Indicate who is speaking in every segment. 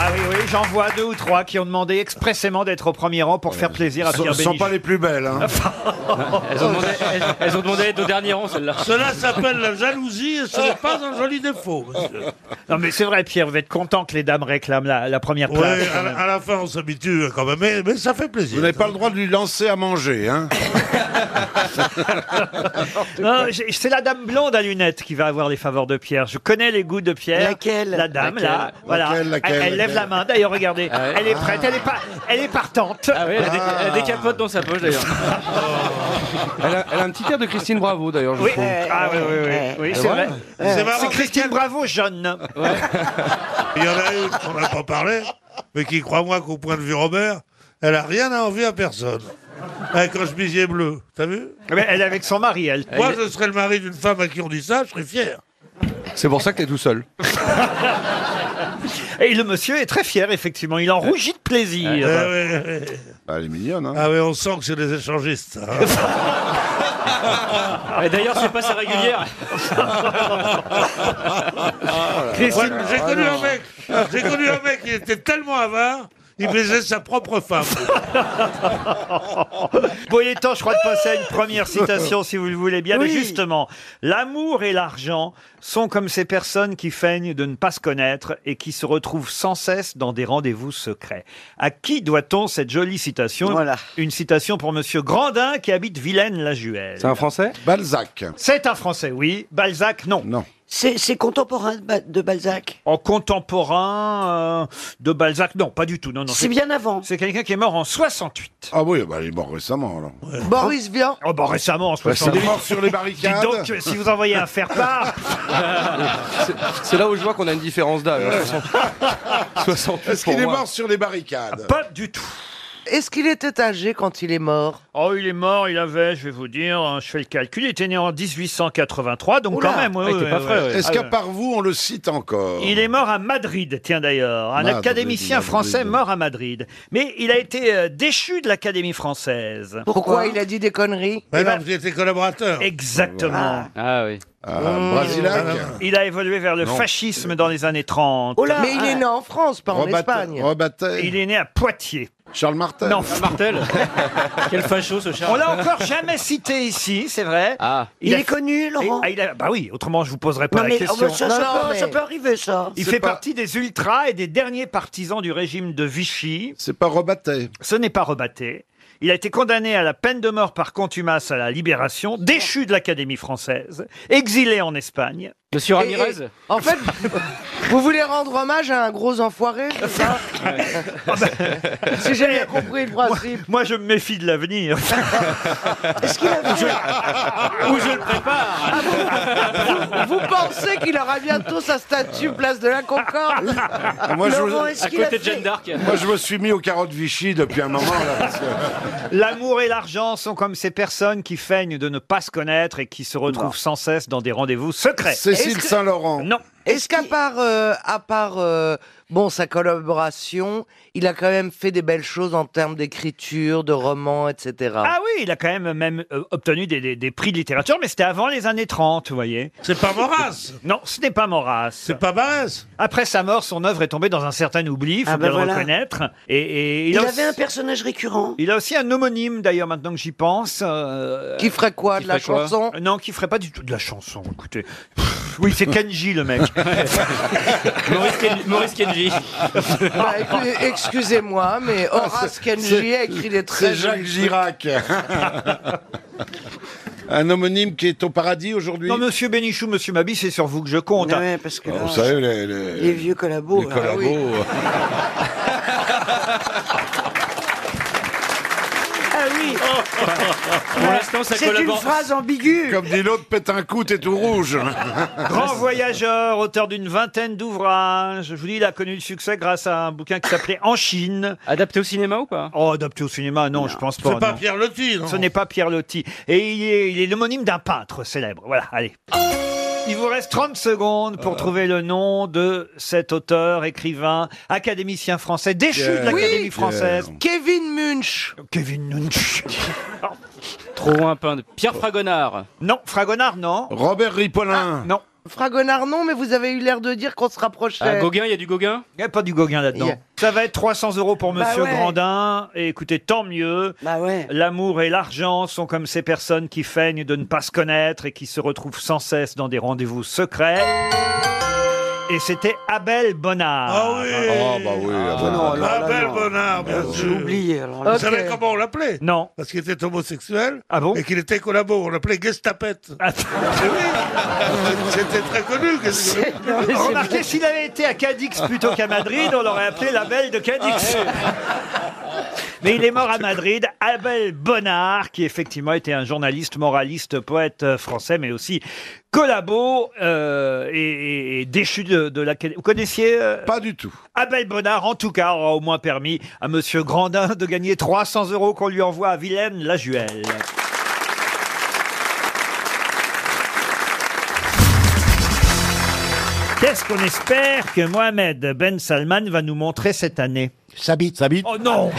Speaker 1: Ah oui, oui, j'en vois deux ou trois qui ont demandé expressément d'être au premier rang pour faire plaisir à
Speaker 2: Ce
Speaker 1: Pierre
Speaker 2: ne sont
Speaker 1: Bénichou.
Speaker 2: pas les plus belles. hein.
Speaker 3: Elles ont demandé, elles, elles ont demandé à être au dernier rang, celle-là.
Speaker 4: Cela s'appelle la jalousie et ce n'est pas un joli défaut, monsieur.
Speaker 1: Non mais c'est vrai, Pierre, vous êtes content que les dames réclament la, la première
Speaker 4: Oui,
Speaker 1: place.
Speaker 4: à, la- à la fin, on s'habitue quand même, mais, mais ça fait plaisir.
Speaker 2: Vous n'avez pas le droit de lui lancer à manger. Hein.
Speaker 1: Non, j'ai- c'est la dame blonde à lunettes qui va avoir les faveurs de Pierre. Je connais les goûts de Pierre.
Speaker 5: Laquelle
Speaker 1: La dame,
Speaker 3: Laquelle
Speaker 1: là. Voilà.
Speaker 2: Laquelle, laquelle,
Speaker 1: elle, elle lève
Speaker 2: laquelle
Speaker 1: la main. D'ailleurs, regardez.
Speaker 3: Ah ouais.
Speaker 1: Elle est prête. Elle est, pas, elle est partante.
Speaker 3: Ah oui, elle, a des- elle a des capotes dans sa poche d'ailleurs. Elle a, un petit air de Christine Bravo d'ailleurs,
Speaker 1: Oui. Ah oui, oui, oui. Oui, c'est vrai.
Speaker 4: C'est marrant,
Speaker 1: C'est Christine Bravo, jeune.
Speaker 4: Il y en a une qu'on n'a pas parlé, mais qui, crois-moi qu'au point de vue Robert, elle a rien à envier à personne. Eh, quand je bisais bleu, t'as vu
Speaker 1: Mais elle est avec son mari, elle.
Speaker 4: Moi, je serais le mari d'une femme à qui on dit ça, je serais fier.
Speaker 6: C'est pour ça que t'es tout seul.
Speaker 1: Et le monsieur est très fier, effectivement. Il en rougit de
Speaker 4: Eh
Speaker 1: plaisir.
Speaker 4: ouais, ouais, ouais.
Speaker 2: Ah, elle est mignonne. Hein.
Speaker 4: Ah oui, on sent que c'est des échangistes. ça, hein.
Speaker 3: Et d'ailleurs, c'est pas sa régulière.
Speaker 1: Christine,
Speaker 4: Moi, j'ai connu un mec, j'ai connu un mec, il était tellement avare, il baisait sa propre femme.
Speaker 1: Bon, il est temps, je crois, de passer à une première citation, si vous le voulez bien. Mais
Speaker 5: Oui.
Speaker 1: justement, l'amour et l'argent sont comme ces personnes qui feignent de ne pas se connaître et qui se retrouvent sans cesse dans des rendez-vous secrets. À qui doit-on cette jolie citation
Speaker 5: Voilà.
Speaker 1: Une citation pour Monsieur Grandin qui habite Vilaine-la-Juelle.
Speaker 6: Français
Speaker 2: Balzac.
Speaker 1: C'est un Français, oui. Balzac, non.
Speaker 2: Non.
Speaker 5: C'est c'est contemporain de, Ba- de Balzac.
Speaker 1: En contemporain euh, de Balzac, non, pas du tout. Non, non.
Speaker 5: C'est
Speaker 1: C'est
Speaker 5: bien avant.
Speaker 1: c'est quelqu'un qui est mort en 68.
Speaker 2: Ah oui, bah, elle est morte récemment. Alors.
Speaker 5: Boris Vian.
Speaker 1: Oh, bah récemment, en
Speaker 2: Elle
Speaker 1: 68.
Speaker 2: est morte sur les barricades.
Speaker 1: donc, si vous envoyez un faire-part,
Speaker 6: C'est là où je vois qu'on a une différence d'âge. hein, 60 68
Speaker 2: Est-ce
Speaker 6: pour
Speaker 2: qu'il est
Speaker 6: moi.
Speaker 2: mort sur les barricades
Speaker 1: pas du tout.
Speaker 7: Est-ce qu'il était âgé quand il est mort
Speaker 1: Oh, il est mort, il avait, je vais vous dire, hein, je fais le calcul, il était né en 1883, donc
Speaker 5: Oula
Speaker 1: quand même. ouais,
Speaker 3: Ah, il
Speaker 1: ouais,
Speaker 3: était pas
Speaker 1: ouais,
Speaker 3: frais,
Speaker 1: ouais.
Speaker 2: Est-ce
Speaker 1: Ah,
Speaker 2: qu'à
Speaker 1: ouais.
Speaker 2: part vous, on le cite encore
Speaker 1: Il est mort à Madrid, tiens d'ailleurs, un
Speaker 2: Madrid,
Speaker 1: académicien
Speaker 2: Madrid.
Speaker 1: français mort à Madrid. Mais il a été euh, déchu de l'Académie française.
Speaker 7: Pourquoi, il a dit des conneries Eh
Speaker 4: Mais non,
Speaker 1: ben-
Speaker 4: vous étiez collaborateur.
Speaker 1: Exactement.
Speaker 3: Ah oui.
Speaker 2: Ah,
Speaker 7: Hmm.
Speaker 2: Brasilac
Speaker 1: Il a évolué vers le fascisme dans les années 30.
Speaker 5: Oh là
Speaker 7: Mais il est né en France, pas en
Speaker 2: Robat-
Speaker 7: Espagne.
Speaker 2: Robatel
Speaker 1: Il est né à Poitiers.
Speaker 2: Charles Martel
Speaker 1: Non,
Speaker 3: Martel. Quel facho ce chat.
Speaker 1: on l'a encore jamais cité ici, c'est vrai.
Speaker 3: Ah.
Speaker 5: Il,
Speaker 1: Il a-
Speaker 5: est connu, Laurent.
Speaker 1: Ah, il a- Bah oui, autrement je vous poserai pas
Speaker 5: Non,
Speaker 1: la
Speaker 5: mais oh,
Speaker 1: question.
Speaker 5: bah, ça,
Speaker 7: Non,
Speaker 5: ça
Speaker 7: non,
Speaker 5: peut,
Speaker 7: mais-
Speaker 5: ça peut arriver, ça.
Speaker 1: Il
Speaker 2: C'est
Speaker 1: fait
Speaker 2: pas-
Speaker 1: partie des ultras et des derniers partisans du régime de Vichy.
Speaker 2: C'est pas Robatel.
Speaker 1: Ce n'est pas rebatté. Il a été condamné à la peine de mort par contumace à la libération, déchu de l'Académie française, exilé en Espagne. Oh.
Speaker 3: Monsieur
Speaker 7: Et- et-
Speaker 3: Ramirez.
Speaker 7: en fait, vous voulez rendre hommage à un gros enfoiré, c'est ça Si j'ai bien compris le principe.
Speaker 1: Ah bah, Moi, je me méfie de l'avenir.
Speaker 5: Est-ce qu'il avait...
Speaker 3: Où je le prépare.
Speaker 7: Ah Vous pensez qu'il aura bientôt sa statue place de la Concorde
Speaker 2: Ah, moi, je,
Speaker 5: Laurent,
Speaker 2: vous-
Speaker 5: est-ce qu'il a
Speaker 3: Côté de
Speaker 5: fait-
Speaker 3: Jeanne d'Arc.
Speaker 2: moi, je me suis mis au carreau de Vichy depuis un moment. Là, parce que-
Speaker 1: L'amour et l'argent sont comme ces personnes qui feignent de ne pas se connaître et qui se retrouvent sans cesse dans des rendez-vous secrets.
Speaker 2: Cécile
Speaker 7: Est-ce que-
Speaker 2: Saint-Laurent.
Speaker 1: Non,
Speaker 7: Est-ce qu'à part, euh, à part euh, bon, sa collaboration, il a quand même fait des belles choses en termes d'écriture, de romans, etc.
Speaker 1: Ah oui, il a quand même même euh, obtenu des, des- des prix de littérature, mais c'était avant les années 30, vous voyez.
Speaker 4: C'est pas Maurras,
Speaker 1: Non, ce n'est pas Maurras.
Speaker 4: c'est pas Barès.
Speaker 1: Après sa mort, son œuvre est tombée dans un certain oubli, il faut
Speaker 5: Ah bah
Speaker 1: bien le
Speaker 5: voilà.
Speaker 1: reconnaître. Et, et il,
Speaker 5: Il
Speaker 1: a
Speaker 5: avait
Speaker 1: aussi-
Speaker 5: un personnage récurrent.
Speaker 1: il a aussi un homonyme, d'ailleurs, maintenant que j'y pense. euh,
Speaker 7: Qui ferait quoi
Speaker 3: Qui
Speaker 7: de la
Speaker 3: ferait quoi
Speaker 7: chanson
Speaker 1: euh, Non, qui ferait pas du tout de la chanson, écoutez. Pff, Oui, c'est Kenji, le mec.
Speaker 3: Maurice, Ken- Maurice Kenji.
Speaker 7: Bah, écoutez, Excusez-moi, mais Horace Kenji a écrit des très
Speaker 2: C'est Jacques
Speaker 7: jolis-
Speaker 2: Girac. Un homonyme qui est au paradis aujourd'hui.
Speaker 1: Non, monsieur Bénichou, monsieur Mabi, c'est sur vous que je compte.
Speaker 3: hein.
Speaker 5: Ah ouais, parce que
Speaker 2: Ah,
Speaker 5: là,
Speaker 2: Vous savez, les, les-
Speaker 5: les vieux collabos. hein.
Speaker 2: les
Speaker 5: là.
Speaker 2: collabos.
Speaker 5: Ah oui,
Speaker 3: Pour l'instant, ça
Speaker 5: c'est une
Speaker 3: collabore.
Speaker 5: phrase ambiguë.
Speaker 2: Comme dit l'autre, pète un coup, t'es tout rouge. Ah, bah
Speaker 1: Grand voyageur, auteur d'une vingtaine d'ouvrages. Je vous dis, il a connu le succès grâce à un bouquin qui s'appelait En Chine.
Speaker 3: Adapté au cinéma ou pas
Speaker 1: Oh, adapté au cinéma, non, je pense pas.
Speaker 4: C'est pas
Speaker 1: non.
Speaker 4: Pierre Loti, non
Speaker 1: Ce n'est pas Pierre Lotti. Et il est, il est l'homonyme d'un peintre célèbre. Voilà, allez. Il vous reste 30 secondes
Speaker 4: Euh.
Speaker 1: pour trouver le nom de cet auteur, écrivain, académicien français, déchu de
Speaker 2: Pierre.
Speaker 1: l'Académie
Speaker 2: Oui.
Speaker 1: française.
Speaker 7: Kevin Munch.
Speaker 1: Kevin Nunch.
Speaker 3: Trop loin peindre. Pierre Fragonard.
Speaker 1: Non, Fragonard, non.
Speaker 2: Robert Ripollin.
Speaker 1: Non.
Speaker 7: Fragonard, non, mais vous avez eu l'air de dire qu'on se rapprochait.
Speaker 8: Ah, Gauguin, il y a du Gauguin
Speaker 1: Il n'y a pas du Gauguin là-dedans.
Speaker 7: Il y a-
Speaker 1: Ça va être 300 euros pour
Speaker 3: Bah
Speaker 1: Monsieur
Speaker 3: ouais.
Speaker 1: Grandin. Et écoutez, tant mieux.
Speaker 3: Bah ouais.
Speaker 1: L'amour et l'argent sont comme ces personnes qui feignent de ne pas se connaître et qui se retrouvent sans cesse dans des rendez-vous secrets. Et c'était Abel Bonnard.
Speaker 6: Ah oui
Speaker 9: Oh, bah oui. ah, bah,
Speaker 3: non, alors
Speaker 6: Ah,
Speaker 3: là,
Speaker 6: bel
Speaker 3: non.
Speaker 6: bonheur, bien
Speaker 3: J'ai
Speaker 6: sûr.
Speaker 3: oublié. Alors là.
Speaker 6: Vous
Speaker 7: Ok.
Speaker 6: savez comment on l'appelait
Speaker 1: Non.
Speaker 6: Parce qu'il était homosexuel
Speaker 1: Ah bon
Speaker 6: et qu'il était collabo. On l'appelait Gestapette.
Speaker 1: Ah,
Speaker 6: Eh oui. C'était très connu. qu'est-ce que-
Speaker 1: Remarquez, s'il avait été à Cadix plutôt qu'à Madrid, on l'aurait appelé l'Abel de Cadix. Mais il est mort à Madrid, Abel Bonnard, qui effectivement était un journaliste, moraliste, poète euh, français, mais aussi collabo euh, et, et- et déchu de, de l'académie. Vous connaissiez euh,
Speaker 10: Pas du tout.
Speaker 1: Abel Bonnard, en tout cas, aura au moins permis à Monsieur Grandin de gagner 300 euros qu'on lui envoie à Vilaine Lajuelle. Qu'est-ce qu'on espère que Mohamed Ben Salman va nous montrer cette année
Speaker 11: Sabit. Sabit.
Speaker 1: Oh non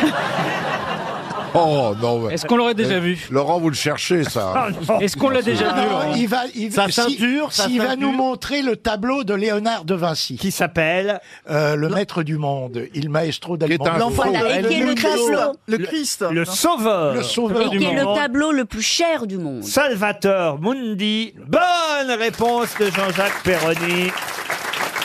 Speaker 11: Oh non. mais-
Speaker 4: Est-ce qu'on l'aurait déjà vu
Speaker 10: Laurent, vous le cherchez, ça.
Speaker 1: Ah, non.
Speaker 4: Est-ce qu'on l'a déjà vu Laurent
Speaker 11: il va, il,
Speaker 4: Sa
Speaker 11: si-
Speaker 4: ceinture, sa
Speaker 11: s'il va
Speaker 4: ceinture.
Speaker 11: nous montrer le tableau de Léonard de Vinci,
Speaker 1: Qui s'appelle
Speaker 11: euh, le maître du monde, il maestro del
Speaker 10: Qui est un
Speaker 11: mondo.
Speaker 10: faux.
Speaker 12: Voilà, et qui est le tableau,
Speaker 1: Le Sauveur
Speaker 11: le sauveur
Speaker 12: et
Speaker 11: du
Speaker 12: qui est le
Speaker 11: monde.
Speaker 12: tableau le plus cher du monde.
Speaker 1: Salvatore Mundi. Bonne réponse de Jean-Jacques Perroni.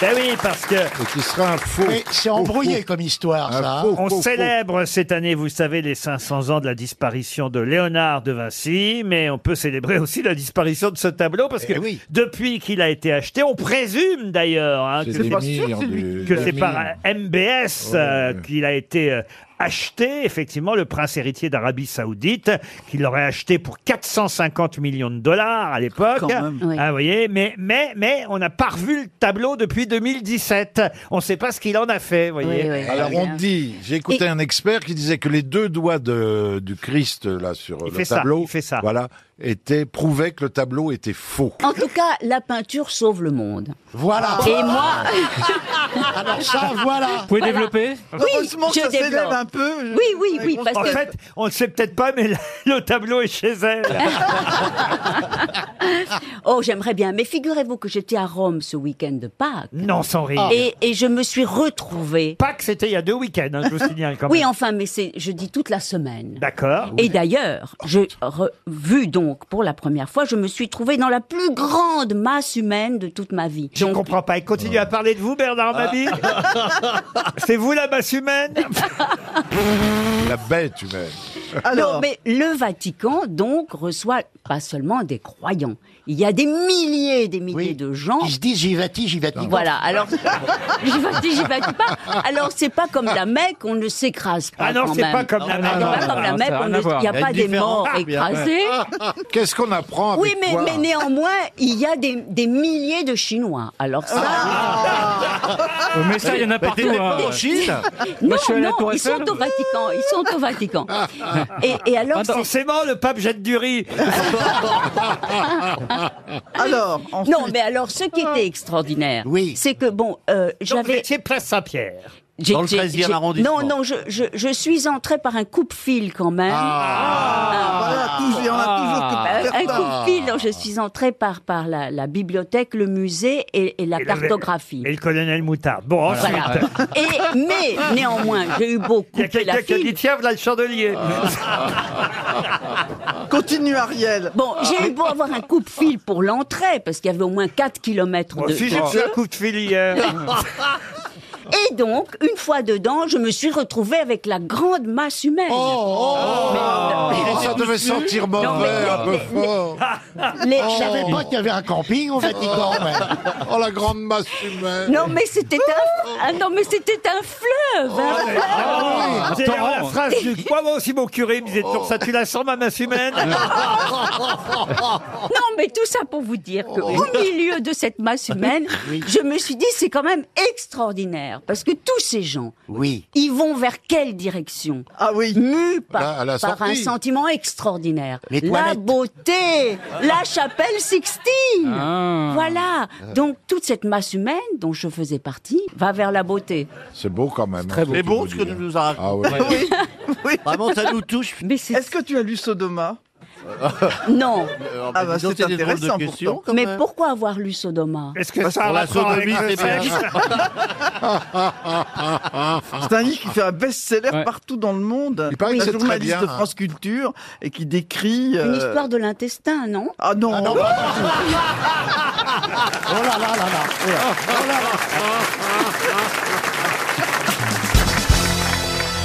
Speaker 1: Ben oui, parce que
Speaker 10: Et qui sera un faux.
Speaker 11: Mais c'est
Speaker 10: Faux,
Speaker 11: embrouillé
Speaker 10: faux.
Speaker 11: comme histoire,
Speaker 10: Un
Speaker 11: ça. hein.
Speaker 10: Ah, faux,
Speaker 1: On
Speaker 10: faux, faux.
Speaker 1: célèbre cette année, vous le savez, les 500 ans de la disparition de Léonard de Vinci, mais on peut célébrer aussi la disparition de ce tableau parce que
Speaker 11: Eh oui.
Speaker 1: depuis qu'il a été acheté, on présume d'ailleurs hein, que c'est que c'est par MBS euh, qu'il a été euh, acheté, effectivement, le prince héritier d'Arabie Saoudite, qu'il l'aurait acheté pour 450 millions de dollars à l'époque.
Speaker 12: Oui.
Speaker 1: Ah, vous voyez, mais, mais, mais on n'a pas revu le tableau depuis 2017. On ne sait pas ce qu'il en a fait, vous voyez.
Speaker 12: Oui, oui.
Speaker 2: Alors on dit, j'ai écouté
Speaker 12: Et-
Speaker 2: un expert qui disait que les deux doigts de, du Christ là sur
Speaker 1: Il
Speaker 2: le
Speaker 1: fait ça,
Speaker 2: tableau,
Speaker 1: il fait ça.
Speaker 2: voilà, étaient prouvaient que le tableau était faux.
Speaker 12: En tout cas, la peinture sauve le monde.
Speaker 11: Voilà.
Speaker 12: Et moi,
Speaker 11: Alors ça, voilà.
Speaker 4: Vous pouvez développer
Speaker 12: oui, je développe.
Speaker 3: peu.
Speaker 12: Oui, oui, oui, parce
Speaker 1: En
Speaker 12: que
Speaker 1: fait, on ne sait peut-être pas, mais la- le tableau est chez elle.
Speaker 12: Ah, oh, j'aimerais bien. Mais figurez-vous que j'étais à Rome ce week-end de Pâques
Speaker 1: Non, sans rire.
Speaker 12: et, et je me suis retrouvée.
Speaker 1: Pas que c'était il y a deux week-ends, hein, je vous signale quand même.
Speaker 12: Oui, enfin, mais c'est, je dis toute la semaine.
Speaker 1: D'accord.
Speaker 12: Et d'ailleurs, je revu donc pour la première fois, je me suis trouvée dans la plus grande masse humaine de toute ma vie.
Speaker 1: Je ne
Speaker 12: Donc,
Speaker 1: comprends pas. Il continue à parler de vous, Bernard
Speaker 2: Ah.
Speaker 1: Mabille. Ah, C'est vous la masse humaine
Speaker 2: La bête humaine.
Speaker 12: Non, mais le Vatican, donc, reçoit pas seulement des croyants. Il y a des milliers et des milliers
Speaker 11: Oui.
Speaker 12: de gens.
Speaker 11: Ils se disent j'y vais j'y vais
Speaker 12: Voilà, alors, j'y vais, j'y vais pas. Alors, c'est pas comme la Mecque, on ne s'écrase pas.
Speaker 1: Ah non,
Speaker 12: quand
Speaker 1: c'est
Speaker 12: même.
Speaker 1: pas comme la
Speaker 12: C'est
Speaker 1: Mecque.
Speaker 12: pas
Speaker 4: non,
Speaker 12: comme
Speaker 4: non,
Speaker 12: la
Speaker 4: ça
Speaker 12: Mecque,
Speaker 4: a
Speaker 12: on
Speaker 4: rien
Speaker 12: ne-
Speaker 4: à voir.
Speaker 12: il n'y a
Speaker 4: Il y a
Speaker 12: pas
Speaker 4: une
Speaker 12: des
Speaker 4: différence.
Speaker 12: morts écrasés.
Speaker 2: Qu'est-ce qu'on apprend avec
Speaker 12: Oui, mais,
Speaker 2: toi
Speaker 12: mais néanmoins, il y a des, des milliers de Chinois. Alors ça,
Speaker 4: Mais ça, il y en a partout. hein.
Speaker 9: Chine
Speaker 12: non,
Speaker 4: je suis allé à la
Speaker 12: non,
Speaker 4: Tour
Speaker 12: ils sont
Speaker 4: Eiffel.
Speaker 12: au Vatican, ils sont au Vatican. Et, et alors, c'est-
Speaker 1: Forcément, le pape jette du riz.
Speaker 3: Alors,
Speaker 12: non, mais alors, ce qui était extraordinaire,
Speaker 11: Oui.
Speaker 12: c'est que bon, euh,
Speaker 1: Donc, vous
Speaker 12: j'avais,
Speaker 1: étiez place Saint-Pierre.
Speaker 12: J'ai-
Speaker 9: Dans le
Speaker 12: j'ai-
Speaker 9: 13e
Speaker 12: j'ai-
Speaker 9: arrondissement.
Speaker 12: Non, non, je, je, je suis entrée par un coupe-fil quand même. Ah. Euh, un coupe-fil, non, je suis entrée par, par la, la bibliothèque, le musée Oh, et, et la
Speaker 1: Et la-
Speaker 12: cartographie.
Speaker 1: Et le colonel Moutard. Bon, ensuite,
Speaker 12: Voilà. Et, mais néanmoins, j'ai eu beau
Speaker 1: il y a
Speaker 12: couper
Speaker 1: quelqu'un
Speaker 12: la
Speaker 1: qui a
Speaker 12: file. Ah.
Speaker 1: dit tiens, voilà le chandelier.
Speaker 3: Continue Ariel.
Speaker 12: Bon, j'ai eu beau avoir un coupe-fil pour l'entrée, parce qu'il y avait au moins 4 kilomètres
Speaker 1: Moi
Speaker 12: de...
Speaker 1: aussi, j'ai reçu un coup de fil hier.
Speaker 12: Et donc, une fois dedans, je me suis retrouvée avec la grande masse humaine.
Speaker 1: Oh,
Speaker 2: Ça devait sentir mauvais,
Speaker 12: Oh, Non, mais-
Speaker 2: un peu
Speaker 12: mais-
Speaker 1: Oh.
Speaker 2: fort.
Speaker 12: Les-
Speaker 11: Je
Speaker 12: la-
Speaker 11: savais pas qu'il y avait un camping au Vatican. mais-
Speaker 2: Oh la grande masse humaine.
Speaker 12: Non mais c'était un, ah, non mais c'était un fleuve. hein.
Speaker 1: Oh, Ah, C'est d'ailleurs la phrase du. Moi, moi aussi, mon curé me disait toujours ça. Tu la sens, ma masse humaine
Speaker 12: Ah. Non mais tout ça pour vous dire que
Speaker 2: Oh.
Speaker 12: au milieu de cette masse humaine, je me suis dit c'est quand même extraordinaire parce que tous ces gens,
Speaker 11: Oui.
Speaker 12: ils vont vers quelle direction
Speaker 3: Ah oui.
Speaker 12: Mus
Speaker 2: Là, Bah, à
Speaker 12: par,
Speaker 2: la
Speaker 12: par un
Speaker 2: sortie.
Speaker 12: sentiment extraordinaire.
Speaker 11: Les
Speaker 12: la
Speaker 11: toilettes.
Speaker 12: beauté, la chapelle Sixtine.
Speaker 4: Ah.
Speaker 12: Voilà. Donc toute cette masse humaine dont je faisais partie va vers la beauté.
Speaker 2: C'est beau quand même. hein,
Speaker 4: très beau.
Speaker 2: C'est
Speaker 9: bon ce que tu nous as raconté.
Speaker 2: Ah ouais.
Speaker 9: Vraiment, ça nous touche.
Speaker 12: Mais c'est
Speaker 3: Est-ce que tu as lu Sodoma
Speaker 12: Non.
Speaker 5: Ah bah, dis donc, c'est des drôles de
Speaker 12: intéressant pour
Speaker 5: questions,
Speaker 12: toi.
Speaker 5: quand
Speaker 12: Mais
Speaker 5: même.
Speaker 12: pourquoi avoir lu Sodoma
Speaker 1: Est-ce
Speaker 5: que Parce ça a pour la rapport sodomie, avec le c'est bien.
Speaker 4: Ah,
Speaker 3: C'est un livre qui fait un best-seller partout dans le monde.
Speaker 12: paraît que
Speaker 3: Un
Speaker 12: c'est très
Speaker 3: journaliste
Speaker 12: bien,
Speaker 3: de
Speaker 12: hein.
Speaker 3: France Culture et qui décrit. euh,
Speaker 12: Une histoire de l'intestin, non
Speaker 3: Ah non.
Speaker 11: Oh là là là là. Oh là. Oh
Speaker 4: Ah
Speaker 11: là là.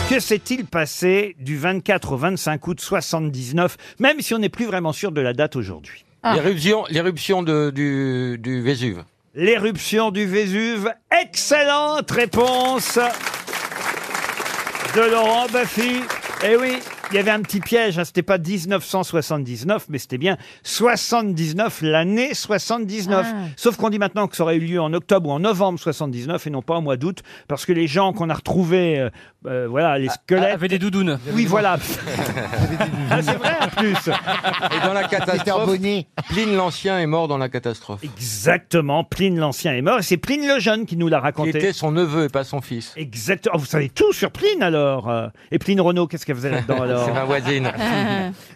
Speaker 1: Que s'est-il passé du 24 au 25 août 79, même si on n'est plus vraiment sûr de la date aujourd'hui
Speaker 13: Ah. L'éruption, l'éruption de- du, du Vésuve.
Speaker 1: L'éruption du Vésuve, excellente réponse de Laurent Baffy. Eh oui, il y avait un petit piège, hein, c'était pas 1979, mais c'était bien 79, l'année 79.
Speaker 14: Ah.
Speaker 1: Sauf qu'on dit maintenant que ça aurait eu lieu en octobre ou en novembre 79 et non pas au mois d'août, parce que les gens qu'on a retrouvés, euh, euh, voilà, les squelettes... Avaient des doudounes. Oui, voilà. Ah, c'est vrai en plus
Speaker 13: Et dans la catastrophe, Pline l'Ancien est mort dans la catastrophe.
Speaker 1: Exactement, Pline l'Ancien est mort, et c'est Pline le Jeune qui nous l'a raconté.
Speaker 13: Qui était son neveu et pas son fils.
Speaker 1: Exactement. Vous savez tout sur Pline alors. euh. Et Pline Renault, qu'est-ce qu'elle faisait là-dedans alors
Speaker 13: C'est ma voisine.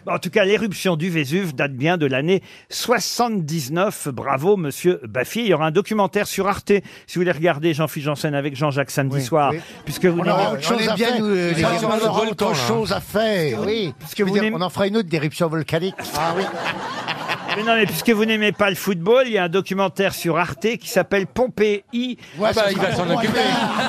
Speaker 1: En tout cas, l'éruption du Vésuve date bien de l'année 79. Bravo, monsieur Baffy. Il y aura un documentaire sur Arte. Si vous voulez regarder Jean-Philippe Janssen avec Jean-Jacques samedi soir, puisque vous
Speaker 11: On aura
Speaker 1: n'aurez-
Speaker 11: autre chose à faire.
Speaker 1: euh,
Speaker 11: Ça, on aura euh, autre
Speaker 4: hein.
Speaker 11: chose à faire. Oui.
Speaker 1: que
Speaker 11: Je veux
Speaker 1: vous
Speaker 11: dire,
Speaker 1: n'aimez-
Speaker 11: on en fera une autre d'éruption volcanique. Ah oui.
Speaker 1: Mais non, mais puisque vous n'aimez pas le football, il y a un documentaire sur Arte qui s'appelle Pompéi.
Speaker 11: Ouais,
Speaker 4: bah, il va s'en occuper.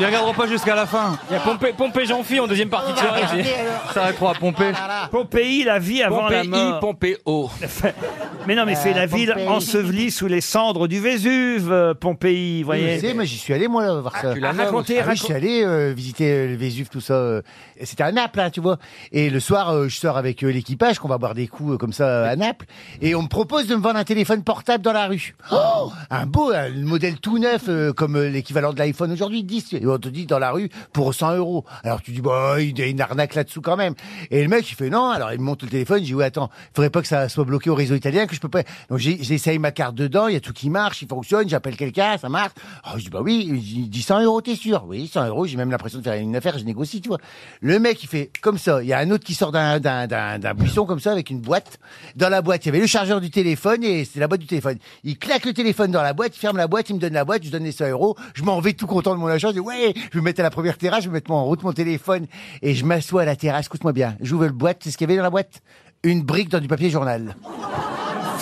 Speaker 1: Ils regarderont pas jusqu'à la fin.
Speaker 4: Il y a Pompé, Pompé Jean-Phi en deuxième
Speaker 11: Oh,
Speaker 4: partie de soirée. c'est- Ça accroît à Pompé.
Speaker 1: Pompéi, la vie avant la
Speaker 4: Pompéi,
Speaker 1: mort.
Speaker 13: Pompéo.
Speaker 1: mais non, mais c'est
Speaker 11: Euh,
Speaker 1: la ville
Speaker 11: Pompéi.
Speaker 1: ensevelie sous les cendres du Vésuve, euh, Pompéi, vous
Speaker 11: Oui,
Speaker 1: voyez.
Speaker 11: je sais, moi j'y suis allé moi là, voir ça.
Speaker 1: tu l'as Ah, même. racontez,
Speaker 11: Ah oui, je suis allé euh, visiter euh, le Vésuve, tout ça. euh, et C'était à Naples, là, tu vois. Et le soir, euh, je sors avec euh, l'équipage, qu'on va boire des coups euh, comme ça euh, à Naples. Et on me propose de me vendre un téléphone portable dans la rue. Oh un beau, un modèle tout neuf, euh, comme euh, l'équivalent de l'iPhone aujourd'hui, 10. Et on te dit dans la rue pour 100 euros. Alors tu dis, bah, il y a une arnaque là-dessous quand même. Et le mec, il fait non. Alors il me monte le téléphone, je dis, ouais, attends, faudrait pas que ça soit bloqué au réseau italien, que je peux pas. Donc j'ai- j'essaye ma carte dedans, il y a tout qui marche, il fonctionne, j'appelle quelqu'un, ça marche. Alors, je dis, bah oui, il dit 100 euros, t'es sûr Oui, 100 euros, j'ai même l'impression de faire une affaire, je négocie, tu vois. Le mec, il fait comme ça, il y a un autre qui sort d'un, d'un, d'un, d'un buisson comme ça avec une boîte. Dans la boîte, il y avait le chargeur du téléphone et c'est la boîte du téléphone. Il claque le téléphone dans la boîte, il ferme la boîte, il me donne la boîte, je lui donne les 100 euros, je m'en vais tout content de mon achat, je dis, ouais, je vais me mettre à la première terrasse, je vais mettre en route mon téléphone et je m'assois à la terrasse, écoute-moi bien, j'ouvre le boîte, c'est ce qu'il y avait dans la boîte Une brique dans du papier journal.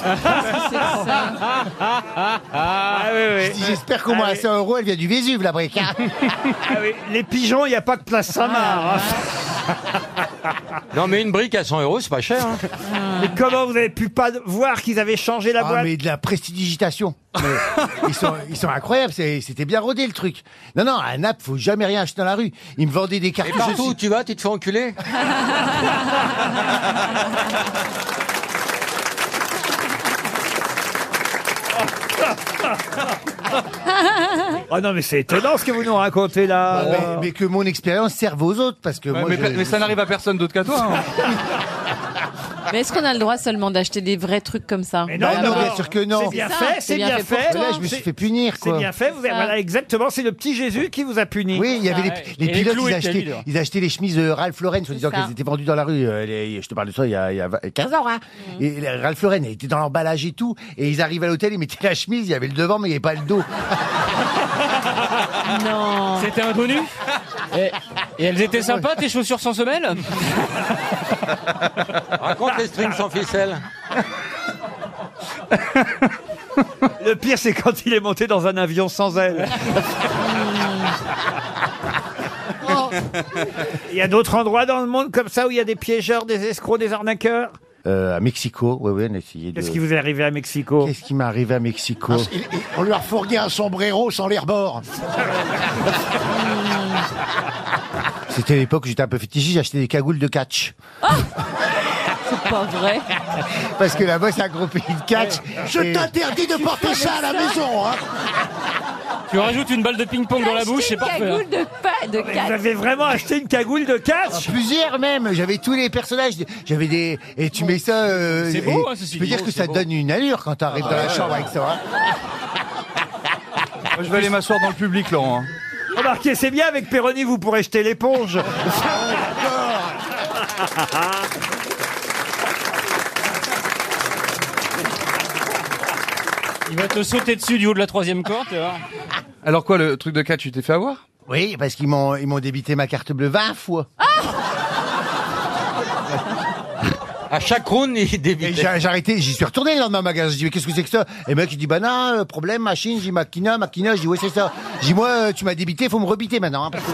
Speaker 1: Ah oui, oui.
Speaker 11: Je dis, j'espère
Speaker 3: Ah
Speaker 11: qu'au moins à 100 euros, elle vient du Vésuve, la brique. hein. Ah.
Speaker 1: Ah oui, Les pigeons, il n'y a pas que place Samar. hein.
Speaker 13: Non, mais une brique à 100 euros, c'est pas cher. hein.
Speaker 15: Ah.
Speaker 1: Mais comment vous avez pu pas voir qu'ils avaient changé la
Speaker 11: ah,
Speaker 1: boîte
Speaker 11: mais de la prestidigitation. Mais ils, sont, ils sont incroyables, c'est- c'était bien rodé le truc. Non, non, à Naples, faut jamais rien acheter dans la rue. Ils me vendaient des
Speaker 13: Et
Speaker 11: cartouches.
Speaker 13: partout où tu vas, tu te fais enculer.
Speaker 1: Oh non, mais c'est étonnant ce que vous nous racontez là.
Speaker 11: mais, mais que mon expérience serve aux autres, parce que
Speaker 8: Ouais,
Speaker 11: moi,
Speaker 8: mais,
Speaker 11: je-
Speaker 8: pe- mais ça n'arrive à personne d'autre qu'à toi. hein.
Speaker 16: Mais est-ce qu'on a le droit seulement d'acheter des vrais trucs comme ça
Speaker 1: Mais
Speaker 11: Bah non,
Speaker 1: d'abord.
Speaker 11: bien sûr que non.
Speaker 1: C'est bien
Speaker 16: C'est ça,
Speaker 1: fait, c'est bien
Speaker 16: pour
Speaker 1: fait.
Speaker 16: toi.
Speaker 11: Là, je me suis
Speaker 1: C'est-
Speaker 11: fait punir,
Speaker 1: C'est
Speaker 11: quoi.
Speaker 1: bien fait, vous avez-
Speaker 16: Ça.
Speaker 1: voilà, exactement, c'est le petit Jésus qui vous a puni.
Speaker 11: Oui, il y
Speaker 4: Ah,
Speaker 11: avait les, les pilotes, ils achetaient, ils achetaient les chemises de Ralph Lauren, en disant
Speaker 1: ça.
Speaker 11: qu'elles étaient vendues dans la rue. Euh, les- je te parle de ça il y a, il y a 20 15 ans. Hein.
Speaker 4: Mm.
Speaker 11: Et la- Ralph Lauren, elle était dans l'emballage et tout. Et ils arrivent à l'hôtel, ils mettaient la chemise, il y avait le devant, mais il n'y avait pas le dos.
Speaker 16: Non.
Speaker 4: C'était un connu et, et elles étaient sympas, tes chaussures sans semelle
Speaker 13: Raconte les strings sans ficelle.
Speaker 1: Le pire, c'est quand il est monté dans un avion sans aile. Il y a d'autres endroits dans le monde comme ça où il y a des piégeurs, des escrocs, des arnaqueurs
Speaker 11: Euh, à Mexico, oui, oui, on a essayé de.
Speaker 1: Qu'est-ce qui vous est arrivé à Mexico
Speaker 11: Qu'est-ce qui m'est arrivé à
Speaker 4: Ah,
Speaker 11: Mexico
Speaker 1: il-
Speaker 11: On leur fournit un sombrero sans l'air bord. C'était l'époque où j'étais un peu fétichiste, j'achetais des cagoules de catch.
Speaker 16: C'est pas vrai.
Speaker 11: Parce que là-bas, c'est un gros pays de catch.
Speaker 16: Je
Speaker 11: t'interdis de porter ça à la maison, hein
Speaker 4: Tu rajoutes une balle de ping-pong dans la bouche, c'est parfait. hein. Ah,
Speaker 16: de pas de
Speaker 1: Vous avez vraiment acheté une cagoule de catch
Speaker 11: Ah, Plusieurs même, j'avais tous les personnages, j'avais des... Et tu mets ça... euh,
Speaker 4: C'est beau,
Speaker 11: et
Speaker 4: hein, ceci
Speaker 11: Je peux
Speaker 4: dit.
Speaker 11: dire
Speaker 4: Beau,
Speaker 11: que
Speaker 4: c'est
Speaker 11: ça
Speaker 4: beau.
Speaker 11: donne une allure quand t'arrives dans
Speaker 4: Ah
Speaker 11: la
Speaker 4: ouais.
Speaker 11: chambre avec ça. hein.
Speaker 8: Moi, je vais aller m'asseoir dans le public, Laurent. hein.
Speaker 1: Remarquez, c'est bien, avec Péroni, vous pourrez jeter l'éponge.
Speaker 15: Il va te sauter dessus du haut de la troisième corde, tu vois.
Speaker 11: Alors quoi, le truc de cas, tu t'es fait avoir Oui, parce qu'ils m'ont ils m'ont débité ma carte bleue 20 fois. À chaque round, il débitait. J'ai j'ai arrêté, j'y suis retourné le lendemain au magasin. J'ai dit, mais qu'est-ce que c'est que ça Et le mec, il dit, bah non, euh, problème, machine. J'ai dit, maquina, maquina. J'ai dit, ouais, c'est ça. J'ai dit, moi, euh, tu m'as débité, faut me rebiter maintenant. hein, parce que-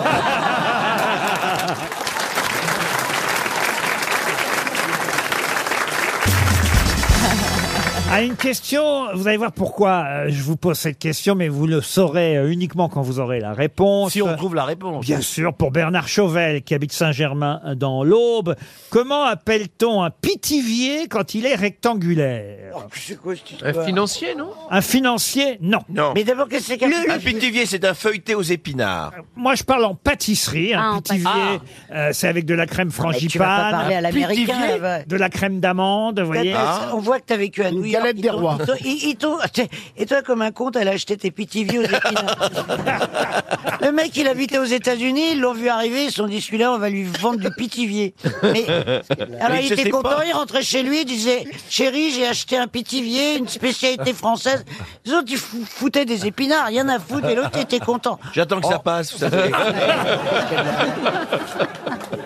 Speaker 1: À une question, vous allez voir pourquoi euh, je vous pose cette question, mais vous le saurez euh, uniquement quand vous aurez la réponse.
Speaker 4: Si on trouve la réponse.
Speaker 1: Bien sûr, pour Bernard Chauvel, qui habite Saint-Germain euh, dans l'Aube, comment appelle-t-on un pitivier quand il est rectangulaire
Speaker 5: Oh,
Speaker 4: C'est quoi cette
Speaker 1: Un financier,
Speaker 4: non
Speaker 1: Un financier, non.
Speaker 4: Non. Mais d'abord, qu'est-ce que c'est
Speaker 1: Le-
Speaker 4: Un pitivier, c'est un feuilleté aux épinards.
Speaker 1: Moi, je parle en pâtisserie. Un
Speaker 4: Ah, en
Speaker 1: pitivier,
Speaker 4: pâtisserie.
Speaker 1: euh, c'est avec de la crème frangipane.
Speaker 5: tu vas pas parler à l'américain,
Speaker 1: Pitivier,
Speaker 5: là-bas.
Speaker 1: De la crème d'amande, vous voyez. Ah.
Speaker 5: On voit que t'as vécu à New York.
Speaker 1: galette
Speaker 5: ils
Speaker 1: des
Speaker 5: t'ont-
Speaker 1: rois.
Speaker 5: ils t'ont- ils- ils t'ont- Et toi, comme un con, elle a acheté tes petits vieux aux épinards. Le mec, il habitait aux États-Unis, ils l'ont vu arriver, ils se sont dit celui-là, on va lui vendre du pitivier. Mais alors, il était content, il rentrait chez lui, il disait Chérie, j'ai acheté un pitivier, une spécialité française. Les autres, ils fou- foutaient des épinards, rien à foutre, et l'autre était content.
Speaker 4: J'attends
Speaker 17: Oh.
Speaker 4: que ça passe, vous savez.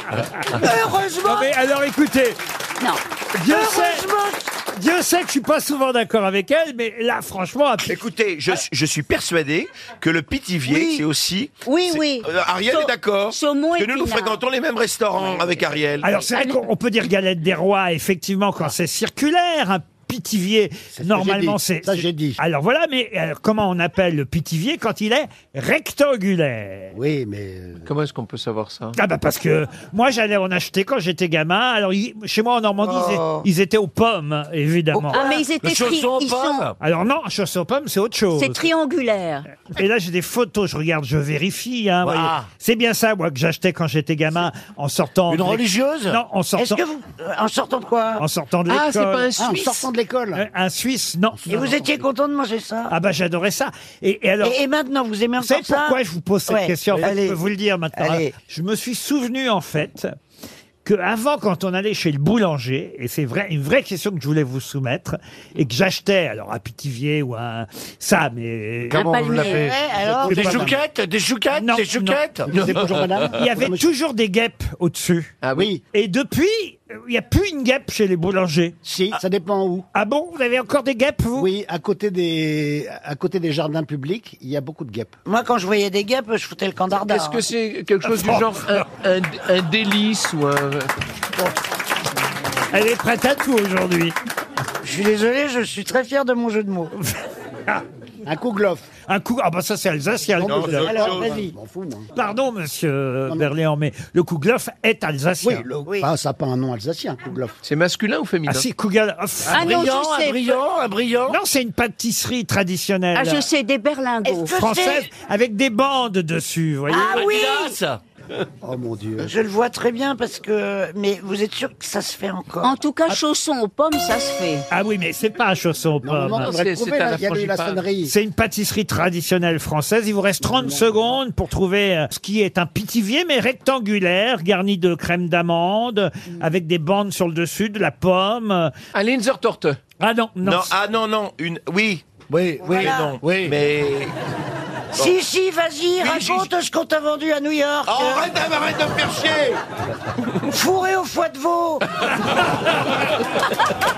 Speaker 3: Ah,
Speaker 1: Heureusement. mais alors écoutez.
Speaker 12: Non.
Speaker 1: Dieu sait. Dieu sait que je suis pas souvent d'accord avec elle, mais là, franchement.
Speaker 4: Écoutez, je, je suis persuadé que le pitivier, c'est aussi.
Speaker 12: Oui,
Speaker 4: c'est-
Speaker 12: oui.
Speaker 4: Euh, Ariel
Speaker 12: Sau-
Speaker 4: est d'accord.
Speaker 12: saumon
Speaker 4: Que
Speaker 12: et
Speaker 4: nous, nous
Speaker 12: pinard.
Speaker 4: fréquentons les mêmes restaurants avec Ariel.
Speaker 1: Alors c'est vrai qu'on peut dire galette des rois, effectivement,
Speaker 4: Ah.
Speaker 1: quand c'est circulaire. Un pitivier, normalement
Speaker 4: dit.
Speaker 1: c'est.
Speaker 4: Ça,
Speaker 1: j'ai dit. Alors voilà, mais euh, comment on appelle le pitivier quand il est rectangulaire
Speaker 4: Oui, mais. euh, Comment est-ce qu'on peut savoir ça
Speaker 1: Ah bah parce que moi j'allais en acheter quand j'étais gamin. Alors il- chez moi en Normandie ils,
Speaker 4: Oh.
Speaker 1: é- ils étaient aux pommes évidemment.
Speaker 12: Aux pommes. Ah, mais ils étaient Le chausson tri- aux ils pommes. sont-
Speaker 1: Alors non, chausson aux pommes c'est autre chose.
Speaker 12: C'est triangulaire.
Speaker 1: Et là j'ai des photos, je regarde, je vérifie. hein,
Speaker 12: Ah.
Speaker 1: voyez. C'est bien ça moi que j'achetais quand j'étais gamin en sortant.
Speaker 4: Une
Speaker 1: de l'é-
Speaker 4: religieuse
Speaker 1: Non, en sortant.
Speaker 5: Est-ce que vous. euh, En sortant de quoi
Speaker 1: En sortant de l'école.
Speaker 5: Ah, en sortant de l'école.
Speaker 1: Euh, Un Suisse, non.
Speaker 5: Et vous étiez content de manger ça
Speaker 1: Ah bah j'adorais ça. Et, et alors.
Speaker 5: et, et maintenant, vous aimez
Speaker 1: Vous savez
Speaker 5: encore ça
Speaker 1: pourquoi je vous pose cette
Speaker 5: Ouais.
Speaker 1: question en fait,
Speaker 5: Allez.
Speaker 1: Je peux vous le dire maintenant. hein.
Speaker 5: Allez.
Speaker 1: Je me suis souvenu en fait que avant, quand on allait chez le boulanger, et c'est vrai, une vraie question que je voulais vous soumettre, et que j'achetais alors à Pitivier ou à ça, mais euh,
Speaker 4: Comment Un vous palmier. l'appelez Ouais, alors Des chouquettes,
Speaker 1: des chouquettes,
Speaker 4: des chouquettes C'est bonjour, madame.
Speaker 1: Il y avait toujours des guêpes au-dessus. Ah oui. Et depuis, il n'y a plus une guêpe chez les boulangers.
Speaker 17: Si, ça dépend où.
Speaker 1: Ah bon Vous avez encore des guêpes, vous
Speaker 17: Oui, à côté, des, à côté des jardins publics, il y a beaucoup de guêpes.
Speaker 5: Moi, quand je voyais des guêpes, je foutais le Oh. camp d'Arda.
Speaker 17: Est-ce que
Speaker 5: c'est
Speaker 17: quelque chose du genre
Speaker 5: un, délice ou un...
Speaker 1: Elle est prête à tout aujourd'hui.
Speaker 5: Je suis désolé, je suis très fier de mon jeu de mots.
Speaker 1: Un kouglof. Un coup. Ah bah ça c'est alsacien. le
Speaker 17: Non,
Speaker 1: kouglof.
Speaker 17: Alors, vas-y. m'en fous, moi.
Speaker 1: Pardon, monsieur Berléand, mais le kouglof est alsacien.
Speaker 17: Oui, le- Ah, ça n'a pas un nom alsacien, Kouglof.
Speaker 1: C'est masculin ou féminin Ah si, kouglof.
Speaker 17: Un Ah non, brillant,
Speaker 12: je sais. un brillant,
Speaker 1: un brillant. Non, c'est une pâtisserie traditionnelle.
Speaker 12: Ah, je sais, des berlingots.
Speaker 1: Française, avec des bandes dessus, vous voyez.
Speaker 5: Ah oui
Speaker 17: Oh mon Dieu.
Speaker 5: Je le vois très bien parce que... Mais vous êtes sûr que ça se fait encore
Speaker 12: En tout cas, chaussons aux pommes, ça se fait.
Speaker 1: Ah oui, mais c'est pas un chausson aux pommes.
Speaker 12: non, non, c'est- c'est à la Il y a eu la frangipane. sonnerie.
Speaker 1: C'est une pâtisserie traditionnelle française. Il vous reste 30 secondes pour trouver euh, ce qui est un pitivier, mais rectangulaire, garni de crème d'amande,
Speaker 12: Mm.
Speaker 1: avec des bandes sur le dessus, de la pomme. Un Linzertorte. Ah non, non.
Speaker 4: Non, ah non, non, une. Oui.
Speaker 17: Oui,
Speaker 4: oui,
Speaker 5: Voilà.
Speaker 4: non. Oui. Mais.
Speaker 5: Si, si, vas-y,
Speaker 4: Mais
Speaker 5: raconte ce qu'on t'a vendu à New York
Speaker 4: Oh, arrête, de- arrête de me faire chier
Speaker 5: Fourré au foie de veau
Speaker 3: Oh,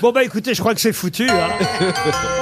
Speaker 1: Bon bah écoutez, je crois que c'est foutu. hein.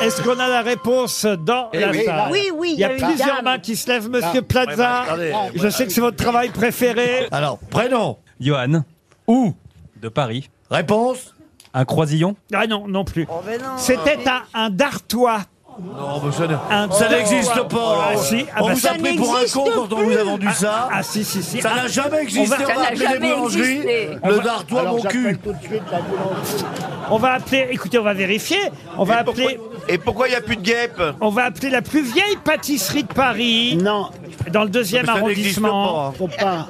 Speaker 1: Est-ce qu'on a la réponse dans
Speaker 4: Eh
Speaker 1: la
Speaker 4: oui.
Speaker 1: salle
Speaker 4: Oui, oui,
Speaker 1: Il y a
Speaker 4: il y a une
Speaker 1: plusieurs
Speaker 4: dame.
Speaker 1: mains qui se lèvent, Monsieur
Speaker 4: Ah, ouais, bah,
Speaker 1: Plaza.
Speaker 4: attendez.
Speaker 1: je sais que c'est votre travail préféré.
Speaker 3: Alors, prénom Johan. Où De Paris. Réponse Un croisillon
Speaker 1: Ah non, non plus.
Speaker 4: Oh,
Speaker 1: C'était un, un Dartois.
Speaker 3: Non, mais ça ne-
Speaker 1: Un
Speaker 3: ça
Speaker 2: Oh,
Speaker 1: Dartois.
Speaker 3: n'existe pas.
Speaker 1: Ah, si. Ah,
Speaker 3: on
Speaker 1: bah,
Speaker 3: vous
Speaker 1: ça
Speaker 3: a pris pour un
Speaker 1: n'existe
Speaker 3: con quand on vous a
Speaker 1: plus.
Speaker 3: vendu
Speaker 1: Ah,
Speaker 3: ça.
Speaker 1: Ah, si, si, si.
Speaker 3: Ça
Speaker 1: Ah,
Speaker 3: n'a jamais
Speaker 1: on
Speaker 3: existé.
Speaker 1: va-
Speaker 3: on va appeler les boulangeries.
Speaker 1: On
Speaker 3: Le
Speaker 1: va-
Speaker 3: dartois, mon cul.
Speaker 17: tout de suite la boulangerie.
Speaker 1: On va appeler, écoutez, on va vérifier. On va appeler.
Speaker 4: Et pourquoi il n'y a plus de guêpes
Speaker 1: On va appeler la plus vieille pâtisserie de Paris.
Speaker 17: Non.
Speaker 1: Dans le deuxième
Speaker 4: Mais ça
Speaker 1: arrondissement.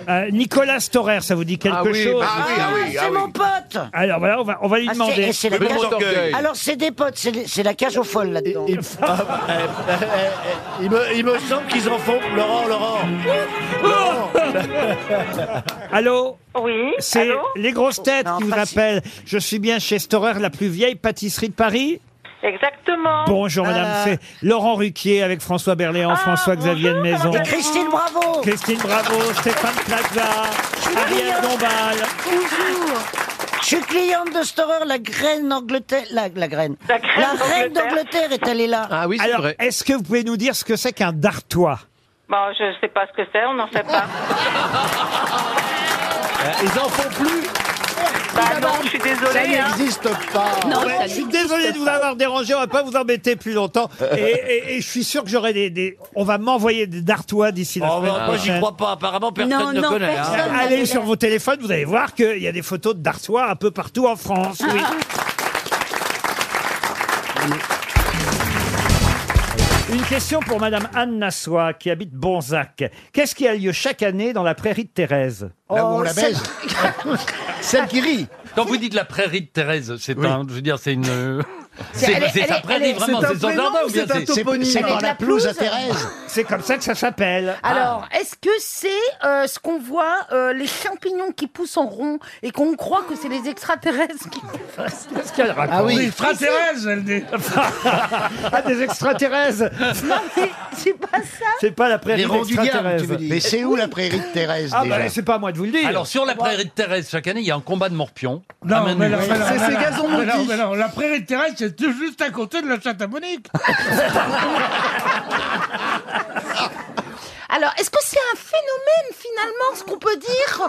Speaker 1: Euh, Nicolas Storer, ça vous dit quelque
Speaker 4: Ah oui,
Speaker 1: chose
Speaker 4: bah oui, ah oui,
Speaker 5: C'est mon pote
Speaker 1: Alors voilà, on va, on va lui
Speaker 5: Ah,
Speaker 1: demander.
Speaker 5: c'est- eh, c'est la cage- Alors c'est des potes, c'est les- c'est la cage aux folles là-dedans.
Speaker 3: Ah,
Speaker 1: Ah,
Speaker 3: bah, eh, Il me, il me semble qu'ils en font. Laurent, Laurent. Laurent,
Speaker 1: Allô
Speaker 3: Oui.
Speaker 1: C'est
Speaker 3: allô
Speaker 1: les grosses têtes
Speaker 3: Non,
Speaker 1: qui vous
Speaker 3: pas si-
Speaker 1: appellent. Je suis bien chez Storer, la plus vieille pâtisserie de Paris.
Speaker 3: Exactement.
Speaker 1: Bonjour madame,
Speaker 5: Ah.
Speaker 3: Voilà.
Speaker 1: c'est Laurent Ruquier avec François Berléand, François Xavier de Maison.
Speaker 3: madame. Et Christine Bravo.
Speaker 1: Christine Bravo, Stéphane Plaza, Ariel Dombal.
Speaker 5: Bonjour. Je suis cliente de Storer, la graine d'Angleterre. La, la graine. La, reine d'Angleterre est allée là. Ah
Speaker 1: Alors, est-ce que vous pouvez nous dire ce que c'est qu'un dartois
Speaker 3: Bon, je sais pas ce que c'est, on n'en sait pas.
Speaker 1: Ils en font plus
Speaker 3: Bah non, je suis désolée.
Speaker 1: Ça
Speaker 3: hein.
Speaker 1: n'existe pas.
Speaker 3: Non,
Speaker 1: Ouais,
Speaker 3: ça
Speaker 1: je suis
Speaker 3: n'existe
Speaker 1: désolé de vous avoir dérangé. On va pas vous embêter plus longtemps. Et, et- et je suis sûr que j'aurai des, des- On va m'envoyer des dartois d'ici la
Speaker 15: Oh,
Speaker 1: semaine
Speaker 15: bah, moi, j'y
Speaker 1: prochaine.
Speaker 15: crois pas. Apparemment, Oh, personne
Speaker 1: Non,
Speaker 15: ne
Speaker 1: non,
Speaker 15: connaît. hein.
Speaker 1: Ah, Allez sur vos téléphones, vous allez voir qu'il y a des photos de Dartois un peu partout en France. Oui. ah. Une question pour Madame Anne Nassois qui habite Bonzac. Qu'est-ce qui a lieu chaque année dans la prairie de Thérèse
Speaker 18: Là où on la baise.
Speaker 1: Celle qui rit.
Speaker 15: Quand vous dites la prairie de Thérèse, c'est un, je veux dire, c'est une, euh,
Speaker 1: C'est-
Speaker 15: c'est
Speaker 1: elle est-
Speaker 15: c'est
Speaker 1: elle
Speaker 15: sa
Speaker 1: est- elle
Speaker 15: prairie
Speaker 1: est-
Speaker 15: vraiment,
Speaker 1: c'est un
Speaker 15: c'est son
Speaker 1: prénom
Speaker 15: jardin
Speaker 1: ou
Speaker 15: ou bien
Speaker 1: c'est un toponyme C'est par
Speaker 15: par
Speaker 1: la Ah.
Speaker 13: La pelouse à Thérèse.
Speaker 1: C'est comme ça que ça s'appelle.
Speaker 13: Alors, est-ce que c'est euh, ce qu'on voit, euh, les champignons qui poussent en rond et qu'on croit que c'est les extraterrestres qui
Speaker 1: Qu'est-ce qu'elle raconte
Speaker 4: Extraterrestre, elle dit.
Speaker 1: Ah, des extraterrestres
Speaker 13: Non, mais c'est pas ça.
Speaker 1: C'est pas la prairie
Speaker 15: Les ronds du diable,
Speaker 1: d'extraterrestres.
Speaker 15: tu veux dire. Mais c'est où la prairie de
Speaker 1: Thérèse Ah, bah, c'est pas à moi de vous le dire.
Speaker 15: Alors, sur la prairie de Thérèse, chaque année, il y a un combat de morpions. À main
Speaker 4: Non, mais
Speaker 15: nue.
Speaker 4: là, mais là, mais là, mais là, mais là, La prairie de Thérèse, c'est tout juste à côté de la chatte à Monique.
Speaker 13: Alors, est-ce que c'est un phénomène finalement, ce qu'on peut dire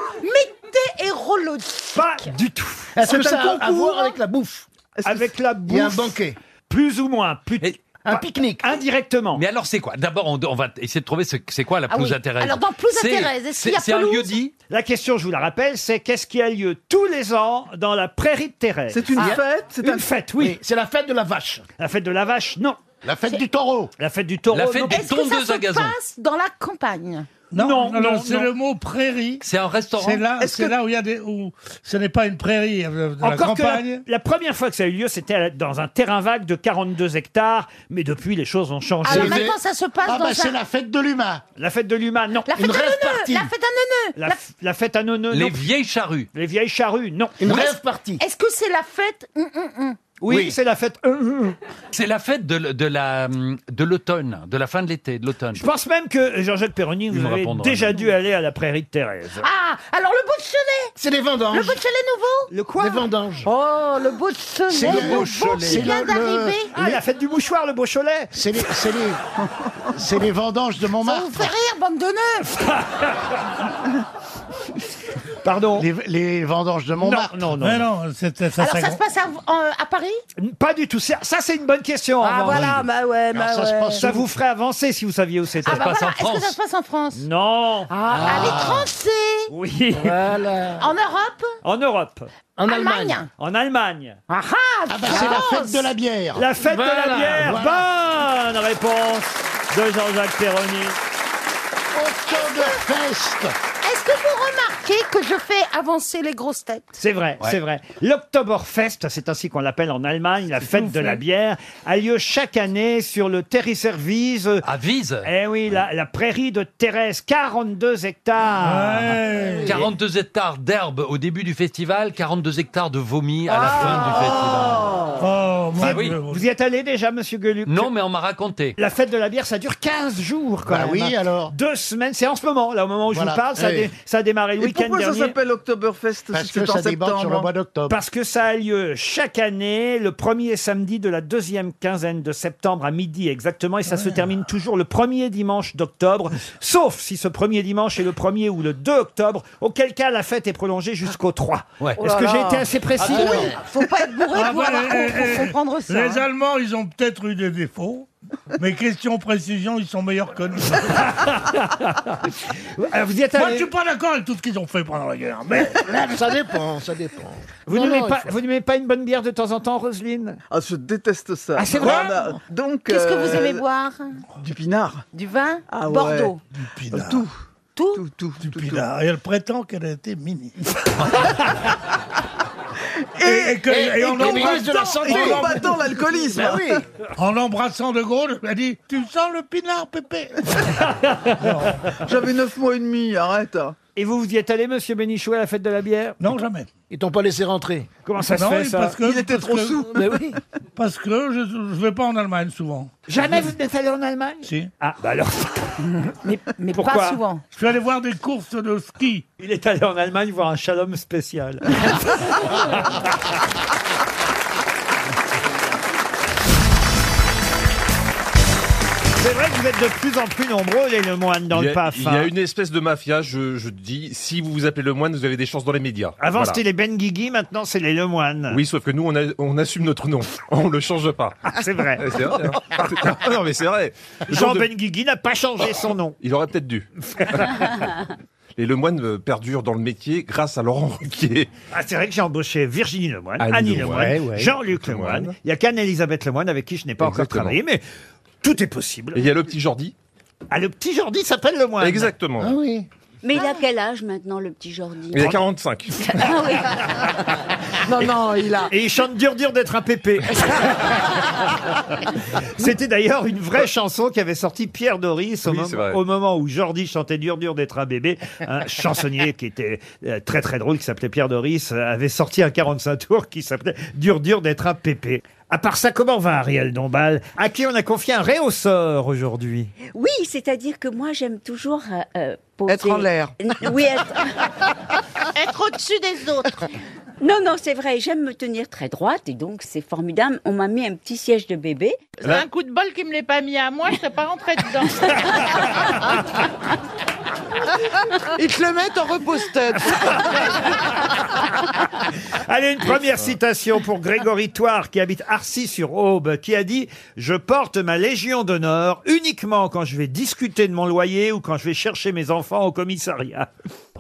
Speaker 13: météorologique
Speaker 1: Pas du tout.
Speaker 18: Est-ce que ça a à voir avec la bouffe
Speaker 1: Avec la
Speaker 18: Il y a un
Speaker 1: bouffe.
Speaker 18: banquet.
Speaker 1: Plus ou moins. Plus...
Speaker 18: Un pique-nique.
Speaker 1: Indirectement.
Speaker 15: Mais alors, c'est quoi D'abord, on, on va essayer de trouver ce, c'est quoi la
Speaker 1: Ah
Speaker 15: pelouse
Speaker 1: oui.
Speaker 15: à Thérèse.
Speaker 1: Alors, dans pelouse à
Speaker 15: C'est-
Speaker 1: Thérèse, est-ce
Speaker 15: c'est-
Speaker 1: qu'il y a
Speaker 15: C'est un
Speaker 1: pelouse
Speaker 15: lieu dit
Speaker 1: La question, je vous la rappelle, c'est qu'est-ce qui a lieu tous les ans dans la prairie de Thérèse
Speaker 18: C'est une Ah. fête, c'est
Speaker 1: Une
Speaker 18: un-
Speaker 1: fête, oui. C'est la fête de la vache. La fête de la vache, non. La fête du taureau. La fête du taureau.
Speaker 15: La fête
Speaker 1: non.
Speaker 15: des
Speaker 13: Est-ce que ça se passe dans la campagne
Speaker 4: Non, non,
Speaker 1: non,
Speaker 4: c'est
Speaker 1: non.
Speaker 4: le mot prairie.
Speaker 15: C'est un restaurant.
Speaker 4: C'est là,
Speaker 1: Est-ce
Speaker 4: c'est
Speaker 1: que-
Speaker 4: là où il y a des. Où ce n'est pas une prairie, euh, de la
Speaker 1: Encore que Ah, la,
Speaker 4: campagne.
Speaker 1: la première fois que ça a eu lieu, c'était à la- dans un terrain vague de 42 hectares, mais depuis les choses ont changé.
Speaker 13: Alors maintenant, ça se passe
Speaker 18: Ah
Speaker 13: dans
Speaker 18: bah
Speaker 13: un-
Speaker 18: c'est la fête de l'humain.
Speaker 1: La fête de l'humain, non.
Speaker 13: La fête à neuneu, La fête à neuneu
Speaker 1: La,
Speaker 13: La-
Speaker 1: f- la fête à neuneu,
Speaker 15: Les
Speaker 1: non.
Speaker 15: vieilles charrues.
Speaker 1: Les vieilles charrues, non.
Speaker 18: Une
Speaker 1: Oui.
Speaker 18: rêve partie.
Speaker 13: Est-ce que c'est la fête Hum, hum, hum.
Speaker 1: Oui,
Speaker 15: Oui.
Speaker 1: c'est la fête.
Speaker 15: C'est la fête de, l- de la hum, de l'automne, de la fin de l'été, de l'automne.
Speaker 1: Je pense même que Jean-Jacques Perroni, vous
Speaker 15: me
Speaker 1: avez
Speaker 15: répondra,
Speaker 1: déjà dû aller à la prairie de Thérèse.
Speaker 13: Ah, alors le Beaujolais
Speaker 18: C'est les vendanges.
Speaker 13: Le Beaujolais nouveau
Speaker 1: Le quoi
Speaker 18: Les vendanges.
Speaker 13: Oh, le Beaujolais
Speaker 18: C'est le Beaujolais.
Speaker 13: qui vient
Speaker 18: C'est le-
Speaker 13: d'arriver
Speaker 18: le-
Speaker 1: Ah, la fête du mouchoir, le Beaujolais
Speaker 18: C'est les, c'est les, c'est les vendanges de
Speaker 13: Ça vous
Speaker 18: Montmartre.
Speaker 13: fait rire, bande de neufs
Speaker 1: Pardon
Speaker 18: Les, les vendanges de Montmartre.
Speaker 1: non,
Speaker 4: Mais non, c'était ça.
Speaker 13: Alors
Speaker 4: ça-
Speaker 13: ça se passe à, en- à Paris
Speaker 1: Pas du tout. Ça, ça, c'est une bonne question. en
Speaker 13: Ah
Speaker 1: revanche.
Speaker 13: voilà, bah ouais, bah
Speaker 1: ça,
Speaker 13: ouais.
Speaker 1: vous ferait avancer si vous saviez où c'était.
Speaker 13: Ah bah voilà, est-ce que ça se passe en France
Speaker 1: Non.
Speaker 13: Ah, À l'étranger
Speaker 1: Oui.
Speaker 13: En Europe
Speaker 1: En Europe.
Speaker 13: En Allemagne. Allemagne.
Speaker 1: En Allemagne.
Speaker 13: Ah ah
Speaker 18: bah, c'est la fête de la bière.
Speaker 1: La fête de la
Speaker 18: Voilà,
Speaker 1: bière. Bonne réponse de Jean-Jacques Perroni.
Speaker 13: Est-ce que vous remarquez que je fais avancer les grosses têtes
Speaker 1: C'est vrai,
Speaker 13: Ouais.
Speaker 1: c'est vrai. L'Oktoberfest, c'est ainsi qu'on l'appelle en Allemagne, la fête de la bière, a lieu chaque année sur le Terriservise.
Speaker 15: À Vise
Speaker 1: Eh oui, la, la prairie de Thérèse, 42 hectares.
Speaker 15: 42 hectares d'herbe au début du festival, 42 hectares de vomi à la
Speaker 1: Ah.
Speaker 4: Oh,
Speaker 15: fin du festival. Bah oui.
Speaker 1: Vous y êtes allé déjà, Ah, monsieur Gueluc
Speaker 15: Non, mais on m'a raconté.
Speaker 1: La fête de la bière, ça dure 15 jours quand
Speaker 15: Bah
Speaker 1: même.
Speaker 15: oui,
Speaker 1: alors. Deux semaines, c'est en ce moment, là, au moment où
Speaker 7: Voilà.
Speaker 1: je vous parle, ça, a
Speaker 7: Oui.
Speaker 1: dé- ça a démarré le
Speaker 7: Et
Speaker 1: week-end
Speaker 7: pourquoi
Speaker 1: dernier.
Speaker 7: ça s'appelle Oktoberfest si
Speaker 18: Parce
Speaker 7: c'est
Speaker 18: que
Speaker 7: en
Speaker 18: ça déborde sur le
Speaker 7: septembre
Speaker 18: mois d'octobre.
Speaker 1: hein. Parce que ça a lieu chaque année, le premier samedi de la deuxième quinzaine de septembre à midi exactement, et ça se termine toujours le premier dimanche d'octobre, sauf si ce premier dimanche est le premier ou le 2 octobre, auquel cas la fête est prolongée jusqu'au 3.
Speaker 15: Ouais.
Speaker 1: Est-ce
Speaker 18: Oh
Speaker 1: que j'ai été assez précis
Speaker 13: Ah, oui, faut pas être bourré
Speaker 4: Ah
Speaker 13: pour,
Speaker 4: bah,
Speaker 13: avoir-
Speaker 4: eh,
Speaker 13: pour- pour
Speaker 4: eh,
Speaker 13: comprendre ça.
Speaker 4: Les
Speaker 13: hein.
Speaker 4: Allemands, ils ont peut-être eu des défauts, mais question précision, ils sont meilleurs que nous.
Speaker 1: Alors, vous y êtes
Speaker 4: Moi,
Speaker 1: allé-
Speaker 4: je suis pas d'accord avec tout ce qu'ils ont fait pendant la guerre.
Speaker 7: Euh,
Speaker 4: Mais
Speaker 18: Ça dépend, ça dépend.
Speaker 1: Vous
Speaker 18: Non,
Speaker 1: n'aimez
Speaker 18: non,
Speaker 1: pas,
Speaker 18: il faut-
Speaker 1: vous n'aimez pas une bonne bière de temps en temps, Roselyne
Speaker 7: Ah, je déteste ça.
Speaker 1: Ah, c'est vrai
Speaker 7: On a- Donc.
Speaker 13: Qu'est-ce que vous
Speaker 7: euh,
Speaker 13: aimez boire
Speaker 7: Du pinard.
Speaker 13: Du vin
Speaker 7: Ah ouais.
Speaker 13: Bordeaux.
Speaker 7: Euh, Tout.
Speaker 13: Tout
Speaker 7: Tout, tout, tout, tout.
Speaker 4: Puis là, elle prétend qu'elle a été ministre. Et, que-
Speaker 7: et- et
Speaker 4: en
Speaker 7: combattant-
Speaker 4: embrassant-
Speaker 7: et
Speaker 4: en em-
Speaker 7: combattant l'alcoolisme.
Speaker 4: Bah oui. En embrassant De Gaulle, elle a dit Tu sens le pinard, Pépé
Speaker 7: J'avais 9 mois et demi, arrête.
Speaker 1: Et vous, vous y êtes allé, monsieur Bénichou, à la fête de la bière
Speaker 15: Non, jamais.
Speaker 1: Ils t'ont pas laissé rentrer. Comment ça
Speaker 6: Non,
Speaker 1: se fait,
Speaker 6: mais
Speaker 1: ça
Speaker 6: Ah bah parce que- parce que- Parce que je ne vais pas en Allemagne souvent.
Speaker 1: Jamais vous n'êtes allé en Allemagne
Speaker 6: Si.
Speaker 1: Ah, bah alors.
Speaker 19: mais mais
Speaker 1: Pourquoi
Speaker 19: pas souvent.
Speaker 6: Je suis allé voir des courses de ski.
Speaker 1: Il est allé en Allemagne voir un shalom spécial. C'est vrai que vous êtes de plus en plus nombreux, les le moine dans
Speaker 9: il y
Speaker 1: le
Speaker 9: a,
Speaker 1: paf.
Speaker 9: il y a
Speaker 1: hein.
Speaker 9: une espèce de mafia, je, je dis, si vous vous appelez le moine, vous avez des chances dans les médias.
Speaker 1: Avant,
Speaker 9: Voilà.
Speaker 1: c'était les Ben Guigui, maintenant, c'est les Lemoines.
Speaker 9: Oui, sauf que nous, on, a- on assume notre nom. On le change pas.
Speaker 1: Ah, c'est vrai.
Speaker 9: C'est vrai, hein. Ah, non, mais c'est vrai. Le
Speaker 1: Jean
Speaker 9: genre de-
Speaker 1: Benguigui n'a pas changé son nom.
Speaker 9: Il aurait peut-être dû. Et le moine euh, perdure dans le métier grâce à Laurent Ruquier.
Speaker 1: Ah, c'est vrai que j'ai embauché Virginie Lemoine, Annie,
Speaker 9: Annie
Speaker 1: Lemoine,
Speaker 9: Lemoine, ouais, ouais.
Speaker 1: Jean-Luc Lemoine. Il n'y a qu'Anne-Elisabeth Lemoine avec qui je n'ai pas
Speaker 9: Exactement.
Speaker 1: encore travaillé, mais tout est possible.
Speaker 9: Et il y a le petit Jordi.
Speaker 1: Ah, le petit Jordi s'appelle Lemoine.
Speaker 9: Exactement. Ah
Speaker 1: oui.
Speaker 12: Mais il a quel âge maintenant, le petit Jordi
Speaker 9: Il y a 45.
Speaker 12: Ah oui.
Speaker 1: Non, non, il a. Et il chante dur dur d'être un pépé. C'était d'ailleurs une vraie chanson qu'avait sorti Pierre Doris au,
Speaker 9: Oui,
Speaker 1: moment-
Speaker 9: c'est vrai.
Speaker 1: au moment où Jordi chantait dur dur d'être un bébé. Un chansonnier qui était euh, très très drôle, qui s'appelait Pierre Doris, euh, avait sorti un 45 tours qui s'appelait dur dur d'être un pépé. À part ça, comment va Ariel Dombal, à qui on a confié un réhausseur aujourd'hui
Speaker 12: Oui, c'est-à-dire que moi, j'aime toujours euh, euh, poser...
Speaker 7: Être en l'air.
Speaker 12: Oui, être... au-dessus des autres. Non, non, c'est vrai, j'aime me tenir très droite et donc c'est formidable. On m'a mis un petit siège de bébé.
Speaker 20: C'est un coup de bol qui me l'ait pas mis à moi, je serais pas rentrée dedans.
Speaker 7: Ils te le mettent en repose-tête.
Speaker 1: Allez, une première citation pour Grégory Toire, qui habite Arcy-sur-Aube, qui a dit « Je porte ma Légion d'honneur uniquement quand je vais discuter de mon loyer ou quand je vais chercher mes enfants au commissariat. »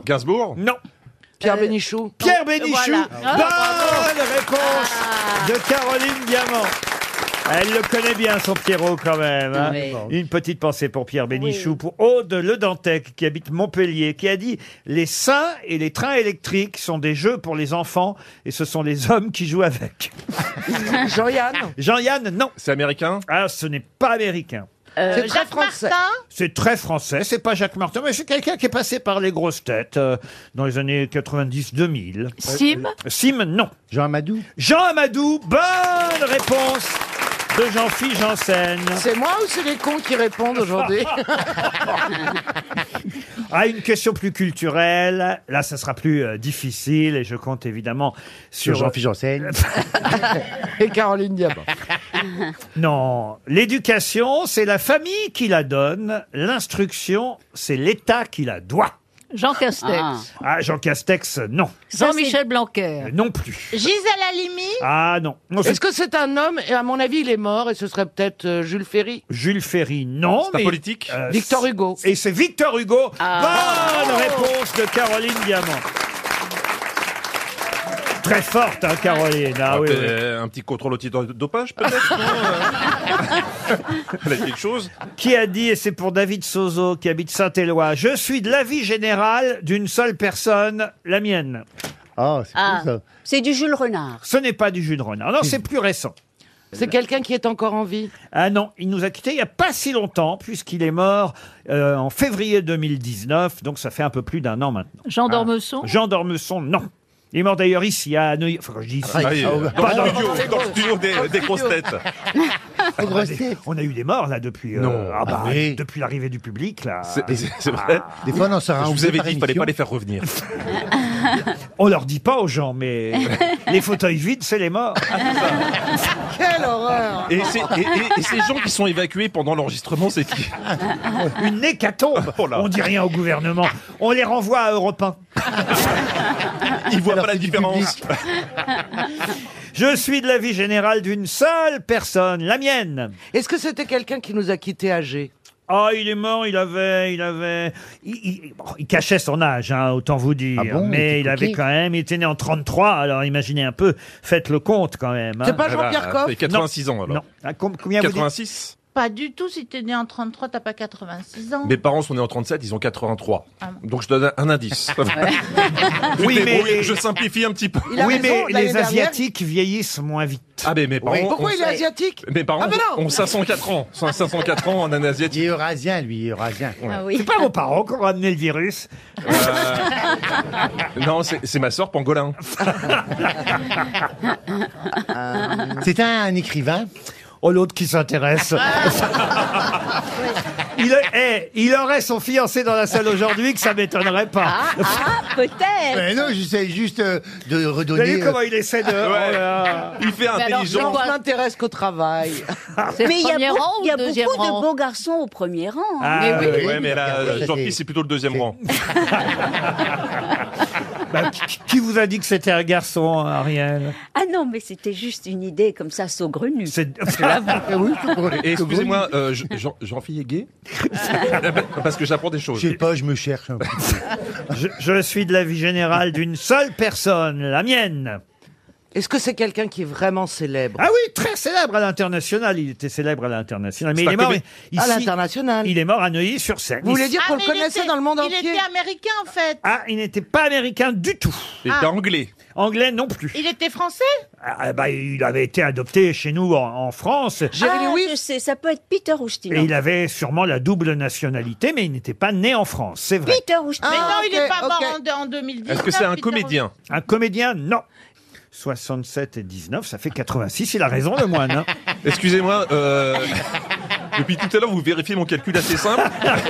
Speaker 9: Gainsbourg
Speaker 1: Non. Euh,
Speaker 7: Pierre Bénichou.
Speaker 1: Pierre Bénichou
Speaker 7: Voilà. Ah,
Speaker 1: Bonne réponse de Caroline Diamant elle le connaît bien, son Pierrot, quand même. hein.
Speaker 9: Oui.
Speaker 1: Une petite pensée pour Pierre Bénichou, pour Aude Le Dantec, qui habite Montpellier, qui a dit « Les seins et les trains électriques sont des jeux pour les enfants, et ce sont les hommes qui jouent avec. »
Speaker 7: Jean-Yann
Speaker 1: Jean-Yann, non.
Speaker 9: C'est américain
Speaker 1: Ah, ce n'est pas américain.
Speaker 13: Euh,
Speaker 7: C'est très français.
Speaker 1: C'est très français, c'est pas Jacques Martin, mais c'est quelqu'un qui est passé par les grosses têtes euh, dans les années 90-2000.
Speaker 20: Sim
Speaker 1: Sim, non. Jean Amadou Jean Amadou, bonne réponse de Jean-Philippe Janssen.
Speaker 7: C'est moi ou c'est les cons qui répondent aujourd'hui
Speaker 1: À Ah, une question plus culturelle, là, ça sera plus euh, difficile et je compte évidemment sur... euh,
Speaker 11: Sur Jean-Philippe Janssen.
Speaker 1: et Caroline Diamant. Non, l'éducation, c'est la famille qui la donne, l'instruction, c'est l'État qui la doit.
Speaker 20: Jean Castex.
Speaker 1: Ah, Jean Castex, non. Euh,
Speaker 20: Jean-Michel Blanquer.
Speaker 1: Non plus.
Speaker 20: Gisèle Halimi.
Speaker 1: Ah non. Non, c'est-
Speaker 7: Est-ce que c'est un homme Et à mon avis, il est mort et ce serait peut-être euh, Jules Ferry.
Speaker 1: Jules Ferry, non.
Speaker 7: C'est un
Speaker 1: mais-
Speaker 7: politique
Speaker 1: Euh,
Speaker 7: Victor
Speaker 1: c'est-
Speaker 7: Hugo.
Speaker 1: Et c'est Victor Hugo.
Speaker 7: Ah.
Speaker 1: Bonne réponse de Caroline Diamant. Très forte, hein, Caroline. Ah, oui, oui.
Speaker 9: Euh, Un petit contrôle anti-dopage, peut-être non euh. Elle a dit quelque chose
Speaker 1: Qui a dit, et c'est pour David Sozo qui habite Saint-Éloi, je suis de l'avis général d'une seule personne, la mienne. Ah, c'est
Speaker 12: Ah, c'est du Jules Renard.
Speaker 1: Ce n'est pas du jus de renard. Non, c'est plus récent.
Speaker 7: C'est quelqu'un qui est encore en vie.
Speaker 1: Ah non, il nous a quittés il n'y a pas si longtemps, puisqu'il est mort euh, en février 2019, donc ça fait un peu plus d'un an maintenant. Ah.
Speaker 20: Jean Dormesson
Speaker 1: Jean Dormesson, non. Il est mort d'ailleurs ici, à Neuilly. Enfin, quand je dis ici,
Speaker 9: Ah, oui,
Speaker 1: pas
Speaker 9: euh, dans,
Speaker 1: dans-
Speaker 9: le studio, dans le studio des, des grosses têtes.
Speaker 1: Ah, des- On a eu des morts, là, depuis, euh,
Speaker 9: Non.
Speaker 1: ah bah,
Speaker 9: Ah oui.
Speaker 1: depuis l'arrivée du public, là. Ah.
Speaker 9: C'est c'est vrai.
Speaker 1: Des fois, on en sort un
Speaker 9: Je
Speaker 1: ou
Speaker 9: vous
Speaker 1: deux
Speaker 9: avais
Speaker 1: par
Speaker 9: dit qu'il fallait
Speaker 1: émission.
Speaker 9: pas les faire revenir.
Speaker 1: On leur dit pas aux gens, mais les fauteuils vides, c'est les morts.
Speaker 7: Quelle horreur
Speaker 9: Et, c'est- et- et- et ces gens qui sont évacués pendant l'enregistrement, c'est qui
Speaker 1: Une hécatombe.
Speaker 10: Oh
Speaker 1: On dit rien au gouvernement. On les renvoie à Europe 1.
Speaker 9: Ils voient pas la différence.
Speaker 1: Je suis de l'avis général d'une seule personne, la mienne.
Speaker 7: Est-ce que c'était quelqu'un qui nous a quittés âgés
Speaker 1: Ah, il est mort, il avait, il avait, il, il- bon, il cachait son âge, hein, autant vous dire.
Speaker 9: Ah
Speaker 7: bon, il
Speaker 1: mais
Speaker 7: était
Speaker 1: il, avait
Speaker 7: coquet.
Speaker 1: quand même, il était né en 33, alors imaginez un peu, faites le compte quand même. hein.
Speaker 9: Ah bah, ça fait 86 ans alors.
Speaker 1: Ah, com- combien vous dites
Speaker 9: 86
Speaker 20: Pas du tout, si t'es né en 33, t'as pas 86 ans.
Speaker 10: Mes parents sont nés en 37, ils ont 83. Donc je donne un indice. Je
Speaker 1: Oui,
Speaker 10: débrouille,
Speaker 1: mais-
Speaker 10: je simplifie un petit peu.
Speaker 1: Oui, mais les Asiatiques vieillissent moins vite.
Speaker 10: Ah ben mes parents.
Speaker 1: Oui.
Speaker 10: ont- Mes
Speaker 1: Ah,
Speaker 10: parents
Speaker 1: ben
Speaker 10: ont 504 ans. 504 ans en un asiatique. Il est eurasien, lui, eurasien.
Speaker 1: C'est pas vos parents qui ont ramené le virus.
Speaker 10: Euh,
Speaker 1: Euh.
Speaker 10: non, c'est c'est ma sœur pangolin.
Speaker 11: C'est un, un écrivain.
Speaker 1: Oh, l'autre qui s'intéresse.
Speaker 3: Ah,
Speaker 1: Il, eh, il aurait son fiancé dans la salle aujourd'hui que ça m'étonnerait pas.
Speaker 20: Ah,
Speaker 12: peut-être.
Speaker 11: Mais non, j'essaie juste euh,
Speaker 1: Vous
Speaker 11: de
Speaker 1: avez
Speaker 11: redonner. euh,
Speaker 1: vu comment il essaie de... oh là là.
Speaker 7: On m'intéresse qu'au travail.
Speaker 12: Mais il y a,
Speaker 16: premier
Speaker 12: beaucoup-
Speaker 16: rang ou
Speaker 12: il y a
Speaker 16: deuxième
Speaker 12: beaucoup
Speaker 16: rang
Speaker 12: de beaux garçons au premier rang.
Speaker 10: Ah,
Speaker 12: hein.
Speaker 10: ouais, mais là, Jean-Pierre, c'est plutôt le deuxième rang.
Speaker 1: Bah, qui- qui vous a dit que c'était un garçon, Ariel
Speaker 12: Ah non, mais c'était juste une idée comme ça saugrenue.
Speaker 1: Je l'avoue.
Speaker 10: Et excusez-moi, euh, Je- Jean- Jean-Fille est gay Parce que j'apprends des choses.
Speaker 11: Je sais pas, je me cherche un peu.
Speaker 1: Je, je suis de la vie générale d'une seule personne, la mienne.
Speaker 7: Est-ce que c'est quelqu'un qui est vraiment célèbre
Speaker 1: Ah oui, très célèbre à l'international. Il était célèbre à l'international. Mais
Speaker 7: C'est
Speaker 1: il
Speaker 7: un
Speaker 1: est mort
Speaker 7: comédien.
Speaker 1: ici.
Speaker 7: À l'international.
Speaker 1: Il est mort à Neuilly-sur-Seine.
Speaker 7: Vous voulez dire qu'on le
Speaker 20: Ah, mais il
Speaker 7: connaissait
Speaker 20: était-
Speaker 7: dans le monde
Speaker 20: Il
Speaker 7: entier
Speaker 20: était américain en fait.
Speaker 1: Ah, il n'était pas américain du tout.
Speaker 10: Il était Ah. anglais.
Speaker 1: Anglais non plus.
Speaker 20: Il était français
Speaker 1: Ah, bah, il avait été adopté chez nous en, en France.
Speaker 12: ah, je sais, ça peut être Peter hein. Ustinov.
Speaker 1: Et il avait sûrement la double nationalité, mais il n'était pas né en France, c'est vrai.
Speaker 12: Peter
Speaker 7: Ah,
Speaker 12: Ustinov.
Speaker 20: Mais non, il n'est
Speaker 12: ok,
Speaker 20: pas
Speaker 12: ok.
Speaker 20: mort en, de- en 2019. Peter-
Speaker 1: Un comédien, non. 67 et 19, ça fait 86, il a raison le moine. hein.
Speaker 10: Excusez-moi, euh, depuis tout à l'heure, vous vérifiez mon calcul assez simple.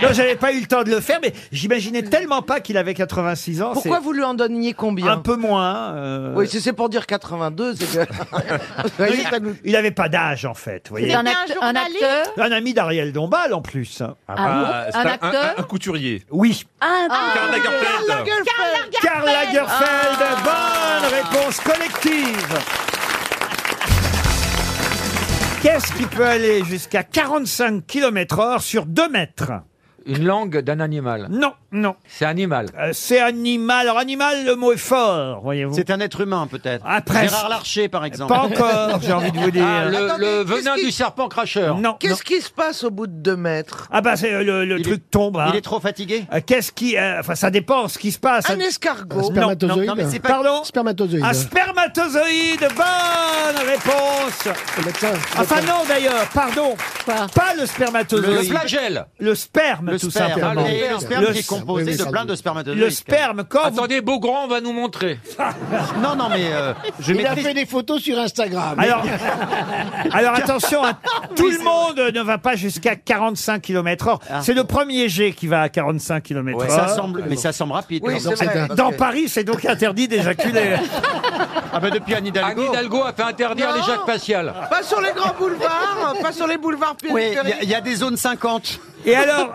Speaker 1: Non, j'avais pas eu le temps de le faire, mais j'imaginais tellement pas qu'il avait 86 ans.
Speaker 7: Pourquoi
Speaker 1: c'est
Speaker 7: vous lui en donniez combien
Speaker 1: Un peu moins. euh,
Speaker 7: Oui, si c'est pour dire 82, c'est que...
Speaker 1: non, il- il avait pas d'âge en fait. vous voyez.
Speaker 20: C'était un, act- un acteur
Speaker 1: Un ami d'Ariel Dombal en plus. bah,
Speaker 20: Ah bon
Speaker 10: c'est
Speaker 20: Un acteur
Speaker 10: un couturier.
Speaker 1: Oui.
Speaker 12: Ah,
Speaker 10: Karl Lagerfeld.
Speaker 1: Karl
Speaker 20: Ah.
Speaker 1: Ah. Lagerfeld, bonne réponse collective. Qu'est-ce qui peut aller jusqu'à 45 km heure sur 2 mètres
Speaker 15: Une langue d'un animal.
Speaker 1: Non, non.
Speaker 15: C'est animal.
Speaker 1: Euh, C'est animal. Alors animal, le mot est fort, voyez-vous. Ah,
Speaker 15: C'est un être humain, peut-être.
Speaker 1: Après,
Speaker 15: Gérard Larcher, par exemple.
Speaker 1: Pas encore, j'ai envie de vous dire.
Speaker 15: Ah, le-
Speaker 1: Attendez,
Speaker 15: le
Speaker 1: qu'est-ce
Speaker 15: venin
Speaker 1: qui-
Speaker 15: du serpent cracheur.
Speaker 1: Non.
Speaker 7: Qu'est-ce qui se passe au bout de deux mètres
Speaker 1: Ah bah c'est euh, le, le truc tombe. hein.
Speaker 15: il est trop fatigué
Speaker 1: Euh, Qu'est-ce qui euh, Enfin, ça dépend ce qui se passe.
Speaker 7: Un escargot.
Speaker 1: Non, non, non, mais c'est pas- Pardon
Speaker 21: Spermatozoïde.
Speaker 1: Un spermatozoïde. Bonne réponse. Enfin non d'ailleurs. Pardon. Pas le spermatozoïde.
Speaker 15: Le flagelle.
Speaker 1: Le sperme
Speaker 15: Le
Speaker 1: tout
Speaker 15: sperme.
Speaker 1: simplement.
Speaker 15: Ah, le- le sperme qui est
Speaker 1: s-
Speaker 15: composé de plein de spermatozoïdes,
Speaker 1: Le sperme quand vous-
Speaker 15: Attendez, Beaugrand va nous montrer. non, non, mais euh, je
Speaker 21: il a
Speaker 15: maîtrise...
Speaker 21: fait des photos sur Instagram.
Speaker 1: Alors, alors attention, hein, tout le monde ne va pas jusqu'à 45 km h C'est le premier jet qui va à 45 km h
Speaker 15: Ah. Ça semble, mais ça semble rapide.
Speaker 1: Oui,
Speaker 15: Alors,
Speaker 1: c'est
Speaker 15: dans-
Speaker 1: vrai, parce Dans que- Paris, c'est donc interdit d'éjaculer.
Speaker 15: ah ben depuis Anne Hidalgo. Anne Hidalgo a fait interdire l'éjac facial.
Speaker 7: Pas sur les grands boulevards, pas sur les boulevards périphériques.
Speaker 15: a des zones 50.
Speaker 1: Et alors,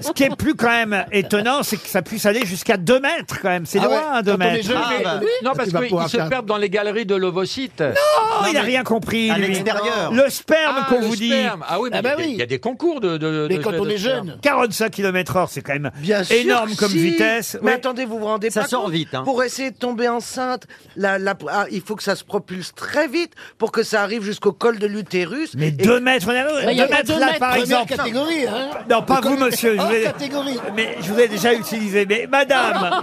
Speaker 1: ce qui est plus quand même étonnant, c'est que ça puisse aller jusqu'à 2 mètres quand même. C'est
Speaker 15: Ah
Speaker 1: loin, hein,
Speaker 15: ouais,
Speaker 1: 2
Speaker 15: quand on est
Speaker 1: mètres. Ah.
Speaker 15: jeune, mais- Oui. Non, parce qu'ils se perdent dans les galeries de l'ovocyte. Non,
Speaker 1: Oh, il n'a rien compris.
Speaker 15: À
Speaker 1: lui.
Speaker 15: l'extérieur.
Speaker 1: Le sperme
Speaker 15: Ah,
Speaker 1: qu'on
Speaker 15: le
Speaker 1: vous dit.
Speaker 15: sperme. Ah oui, mais Ah bah il y a- oui. il y a des concours de- de- Mais de- quand de on est sperme. jeune.
Speaker 1: 45 km/h, c'est quand même
Speaker 7: Bien sûr
Speaker 1: énorme
Speaker 7: que
Speaker 1: comme
Speaker 7: si.
Speaker 1: vitesse.
Speaker 7: Mais
Speaker 1: Oui.
Speaker 7: attendez, vous vous rendez
Speaker 15: Ça
Speaker 7: pas
Speaker 15: sort
Speaker 7: compte
Speaker 15: vite, hein.
Speaker 7: Pour essayer de tomber enceinte, la- la- ah, il faut que ça se propulse très vite pour que ça arrive jusqu'au col de l'utérus.
Speaker 1: Mais 2 mètres, on est-
Speaker 21: Mais il y a
Speaker 1: deux
Speaker 21: pas
Speaker 1: mètres
Speaker 21: deux
Speaker 1: là,
Speaker 21: mètres,
Speaker 1: par
Speaker 21: première
Speaker 1: exemple.
Speaker 21: catégorie, hein.
Speaker 1: Non, pas vous, monsieur. Je
Speaker 21: Hors
Speaker 1: vous ai-
Speaker 21: catégorie.
Speaker 1: Mais je vous ai déjà utilisé. Mais madame,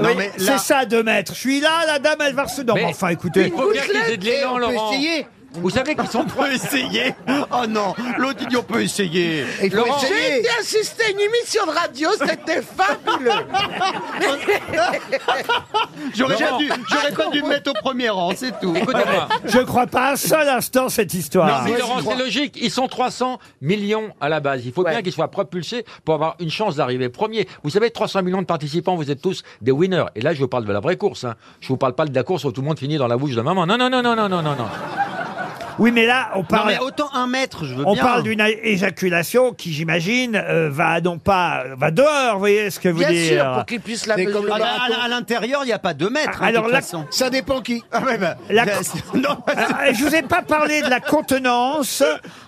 Speaker 1: oui,
Speaker 15: mais
Speaker 1: c'est
Speaker 15: là-
Speaker 1: ça 2 mètres. Je suis là, la dame, elle va se. Non, mais enfin, écoutez.
Speaker 15: Il faut bien qu'ils aient de l'élan, Laurent. Vous savez qu'ils sont
Speaker 5: peut essayer. Oh non, l'autre dit on peut essayer.
Speaker 15: Il faut Laurent.
Speaker 7: J'ai été assister à une émission de radio, c'était fabuleux.
Speaker 5: J'aurais
Speaker 15: Laurent.
Speaker 5: pas dû, j'aurais pas dû me mettre au premier rang, c'est tout.
Speaker 15: Écoutez-moi.
Speaker 1: Je crois pas un seul instant cette histoire.
Speaker 15: Non, mais Laurent, c'est logique. Ils sont 300 millions à la base. Il faut bien qu'ils soient propulsés pour avoir une chance d'arriver premier. Vous savez, 300 millions de participants, vous êtes tous des winners. Et là, je vous parle de la vraie course. Hein. Je vous parle pas de la course où tout le monde finit dans la bouche de maman. Non, non, non, non, non, non, non. non.
Speaker 1: Oui, mais là, on parle.
Speaker 15: autant un mètre, je veux
Speaker 1: On parle d'une éjaculation qui, j'imagine, euh, va non pas va dehors. Vous voyez ce que vous
Speaker 7: Bien
Speaker 1: dire
Speaker 7: sûr, pour qu'il puisse la
Speaker 5: Mais comme-
Speaker 7: mesurer.
Speaker 5: à la- Ah, à la- à l'intérieur, il n'y a pas deux mètres. hein,
Speaker 1: Alors
Speaker 5: de toute
Speaker 1: là-
Speaker 5: façon.
Speaker 21: Ça dépend qui.
Speaker 5: Ah ouais, bah,
Speaker 1: La-
Speaker 5: là, c'est- non,
Speaker 1: Euh, je vous ai pas parlé de la contenance.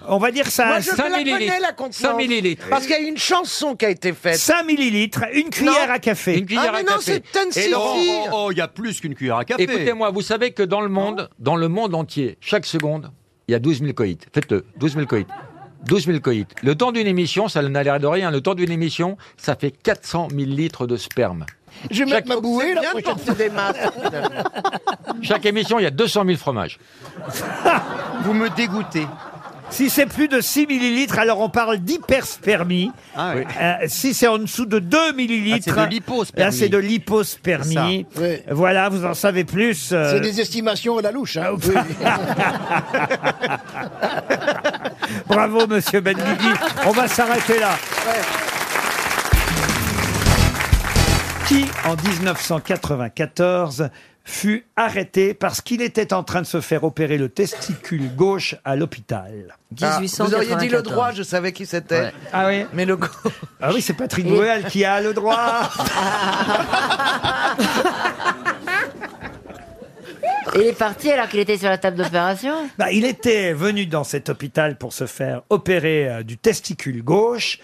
Speaker 1: On va dire ça.
Speaker 7: Moi, je la connais, la contenance. Parce qu'il y a une chanson qui a été faite.
Speaker 1: 5 millilitres, une cuillère
Speaker 7: Non.
Speaker 1: à café.
Speaker 15: Une cuillère
Speaker 7: Ah, mais
Speaker 15: à
Speaker 7: non,
Speaker 15: café.
Speaker 7: c'est Ten
Speaker 15: Et Laurent, oh,
Speaker 7: Sissi.
Speaker 5: Oh, il y a plus qu'une cuillère à café.
Speaker 15: Écoutez-moi, vous savez que dans le monde, dans le monde entier, chaque seconde, il y a 12 000 coïts. Faites-le, 12 000 coïts. 12 000 coïts. Le temps d'une émission, ça n'a l'air de rien, le temps d'une émission, ça fait 400 000 litres de sperme.
Speaker 22: Je vais mettre ma bouée là.
Speaker 15: Chaque émission, il y a 200 000 fromages.
Speaker 1: Vous me dégoûtez. Si c'est plus de 6 millilitres, alors on parle d'hyperspermie. Euh, si c'est en dessous de 2 millilitres,
Speaker 22: Ah, c'est de l'hypospermie.
Speaker 1: Là, c'est de l'hypospermie. Euh,
Speaker 22: C'est ça. Oui.
Speaker 1: Voilà, vous en savez plus. euh, Ah,
Speaker 23: C'est des estimations à la louche. hein.
Speaker 1: Bravo, monsieur Benguigui. On va s'arrêter là. Qui, en 1994, fut arrêté parce qu'il était en train de se faire opérer le testicule gauche à l'hôpital.
Speaker 7: Ah, vous auriez dit le droit, je savais qui c'était.
Speaker 1: Ah oui
Speaker 7: Mais le
Speaker 1: Ah oui, c'est Patrick Bruel qui a le droit.
Speaker 20: Il est parti alors qu'il était sur la table d'opération
Speaker 1: Bah, il était venu dans cet hôpital pour se faire opérer euh, du testicule gauche.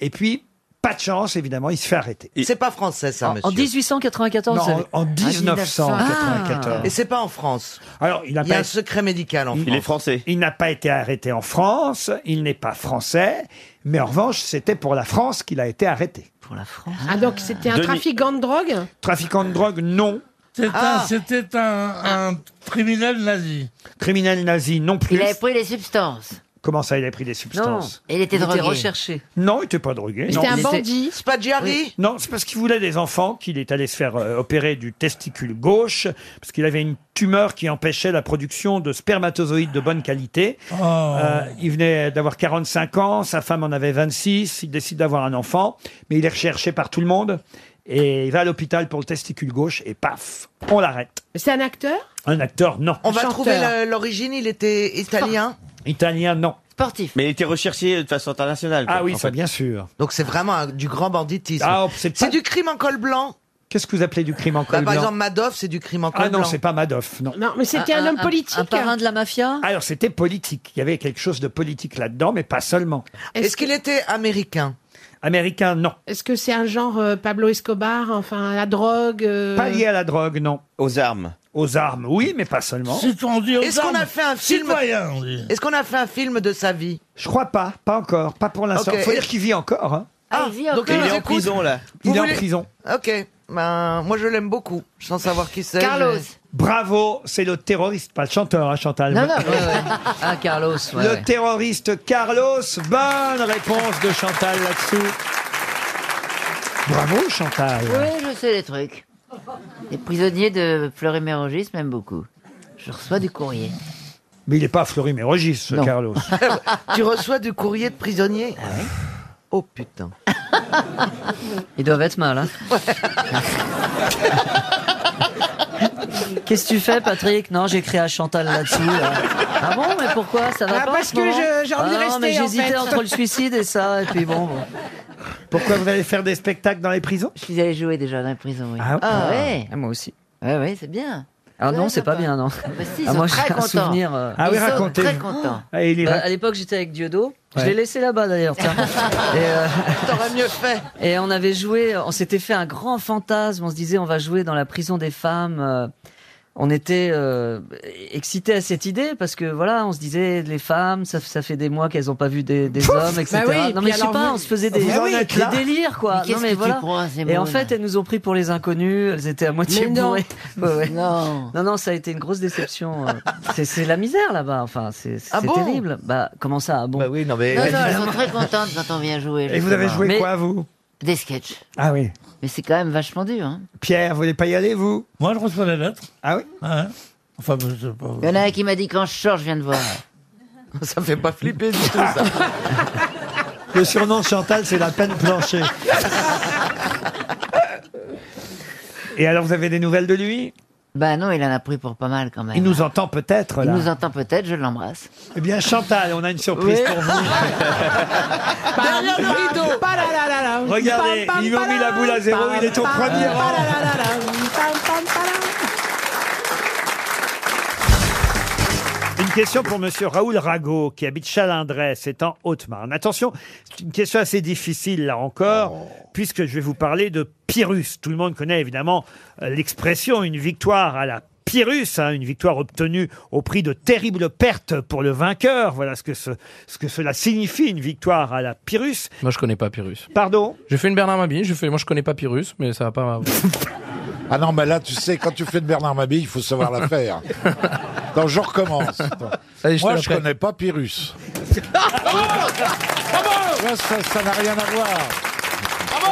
Speaker 1: Et puis, pas de chance, évidemment, il se fait arrêter.
Speaker 7: C'est pas français, ça,
Speaker 20: En 1894
Speaker 1: Non,
Speaker 20: euh,
Speaker 1: en, en
Speaker 7: Ah,
Speaker 1: 1994.
Speaker 7: Et c'est pas en France.
Speaker 1: Alors, il,
Speaker 7: Il y a un secret médical en France.
Speaker 1: français. Il n'a pas été arrêté en France, il n'est pas français, mais en revanche, c'était pour la France qu'il a été arrêté. Pour la France
Speaker 13: Ah, donc c'était un
Speaker 1: Denis-
Speaker 13: trafiquant de drogue
Speaker 1: Trafiquant de drogue, non.
Speaker 13: C'est Ah. un-
Speaker 1: C'était un,
Speaker 7: Ah.
Speaker 1: criminel nazi. Criminel nazi, non plus.
Speaker 20: Il avait pris les substances.
Speaker 1: Comment ça, il a pris des substances
Speaker 20: il était Il était drogué.
Speaker 1: recherché. Non, il n'était pas drogué.
Speaker 20: C'était
Speaker 1: non.
Speaker 20: un Il était- bandit.
Speaker 7: Spaggiari
Speaker 1: Oui. Non, c'est parce qu'il voulait des enfants qu'il est allé se faire euh, opérer du testicule gauche, parce qu'il avait une tumeur qui empêchait la production de spermatozoïdes de bonne qualité. Euh, il venait d'avoir 45 ans, sa femme en avait 26, il décide d'avoir un enfant, mais il est recherché par tout le monde, et il va à l'hôpital pour le testicule gauche, et paf, on l'arrête.
Speaker 13: C'est un acteur
Speaker 1: Un acteur, non.
Speaker 7: On va trouver la- l'origine, il était italien.
Speaker 1: Italien, non.
Speaker 20: Sportif.
Speaker 24: Mais il était recherché de façon internationale.
Speaker 1: Ah oui, ça bien sûr.
Speaker 7: Donc c'est vraiment un- du grand banditisme.
Speaker 1: Ah,
Speaker 7: c'est du crime en col blanc.
Speaker 1: Qu'est-ce que vous appelez du crime en
Speaker 7: Bah,
Speaker 1: col
Speaker 7: Par
Speaker 1: blanc
Speaker 7: exemple, Madoff, c'est du crime en col
Speaker 1: Ah
Speaker 7: blanc.
Speaker 1: non, c'est pas Madoff, non.
Speaker 13: Non, mais c'était un, homme politique.
Speaker 20: de la mafia
Speaker 1: Alors c'était politique. Il y avait quelque chose de politique là-dedans, mais pas seulement.
Speaker 7: Est-ce qu'il était américain
Speaker 1: Américain, non.
Speaker 13: Est-ce que c'est un genre euh, Pablo Escobar, enfin la drogue euh,
Speaker 1: Pas lié à la drogue, non. Aux armes. Aux armes, oui, mais pas seulement.
Speaker 7: Est-ce qu'on a fait un film Est-ce qu'on a fait un film de sa vie
Speaker 1: Je crois pas, pas encore, pas pour l'instant.
Speaker 7: Ok.
Speaker 1: Faut dire qu'il vit encore. hein.
Speaker 7: Ah, donc
Speaker 1: Et il est
Speaker 7: on nous
Speaker 1: en
Speaker 7: écoute.
Speaker 1: prison, là.
Speaker 7: Vous
Speaker 1: Il est en
Speaker 7: voulez-
Speaker 1: prison.
Speaker 7: Ok. Ben, moi, je l'aime beaucoup, sans savoir qui c'est.
Speaker 20: Carlos.
Speaker 1: Bravo, c'est le terroriste, pas le chanteur, hein, Chantal.
Speaker 20: Non, non.
Speaker 1: Le
Speaker 20: Ah, Carlos,
Speaker 1: le terroriste Carlos. Bonne réponse de Chantal là-dessous. Ah, Bravo, Chantal.
Speaker 20: Oui, je sais les trucs. Les prisonniers de Fleury-Mérogis m'aiment beaucoup. Je reçois du courrier.
Speaker 1: Mais il n'est pas à Fleury-Mérogis, ce Carlos.
Speaker 7: tu reçois du courrier de prisonnier
Speaker 4: Ah
Speaker 7: Oh putain.
Speaker 20: Ils doivent être mal, hein Qu'est-ce que tu fais, Patrick Non, j'écris à Chantal là-dessous. là. Ah bon, mais pourquoi Ça va
Speaker 13: Ah,
Speaker 20: pas
Speaker 13: parce
Speaker 20: en ce
Speaker 13: que
Speaker 20: moment
Speaker 13: je- j'ai envie
Speaker 20: Ah
Speaker 13: de
Speaker 20: non,
Speaker 13: rester,
Speaker 20: mais
Speaker 13: en
Speaker 20: j'hésitais
Speaker 13: fait.
Speaker 20: entre le suicide et ça, et puis bon. bon.
Speaker 1: Pourquoi vous allez faire des spectacles dans les prisons
Speaker 20: Je suis allé jouer déjà dans les prisons, oui.
Speaker 1: Ah,
Speaker 20: ah
Speaker 1: ah.
Speaker 20: ouais Moi aussi. Ouais, ouais, c'est bien.
Speaker 19: Ah non,
Speaker 20: Ouais,
Speaker 19: c'est pas
Speaker 20: sympa.
Speaker 19: bien, non.
Speaker 20: Bah si, ils
Speaker 19: Ah,
Speaker 20: sont
Speaker 19: moi, j'ai
Speaker 20: très
Speaker 19: un
Speaker 20: contents.
Speaker 19: souvenir. euh,
Speaker 1: Ah oui,
Speaker 19: ils sont
Speaker 1: racontez.
Speaker 19: très contents.
Speaker 1: Ah, il est
Speaker 19: Bah,
Speaker 1: rac-
Speaker 19: à l'époque, j'étais avec Dieudo.
Speaker 1: Ouais.
Speaker 19: Je l'ai laissé là-bas d'ailleurs. tiens. et euh,
Speaker 7: T'aurais mieux fait.
Speaker 19: Et on avait joué, on s'était fait un grand fantasme. On se disait, on va jouer dans la prison des femmes. euh, On était euh, excités à cette idée parce que voilà, on se disait les femmes, ça, ça fait des mois qu'elles n'ont pas vu des, des hommes, etc.
Speaker 20: Bah oui,
Speaker 19: non
Speaker 20: puis
Speaker 19: mais je sais
Speaker 20: alors
Speaker 19: pas,
Speaker 20: vous-
Speaker 19: on se faisait des, Ah
Speaker 20: Vous en
Speaker 19: des
Speaker 20: êtes là
Speaker 19: délires quoi.
Speaker 20: Mais qu'est-ce
Speaker 19: non mais
Speaker 20: que tu
Speaker 19: voilà.
Speaker 20: crois, ces
Speaker 19: et en
Speaker 20: moules
Speaker 19: fait, elles nous ont pris pour les inconnus. Elles étaient à moitié
Speaker 20: Mais non.
Speaker 19: bourrées. Ouais, ouais.
Speaker 13: Oh.
Speaker 20: Non.
Speaker 19: non, ça a été une grosse déception. euh. C'est- C'est la misère là-bas. Enfin, c'est c'est
Speaker 20: Ah bon
Speaker 19: terrible. Bah comment ça ah bon Bah oui, non mais.
Speaker 20: Non, non, elles sont très contentes quand on vient jouer.
Speaker 19: Et vous avez
Speaker 20: justement.
Speaker 19: joué
Speaker 20: Mais-
Speaker 19: quoi,
Speaker 1: vous
Speaker 20: Des sketchs.
Speaker 1: Ah oui.
Speaker 20: Mais c'est quand même vachement dur. Hein.
Speaker 1: Pierre, vous voulez pas y aller, vous
Speaker 25: Moi, je reçois la lettre.
Speaker 1: Ah oui
Speaker 25: Enfin, je sais pas.
Speaker 20: Il y en a un qui m'a dit quand je sors, je viens de voir.
Speaker 7: Ça fait pas flipper du tout, ça.
Speaker 1: Le surnom de Chantal, c'est la peine planchée. Et alors, vous avez des nouvelles de lui
Speaker 20: Bah non, il en a pris pour pas mal quand même.
Speaker 1: Il nous entend peut-être,
Speaker 20: Il
Speaker 1: là.
Speaker 20: nous entend peut-être, je l'embrasse.
Speaker 1: Eh bien, Chantal, on a une surprise
Speaker 20: Oui.
Speaker 1: pour vous.
Speaker 20: Derrière le rideau
Speaker 1: Regardez,
Speaker 3: Ah,
Speaker 1: ils lui ont mis la boule à zéro, il est au premier rang. Une question pour Monsieur Raoul Rago, qui habite Chalindrey, c'est en Haute-Marne. Attention, c'est une question assez difficile là encore, puisque je vais vous parler de Pyrrhus. Tout le monde connaît évidemment euh, l'expression une victoire à la Pyrrhus, hein, une victoire obtenue au prix de terribles pertes pour le vainqueur. Voilà ce que, ce, ce que cela signifie, une victoire à la Pyrrhus.
Speaker 8: Moi, je connais pas Pyrrhus.
Speaker 1: Pardon
Speaker 8: J'ai fait une Bernard Mabille, je fais... moi je connais pas Pyrrhus, mais ça va pas.
Speaker 4: Ah non, mais là, tu sais, quand tu fais de Bernard Mabille, il faut savoir la faire. Donc, je recommence.
Speaker 8: Allez, je te
Speaker 4: Moi,
Speaker 8: la
Speaker 4: je
Speaker 8: prête.
Speaker 4: connais pas Pyrrhus. Ouais, ça, ça n'a rien à voir.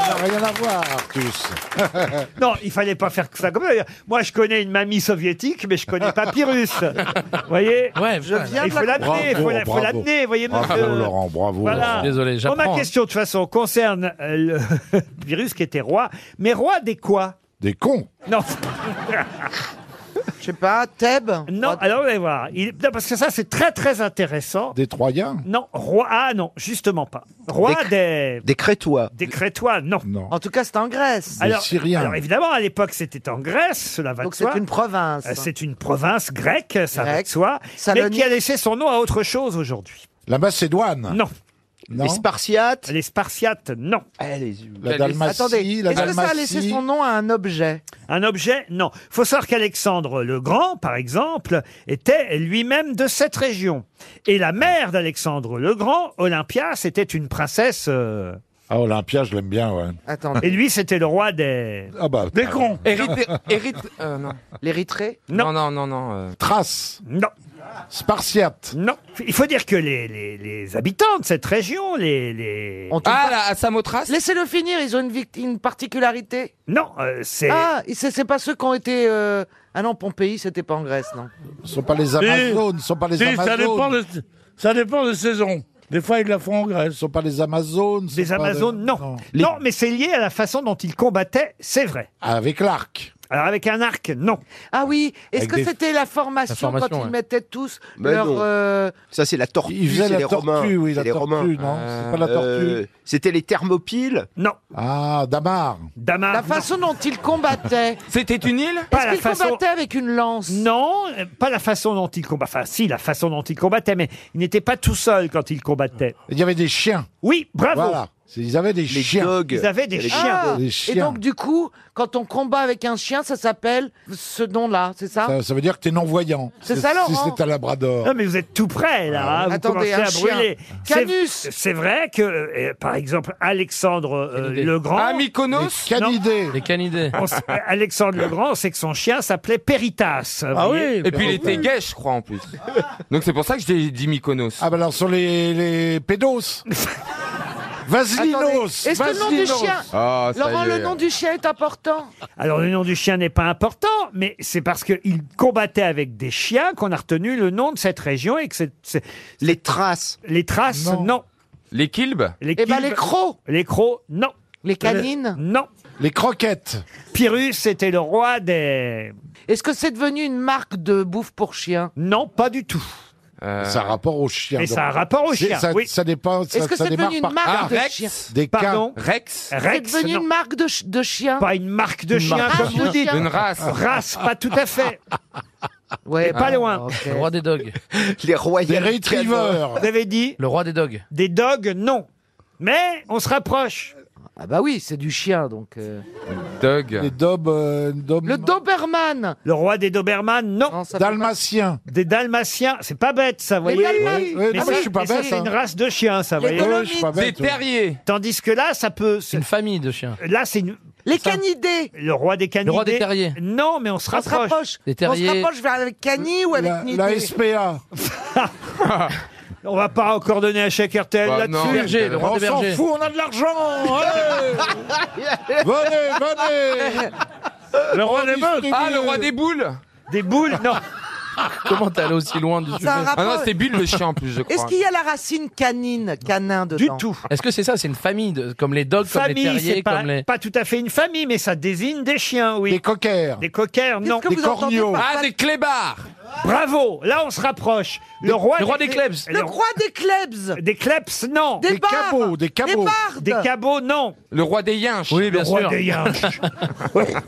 Speaker 4: Ça n'a rien à voir, Artus.
Speaker 1: non, il fallait pas faire ça comme ça. Moi, je connais une mamie soviétique, mais je connais pas Pyrrhus. Vous voyez Je
Speaker 4: viens de
Speaker 1: Il faut
Speaker 4: la-
Speaker 1: l'amener, il faut
Speaker 4: Bravo,
Speaker 1: la- faut
Speaker 4: bravo.
Speaker 1: l'amener, vous voyez
Speaker 4: Bravo,
Speaker 1: monsieur.
Speaker 4: Laurent, bravo, Laurent. Désolé,
Speaker 1: Bon,
Speaker 4: j'apprends,
Speaker 1: Oh, ma
Speaker 4: hein.
Speaker 1: question, de toute façon, concerne euh, le Pyrrhus qui était roi, mais roi des quoi
Speaker 4: Des cons
Speaker 1: Non. Je sais pas, Thèbes Non, alors vous allez voir. Il- non, parce que ça, c'est très très intéressant.
Speaker 4: Des Troyens
Speaker 1: Non, roi. Ah non, justement pas. Roi des. Des Crétois. Des Crétois, non.
Speaker 7: En tout cas, c'est en Grèce.
Speaker 1: Alors, alors, évidemment, à l'époque, c'était en Grèce, cela va
Speaker 7: Donc
Speaker 1: de
Speaker 7: c'est
Speaker 1: soi.
Speaker 7: une province.
Speaker 1: Euh, C'est une province grecque, ça va de
Speaker 7: Grecque.
Speaker 1: soi, mais
Speaker 7: Salonique.
Speaker 1: qui a laissé son nom à autre chose aujourd'hui.
Speaker 4: La Macédoine
Speaker 1: Non.
Speaker 4: Non. Les
Speaker 1: Spartiates Les Spartiates, non.
Speaker 4: La Dalmatie,
Speaker 7: Eh, Attendez,
Speaker 4: la
Speaker 7: est-ce que ça a laissé
Speaker 4: Dalmatie.
Speaker 7: son nom à un objet
Speaker 1: Un objet, non. Faut savoir qu'Alexandre le Grand, par exemple, était lui-même de cette région. Et la mère d'Alexandre le Grand, Olympia, c'était une princesse. euh,
Speaker 4: Ah, Olympia, je l'aime bien, ouais.
Speaker 1: Et lui, c'était le roi des.
Speaker 4: Ah bah.
Speaker 1: Des cons.
Speaker 6: euh,
Speaker 7: L'Érythrée
Speaker 1: Non.
Speaker 9: Non, non, non. euh,
Speaker 4: Thrace
Speaker 1: Non.
Speaker 4: Spartiate
Speaker 1: Non. Il faut dire que les, les- les habitants de cette région, les. les...
Speaker 7: Ah, la Samothrace Laissez-le finir, ils ont une, vict- une particularité.
Speaker 1: Non, euh, c'est.
Speaker 7: Ah, et c'est c'est pas ceux qui ont été... euh, Ah non, Pompéi, c'était pas en Grèce, non.
Speaker 4: Ce sont pas les Amazones,
Speaker 7: Si.
Speaker 4: ce sont pas les
Speaker 7: Si, ça
Speaker 4: Amazones.
Speaker 7: dépend de-
Speaker 4: ça dépend des saisons. Des fois, ils la font en Grèce. Ce sont pas les Amazones. ce
Speaker 1: Les
Speaker 4: sont pas
Speaker 1: Amazones,
Speaker 4: les-
Speaker 1: non. Non, mais c'est lié à la façon dont ils combattaient, c'est vrai.
Speaker 4: Avec l'arc.
Speaker 1: Alors avec un arc, non.
Speaker 7: Ah oui, est-ce
Speaker 1: Avec
Speaker 7: que
Speaker 1: des-
Speaker 7: c'était la formation,
Speaker 1: La formation,
Speaker 7: quand ils
Speaker 1: ouais.
Speaker 7: mettaient tous
Speaker 1: Ben
Speaker 7: leur...
Speaker 1: non.
Speaker 7: euh,
Speaker 5: Ça, c'est la tortue.
Speaker 4: Ils faisaient
Speaker 5: c'est
Speaker 4: la
Speaker 5: les
Speaker 4: tortue,
Speaker 5: Romains.
Speaker 4: oui, la
Speaker 5: c'est les
Speaker 4: tortue,
Speaker 5: Romains. Euh,
Speaker 4: non, c'est pas la tortue.
Speaker 7: euh,
Speaker 1: Euh,
Speaker 5: C'était les thermopiles
Speaker 1: Non.
Speaker 4: Ah, Damar.
Speaker 1: Damar.
Speaker 7: La façon dont ils combattaient.
Speaker 1: C'était une île
Speaker 7: Est-ce qu'ils combattaient avec une lance
Speaker 1: Non, euh, pas la façon dont ils combattaient. Enfin, si, la façon dont ils combattaient, mais ils n'étaient pas tout seuls quand ils combattaient.
Speaker 4: Il y avait des chiens.
Speaker 1: Oui, bravo.
Speaker 4: Voilà. C'est- Ils avaient des chiens.
Speaker 1: Ils avaient des chiens.
Speaker 7: Ah,
Speaker 4: Des
Speaker 7: Et
Speaker 4: chiens.
Speaker 7: donc, du coup, quand on combat avec un chien, ça s'appelle ce don-là, c'est ça
Speaker 4: Ça, ça veut dire que t'es non-voyant.
Speaker 7: C'est ça,
Speaker 4: Si
Speaker 7: Laurent.
Speaker 4: c'était un labrador.
Speaker 1: Non, Ah, mais vous êtes tout près, là. hein. Vous
Speaker 7: Attendez,
Speaker 1: commencez
Speaker 7: un
Speaker 1: à
Speaker 7: chien.
Speaker 1: brûler. C'est-
Speaker 7: Canus.
Speaker 1: C'est vrai que, euh, par exemple, Alexandre euh, le Grand.
Speaker 8: Ah, Mykonos. Les
Speaker 1: canidés.
Speaker 8: Les canidés.
Speaker 1: Alexandre le Grand, c'est que son chien s'appelait Péritas.
Speaker 6: Ah
Speaker 1: vous voyez.
Speaker 9: Ah Et puis il était gay, je crois, en plus. Donc c'est pour ça que j'ai dit Mykonos.
Speaker 4: Ah, bah alors, ce sont les, les pédos. Vasilinos.
Speaker 7: Attendez, Est-ce que le nom du
Speaker 4: Vasilinos.
Speaker 7: chien
Speaker 9: Ah, ça
Speaker 7: Laurent,
Speaker 9: y est.
Speaker 7: le nom du chien est important.
Speaker 1: Alors, le nom du chien n'est pas important, mais c'est parce qu'il combattait avec des chiens qu'on a retenu le nom de cette région et que c'est.
Speaker 5: Les traces.
Speaker 1: Les traces, non.
Speaker 9: Les Kilbes
Speaker 1: Les
Speaker 7: Eh ben,
Speaker 1: quilles-
Speaker 7: les crocs.
Speaker 1: Les crocs, non.
Speaker 7: Les canines
Speaker 1: Non.
Speaker 4: Les croquettes.
Speaker 1: Pyrrhus était le roi des.
Speaker 7: Est-ce que c'est devenu une marque de bouffe pour chien
Speaker 1: Non, pas du tout.
Speaker 4: Ça a rapport aux chiens.
Speaker 1: Et
Speaker 4: donc.
Speaker 1: Euh, ça a rapport aux
Speaker 4: C'est-
Speaker 1: chiens,
Speaker 4: Ça,
Speaker 1: oui.
Speaker 4: ça dépend.
Speaker 7: Est-ce
Speaker 4: ça-
Speaker 7: que
Speaker 4: ça
Speaker 7: c'est
Speaker 4: démarre
Speaker 7: devenu une
Speaker 4: par
Speaker 7: marque
Speaker 4: cas.
Speaker 7: de chien
Speaker 4: Des cas.
Speaker 1: Pardon
Speaker 9: Rex
Speaker 1: Rex,
Speaker 7: C'est devenu
Speaker 1: non.
Speaker 7: une marque de, ch- de chien
Speaker 1: Pas une marque de
Speaker 7: Une
Speaker 1: chien,
Speaker 7: marque de
Speaker 1: comme vous
Speaker 7: chien.
Speaker 1: dites.
Speaker 7: Une race.
Speaker 1: Race, pas tout à fait.
Speaker 7: Ouais,
Speaker 1: Mais
Speaker 7: ah,
Speaker 1: pas loin.
Speaker 8: Le roi des dogs.
Speaker 5: Les royaux.
Speaker 4: Des retrievers.
Speaker 1: Vous avez dit
Speaker 8: Le roi des dogs.
Speaker 1: des dogs, non. Mais on se rapproche.
Speaker 7: Ah bah oui, c'est du chien donc. euh.
Speaker 4: Des
Speaker 9: Doug.
Speaker 4: dobs. euh, dobs-
Speaker 7: Le Doberman.
Speaker 1: Le roi des Dobermans, non.
Speaker 4: Dalmatiens.
Speaker 1: Des Dalmatiens, c'est pas bête ça, vous
Speaker 7: Les
Speaker 1: voyez.
Speaker 7: Dalmatiens.
Speaker 4: Oui, oui,
Speaker 1: Mais
Speaker 4: non,
Speaker 1: ça,
Speaker 4: mais je suis pas
Speaker 1: mais ça,
Speaker 4: bête.
Speaker 1: c'est
Speaker 4: hein.
Speaker 1: une race de chiens, ça, vous voyez.
Speaker 4: Ouais, je suis pas
Speaker 9: Des
Speaker 4: bête. ouais.
Speaker 9: terriers.
Speaker 1: Tandis que là, ça peut. c'est-
Speaker 8: Une famille de chiens.
Speaker 1: Là, c'est une-
Speaker 7: Les canidés.
Speaker 1: le roi des canidés.
Speaker 8: Le roi des terriers.
Speaker 1: Non, mais on se
Speaker 7: On se
Speaker 1: rapproche.
Speaker 7: rapproche.
Speaker 8: Des
Speaker 7: On se
Speaker 8: terriers.
Speaker 7: rapproche vers avec cani ou avec
Speaker 4: La,
Speaker 7: nidé.
Speaker 4: la SPA.
Speaker 1: On va pas encore donner un chèque RTL
Speaker 9: Bah, non.
Speaker 1: là-dessus.
Speaker 8: Berger, le roi
Speaker 4: On
Speaker 8: des
Speaker 4: s'en
Speaker 8: bergers.
Speaker 4: fout, on a de l'argent. allez. venez, venez.
Speaker 9: Le roi
Speaker 4: des meutes.
Speaker 9: Ah, le roi des boules
Speaker 1: Des boules, non.
Speaker 8: Comment t'es allé aussi loin du
Speaker 7: Ça a un
Speaker 8: sujet
Speaker 9: Ah non,
Speaker 7: rapport-
Speaker 9: c'est Bulle le chien en plus, je crois.
Speaker 7: Est-ce qu'il y a la racine canine, canin
Speaker 1: Du
Speaker 7: dedans
Speaker 1: tout.
Speaker 8: Est-ce que c'est ça C'est une famille de- comme les dogs, comme les
Speaker 1: Famille, c'est
Speaker 8: terriers,
Speaker 1: pas,
Speaker 8: comme les.
Speaker 1: pas tout à fait une famille, mais ça désigne des chiens, oui.
Speaker 4: Des coquers.
Speaker 1: Des coquers, non.
Speaker 7: Qu'est-ce que vous entendez
Speaker 4: corneaux.
Speaker 7: par-
Speaker 9: Ah, des clébards
Speaker 1: Bravo, là on se rapproche. Le roi,
Speaker 8: le roi des Klebs.
Speaker 1: Le
Speaker 7: Le
Speaker 1: roi-
Speaker 7: roi des Klebs.
Speaker 1: des Klebs, non.
Speaker 7: Des,
Speaker 4: Des
Speaker 7: bardes.
Speaker 4: cabots, des cabots.
Speaker 7: Des bardes.
Speaker 1: Des cabots, non.
Speaker 9: Le roi des yinches
Speaker 8: Oui, bien
Speaker 1: Le roi
Speaker 8: sûr.
Speaker 1: des Yinches.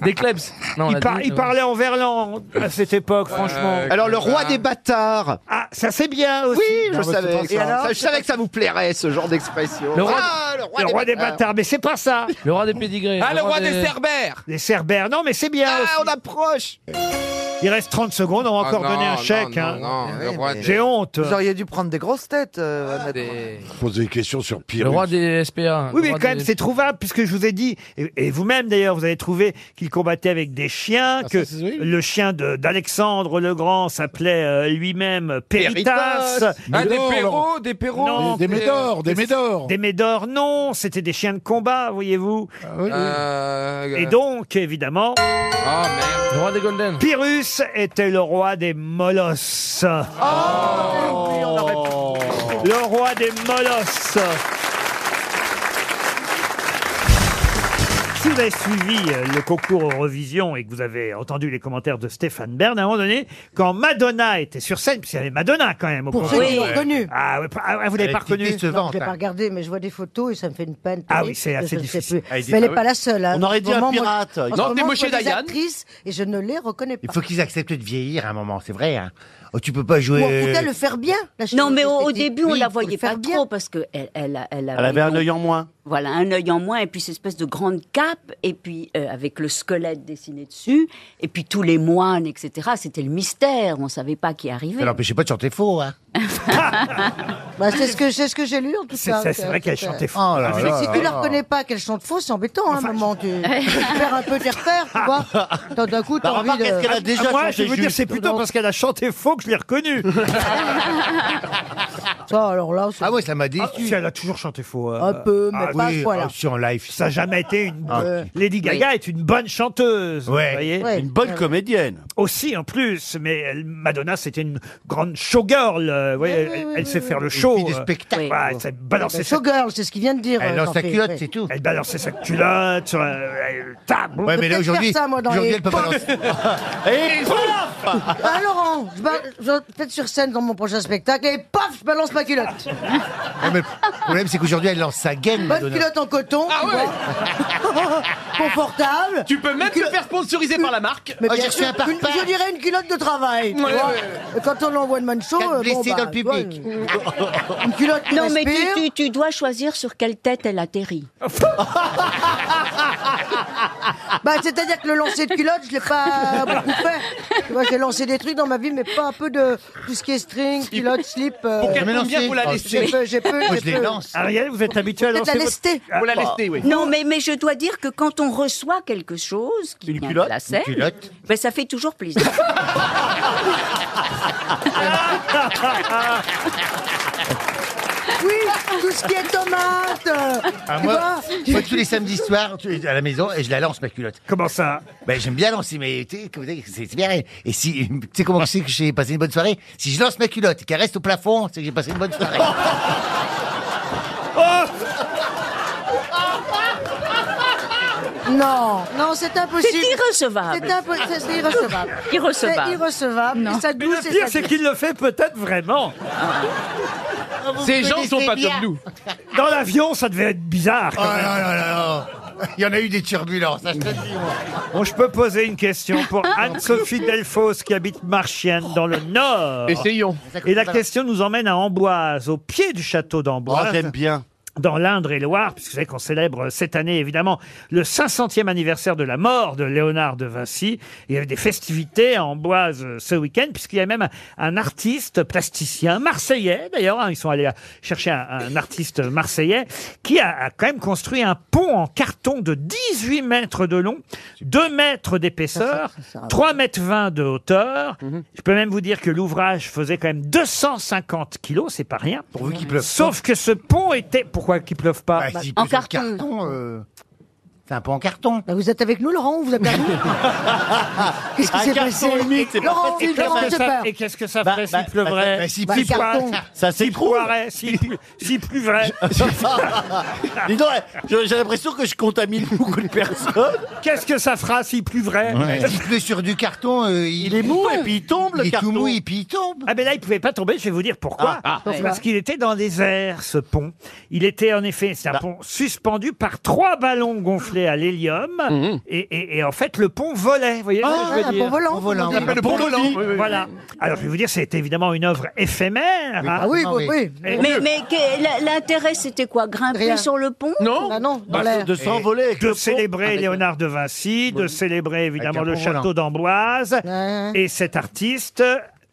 Speaker 8: Des klebs. Non, on
Speaker 1: il,
Speaker 8: a
Speaker 1: par-
Speaker 8: dit,
Speaker 1: il
Speaker 8: euh,
Speaker 1: parlait en verlan à cette époque, franchement.
Speaker 9: Euh,
Speaker 5: Alors, le roi des bâtards.
Speaker 1: Ah, ça c'est bien aussi.
Speaker 5: Oui, je
Speaker 4: Non, mais
Speaker 5: savais.
Speaker 4: c'est pas
Speaker 5: ça.
Speaker 4: ça.
Speaker 5: Ça, je savais que ça vous plairait, ce genre d'expression.
Speaker 8: Le roi-
Speaker 5: Ah, le roi,
Speaker 1: le roi des
Speaker 5: bâtards.
Speaker 1: bâtards, mais c'est pas ça. Ah,
Speaker 8: Le roi des pédigrés.
Speaker 9: Ah, le roi des cerbères
Speaker 1: Les Cerbères, non, mais c'est bien.
Speaker 5: Ah,
Speaker 1: aussi.
Speaker 5: on approche.
Speaker 1: Il reste 30 secondes, on va
Speaker 7: Ah
Speaker 1: encore
Speaker 7: non,
Speaker 1: donner un
Speaker 7: non,
Speaker 1: chèque.
Speaker 7: non,
Speaker 1: hein.
Speaker 7: non, le
Speaker 1: Oui,
Speaker 7: roi des-
Speaker 1: J'ai honte.
Speaker 7: Vous auriez dû prendre des grosses têtes. euh, honnêtement.
Speaker 4: Poser des questions sur Pyrrhus.
Speaker 8: Le roi des
Speaker 7: Ah,
Speaker 8: SPA.
Speaker 1: Oui,
Speaker 8: le
Speaker 1: mais
Speaker 8: roi
Speaker 1: quand même,
Speaker 8: des-
Speaker 1: c'est trouvable, puisque je vous ai dit, et, et vous-même d'ailleurs, vous avez trouvé qu'il combattait avec des chiens, que le chien de- d'Alexandre le Grand s'appelait euh, lui-même Péritas.
Speaker 9: Péritas. Ah, des Perrault, des Perrault.
Speaker 1: Non,
Speaker 9: Des- des Médors, des
Speaker 1: Médors. Des Médors, non, c'était des chiens de combat, voyez-vous.
Speaker 9: Ah Euh,
Speaker 1: Et donc, évidemment.
Speaker 9: Le
Speaker 8: roi des Golden.
Speaker 1: Pyrrhus était le roi des molosses.
Speaker 3: Oh.
Speaker 14: Oh,
Speaker 1: Le roi des molosses. Si vous avez suivi euh, le concours Eurovision et que vous avez entendu les commentaires de Stéphane Bern, à un moment donné, quand Madonna était sur scène, puisqu'il y avait Madonna quand même au
Speaker 14: Pour
Speaker 1: concours.
Speaker 14: ceux qui l'ont reconnue.
Speaker 1: Ah, ouais, ah, ouais, vous l'avez pas reconnue
Speaker 14: Non, Je l'ai pas regardé, mais je vois des photos et ça me fait une peine.
Speaker 1: Ah
Speaker 14: terrible,
Speaker 1: oui, c'est
Speaker 14: parce
Speaker 1: assez
Speaker 14: que je ne sais
Speaker 1: difficile.
Speaker 14: plus.
Speaker 1: Ah, il dit-
Speaker 14: Mais elle
Speaker 1: ah
Speaker 14: n'est
Speaker 1: oui.
Speaker 14: pas la seule. hein.
Speaker 1: On aurait
Speaker 14: En
Speaker 1: dit
Speaker 14: ce
Speaker 1: un
Speaker 14: moment,
Speaker 1: pirate.
Speaker 14: Moi,
Speaker 1: Non,
Speaker 14: en ce moment,
Speaker 1: Timothée
Speaker 14: je vois des
Speaker 1: Dayan.
Speaker 14: actrices et je ne les reconnais pas.
Speaker 11: Il faut qu'ils acceptent de vieillir à un moment, c'est vrai. Hein. Oh, tu peux pas
Speaker 14: Ou
Speaker 11: jouer. euh,
Speaker 14: en tout cas le faire bien.
Speaker 12: Non, mais au, au début, on la voyait pas trop parce que elle, elle,
Speaker 14: Elle avait un œil
Speaker 12: en moins. Voilà, un œil en moins et puis cette espèce de grande cape et puis euh, avec le squelette dessiné dessus et puis tous les moines, etc. C'était le mystère, on savait pas qui
Speaker 11: Ça
Speaker 12: arrivait.
Speaker 11: l'empêchait pas de chanter faux. Hein.
Speaker 14: Bah, c'est ce que c'est ce que j'ai lu en tout
Speaker 11: C'est-
Speaker 14: cas.
Speaker 11: c'est- c'est vrai qu'elle
Speaker 14: C'est-
Speaker 11: chantait faux.
Speaker 14: Ah,
Speaker 11: Oh là
Speaker 14: mais
Speaker 11: là
Speaker 14: si tu
Speaker 11: là.
Speaker 14: la reconnais pas qu'elle chante faux, c'est embêtant. Hein, moment tu tu perds un peu tes repères, tu vois. D'un- D'un coup, t'as
Speaker 1: Bah,
Speaker 14: envie
Speaker 1: remarque, est-ce
Speaker 14: de. Ah,
Speaker 1: qu'elle a déjà Moi, je vais chanté vous dire, juste c'est plutôt parce qu'elle a chanté faux que je l'ai reconnue.
Speaker 14: Ça, alors là,
Speaker 11: Ah ouais, ça m'a déçu.
Speaker 1: si, elle a toujours chanté faux. euh,
Speaker 14: Un peu, mais
Speaker 1: ah
Speaker 14: pas à ce
Speaker 1: oui,
Speaker 14: point-là.
Speaker 1: ah, si, en live. Ça n'a jamais été une. Lady Gaga est une bonne chanteuse.
Speaker 14: Ouais.
Speaker 1: vous voyez
Speaker 14: Ouais. Une bonne Ouais.
Speaker 1: comédienne. Aussi, en plus. Mais elle- Madonna, c'était une grande showgirl. euh, vous voyez, elle elle sait faire le show.
Speaker 14: fille du
Speaker 1: euh,
Speaker 14: spectacle.
Speaker 1: voilà, elle sait balancer
Speaker 14: Bah,
Speaker 1: sa
Speaker 14: Showgirl, c'est ce qu'il vient de
Speaker 11: Eh,
Speaker 14: dire.
Speaker 1: Elle
Speaker 14: euh,
Speaker 1: lance sa
Speaker 14: Jean-Pierre.
Speaker 1: culotte,
Speaker 14: Ouais.
Speaker 1: Eh ben, c'est tout. Elle balançait sa culotte. euh, elle tape.
Speaker 14: Ouais, mais là, Peut-être aujourd'hui- faire ça, moi, dans aujourd'hui, les- elle peut balancer.
Speaker 1: Et
Speaker 14: Ah Laurent, je ba- je vais peut-être sur scène dans mon prochain spectacle et paf, je balance ma culotte.
Speaker 11: Ouais, mais le problème, c'est qu'aujourd'hui, elle lance sa gaine.
Speaker 14: Bonne culotte en coton, tu vois. confortable.
Speaker 5: Ah Tu peux même te faire sponsoriser par la marque.
Speaker 14: Mais
Speaker 5: Oh,
Speaker 14: bien
Speaker 5: j'ai reçu
Speaker 14: sûr,
Speaker 5: un parpaing.
Speaker 14: une- je dirais une culotte de travail. tu
Speaker 5: Ouais,
Speaker 14: vois.
Speaker 5: ouais,
Speaker 14: Et Quand on l'envoie de manchot, Quatre euh, bon, blessés bah, dans le
Speaker 3: Oh.
Speaker 14: public. tu vois, une- une culotte qui
Speaker 12: Non, mais tu,
Speaker 14: respire.
Speaker 12: tu, tu dois choisir sur quelle tête elle atterrit.
Speaker 14: Bah, c'est-à-dire que le lancer de culotte, je l'ai pas beaucoup fait. Tu vois, j'ai lancé des trucs dans ma vie, mais pas un peu de tout ce qui est string, culotte, slip. euh,
Speaker 5: Pour qu'elle tombe bien, vous la laissez.
Speaker 14: J'ai peu, j'ai peu. j'ai peu.
Speaker 1: Ariel, vous êtes habitué à
Speaker 14: Peut-être
Speaker 1: lancer.
Speaker 14: la
Speaker 1: votre-
Speaker 14: lester.
Speaker 1: Ah,
Speaker 5: Vous la
Speaker 1: bah.
Speaker 5: lestez, oui.
Speaker 12: Non, mais, mais je dois dire que quand on reçoit quelque chose qui vient
Speaker 5: culotte,
Speaker 12: de la scène,
Speaker 5: une culotte.
Speaker 12: ben, ça fait toujours plaisir.
Speaker 3: Ah,
Speaker 14: Oui, tout ce qui est tomate. euh,
Speaker 11: Ah,
Speaker 14: tu
Speaker 11: moi,
Speaker 14: vois
Speaker 11: moi, tous les samedis soirs, tu- à la maison, et je la lance, ma culotte.
Speaker 1: Comment ça
Speaker 11: ben, J'aime bien lancer, mais tu sais, comme- c'est c'est bien. Et si, tu sais comment je sais que j'ai passé une bonne soirée Si je lance ma culotte et qu'elle reste au plafond, c'est que j'ai passé une bonne soirée.
Speaker 14: Oh, Non, non, c'est impossible.
Speaker 12: C'est irrecevable.
Speaker 14: C'est impo- c'est- c'est irrecevable.
Speaker 12: Irrecevable.
Speaker 14: C'est irrecevable.
Speaker 12: Non.
Speaker 14: Et ça
Speaker 1: Mais
Speaker 14: douce
Speaker 1: le pire,
Speaker 14: et ça
Speaker 1: c'est
Speaker 14: douce.
Speaker 1: qu'il le fait peut-être vraiment.
Speaker 14: vous Ces me gens sont connaissez pas bien. comme nous.
Speaker 1: Dans l'avion, ça devait être bizarre.
Speaker 11: Oh là là là là. Il y en a eu des turbulences, ça, je te le dis, moi.
Speaker 1: Bon, je peux poser une question pour Anne-Sophie Delfos qui habite Marchienne dans le Nord.
Speaker 5: Essayons.
Speaker 1: Et la question nous emmène à Amboise, au pied du château d'Amboise.
Speaker 5: Oh, j'aime bien.
Speaker 1: Dans l'Indre et Loire, puisque vous savez qu'on célèbre euh, cette année évidemment le 500e anniversaire de la mort de Léonard de Vinci. Il y avait des festivités à Amboise euh, ce week-end, puisqu'il y a même un artiste plasticien marseillais, d'ailleurs, hein, ils sont allés euh, chercher un, un artiste marseillais, qui a, a quand même construit un pont en carton de 18 mètres de long, 2 mètres d'épaisseur, 3 mètres 20 de hauteur.
Speaker 11: Mhm.
Speaker 1: Je peux même vous dire que l'ouvrage faisait quand même 250 kilos, c'est pas rien. Pourvu qu'il pleuve. Sauf que ce pont était... Pourquoi qu'il pleuve pas
Speaker 11: Bah, s'il En pleut sur le carton. carton, euh, C'est un peu en carton.
Speaker 14: Bah, vous êtes avec nous, Laurent ou Vous êtes à nous Qu'est-ce qui
Speaker 11: Un
Speaker 14: s'est
Speaker 11: carton
Speaker 14: passé
Speaker 11: humide, c'est pas
Speaker 14: Laurent,
Speaker 11: facile.
Speaker 14: Laurent,
Speaker 1: Qu'est-ce que
Speaker 14: j'ai
Speaker 1: ça-
Speaker 14: peur.
Speaker 1: Et qu'est-ce que ça ferait s'il
Speaker 11: bah,
Speaker 1: pleuvrait
Speaker 11: bah, si
Speaker 1: S'il
Speaker 11: pleuvrait,
Speaker 1: pleurait,
Speaker 11: ça
Speaker 1: s'il
Speaker 11: s'écroule.
Speaker 1: pleurait, s'il plu- s'il pleuvrait.
Speaker 26: Dis donc, eh, je- j'ai l'impression que je contamine beaucoup de personnes.
Speaker 1: Qu'est-ce que ça fera s'il pleuverait
Speaker 11: S'il pleut sur du carton, euh, il,
Speaker 26: est mou et puis il tombe, le
Speaker 11: Il est
Speaker 26: carton.
Speaker 11: tout mou et puis il tombe.
Speaker 1: Ah ben là, il pouvait pas tomber, je vais vous dire pourquoi.
Speaker 26: Ah, ah.
Speaker 1: C'est parce qu'il était
Speaker 26: Bah.
Speaker 1: dans les airs, ce pont. Il était en effet, c'est un pont suspendu par trois ballons attelé à l'hélium
Speaker 26: Mmh.
Speaker 1: et, et- et en fait le pont volait. Vous voyez ce que
Speaker 14: Ah,
Speaker 1: je veux
Speaker 14: un
Speaker 1: dire
Speaker 14: pont volant, Pont volant, on dit.
Speaker 1: On appelle le pont volant.
Speaker 14: oui, oui.
Speaker 1: Voilà. Alors je vais vous dire, c'est évidemment une œuvre éphémère. hein.
Speaker 14: Ah oui, Ah oui, oui.
Speaker 1: Et-
Speaker 12: Mais, mais que- la- l'intérêt, c'était quoi Grimper
Speaker 14: Rien.
Speaker 12: sur le pont
Speaker 14: Non. Bah non, dans l'air.
Speaker 1: Et De célébrer Léonard de Vinci, de célébrer évidemment
Speaker 14: un
Speaker 1: le
Speaker 14: pont
Speaker 1: château
Speaker 14: volant.
Speaker 1: d'Amboise. Et cet artiste,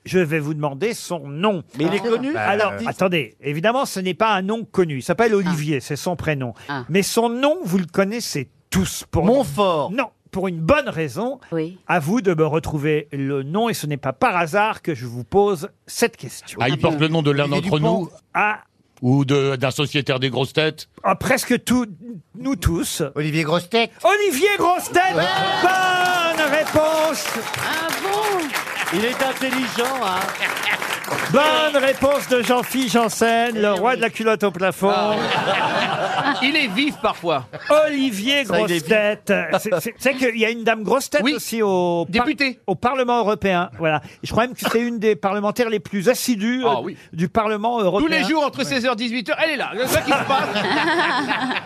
Speaker 1: je vais vous demander son nom.
Speaker 14: Mais il est Ah. connu,
Speaker 1: Alors,
Speaker 14: l'artiste
Speaker 1: attendez, évidemment, ce n'est pas un nom connu. Il
Speaker 14: Ah.
Speaker 1: s'appelle Olivier, c'est son prénom. Mais son nom, vous le connaissez tous. Pour Montfort Non. Pour une bonne raison, à vous de me retrouver le nom et ce n'est pas par hasard que je vous pose cette question.
Speaker 27: Ah, il porte le nom de l'un d'entre nous
Speaker 1: Ah,
Speaker 27: Ou de- d'un sociétaire des grosses têtes
Speaker 1: ah, presque tout, nous tous. Olivier Grosse Tête. Olivier Grosse Tête Bonne réponse
Speaker 26: Ah bon Il est intelligent, hein
Speaker 1: Bonne réponse de Jean-Philippe Janssen, le roi de la culotte au plafond.
Speaker 15: Ah.
Speaker 8: Il est vif parfois.
Speaker 1: Olivier
Speaker 8: Ça, il est
Speaker 1: Grosse
Speaker 8: vif.
Speaker 1: Tête. C'est- C'est c'est qu'il y a une dame Grosse Tête aussi au, par- au Parlement européen. Voilà. Et Je crois même que c'est une des parlementaires les plus assidues euh, du Parlement européen.
Speaker 28: Tous
Speaker 7: Hein
Speaker 28: les jours, entre 16h et 18h, elle est là. C'est ça qui se passe.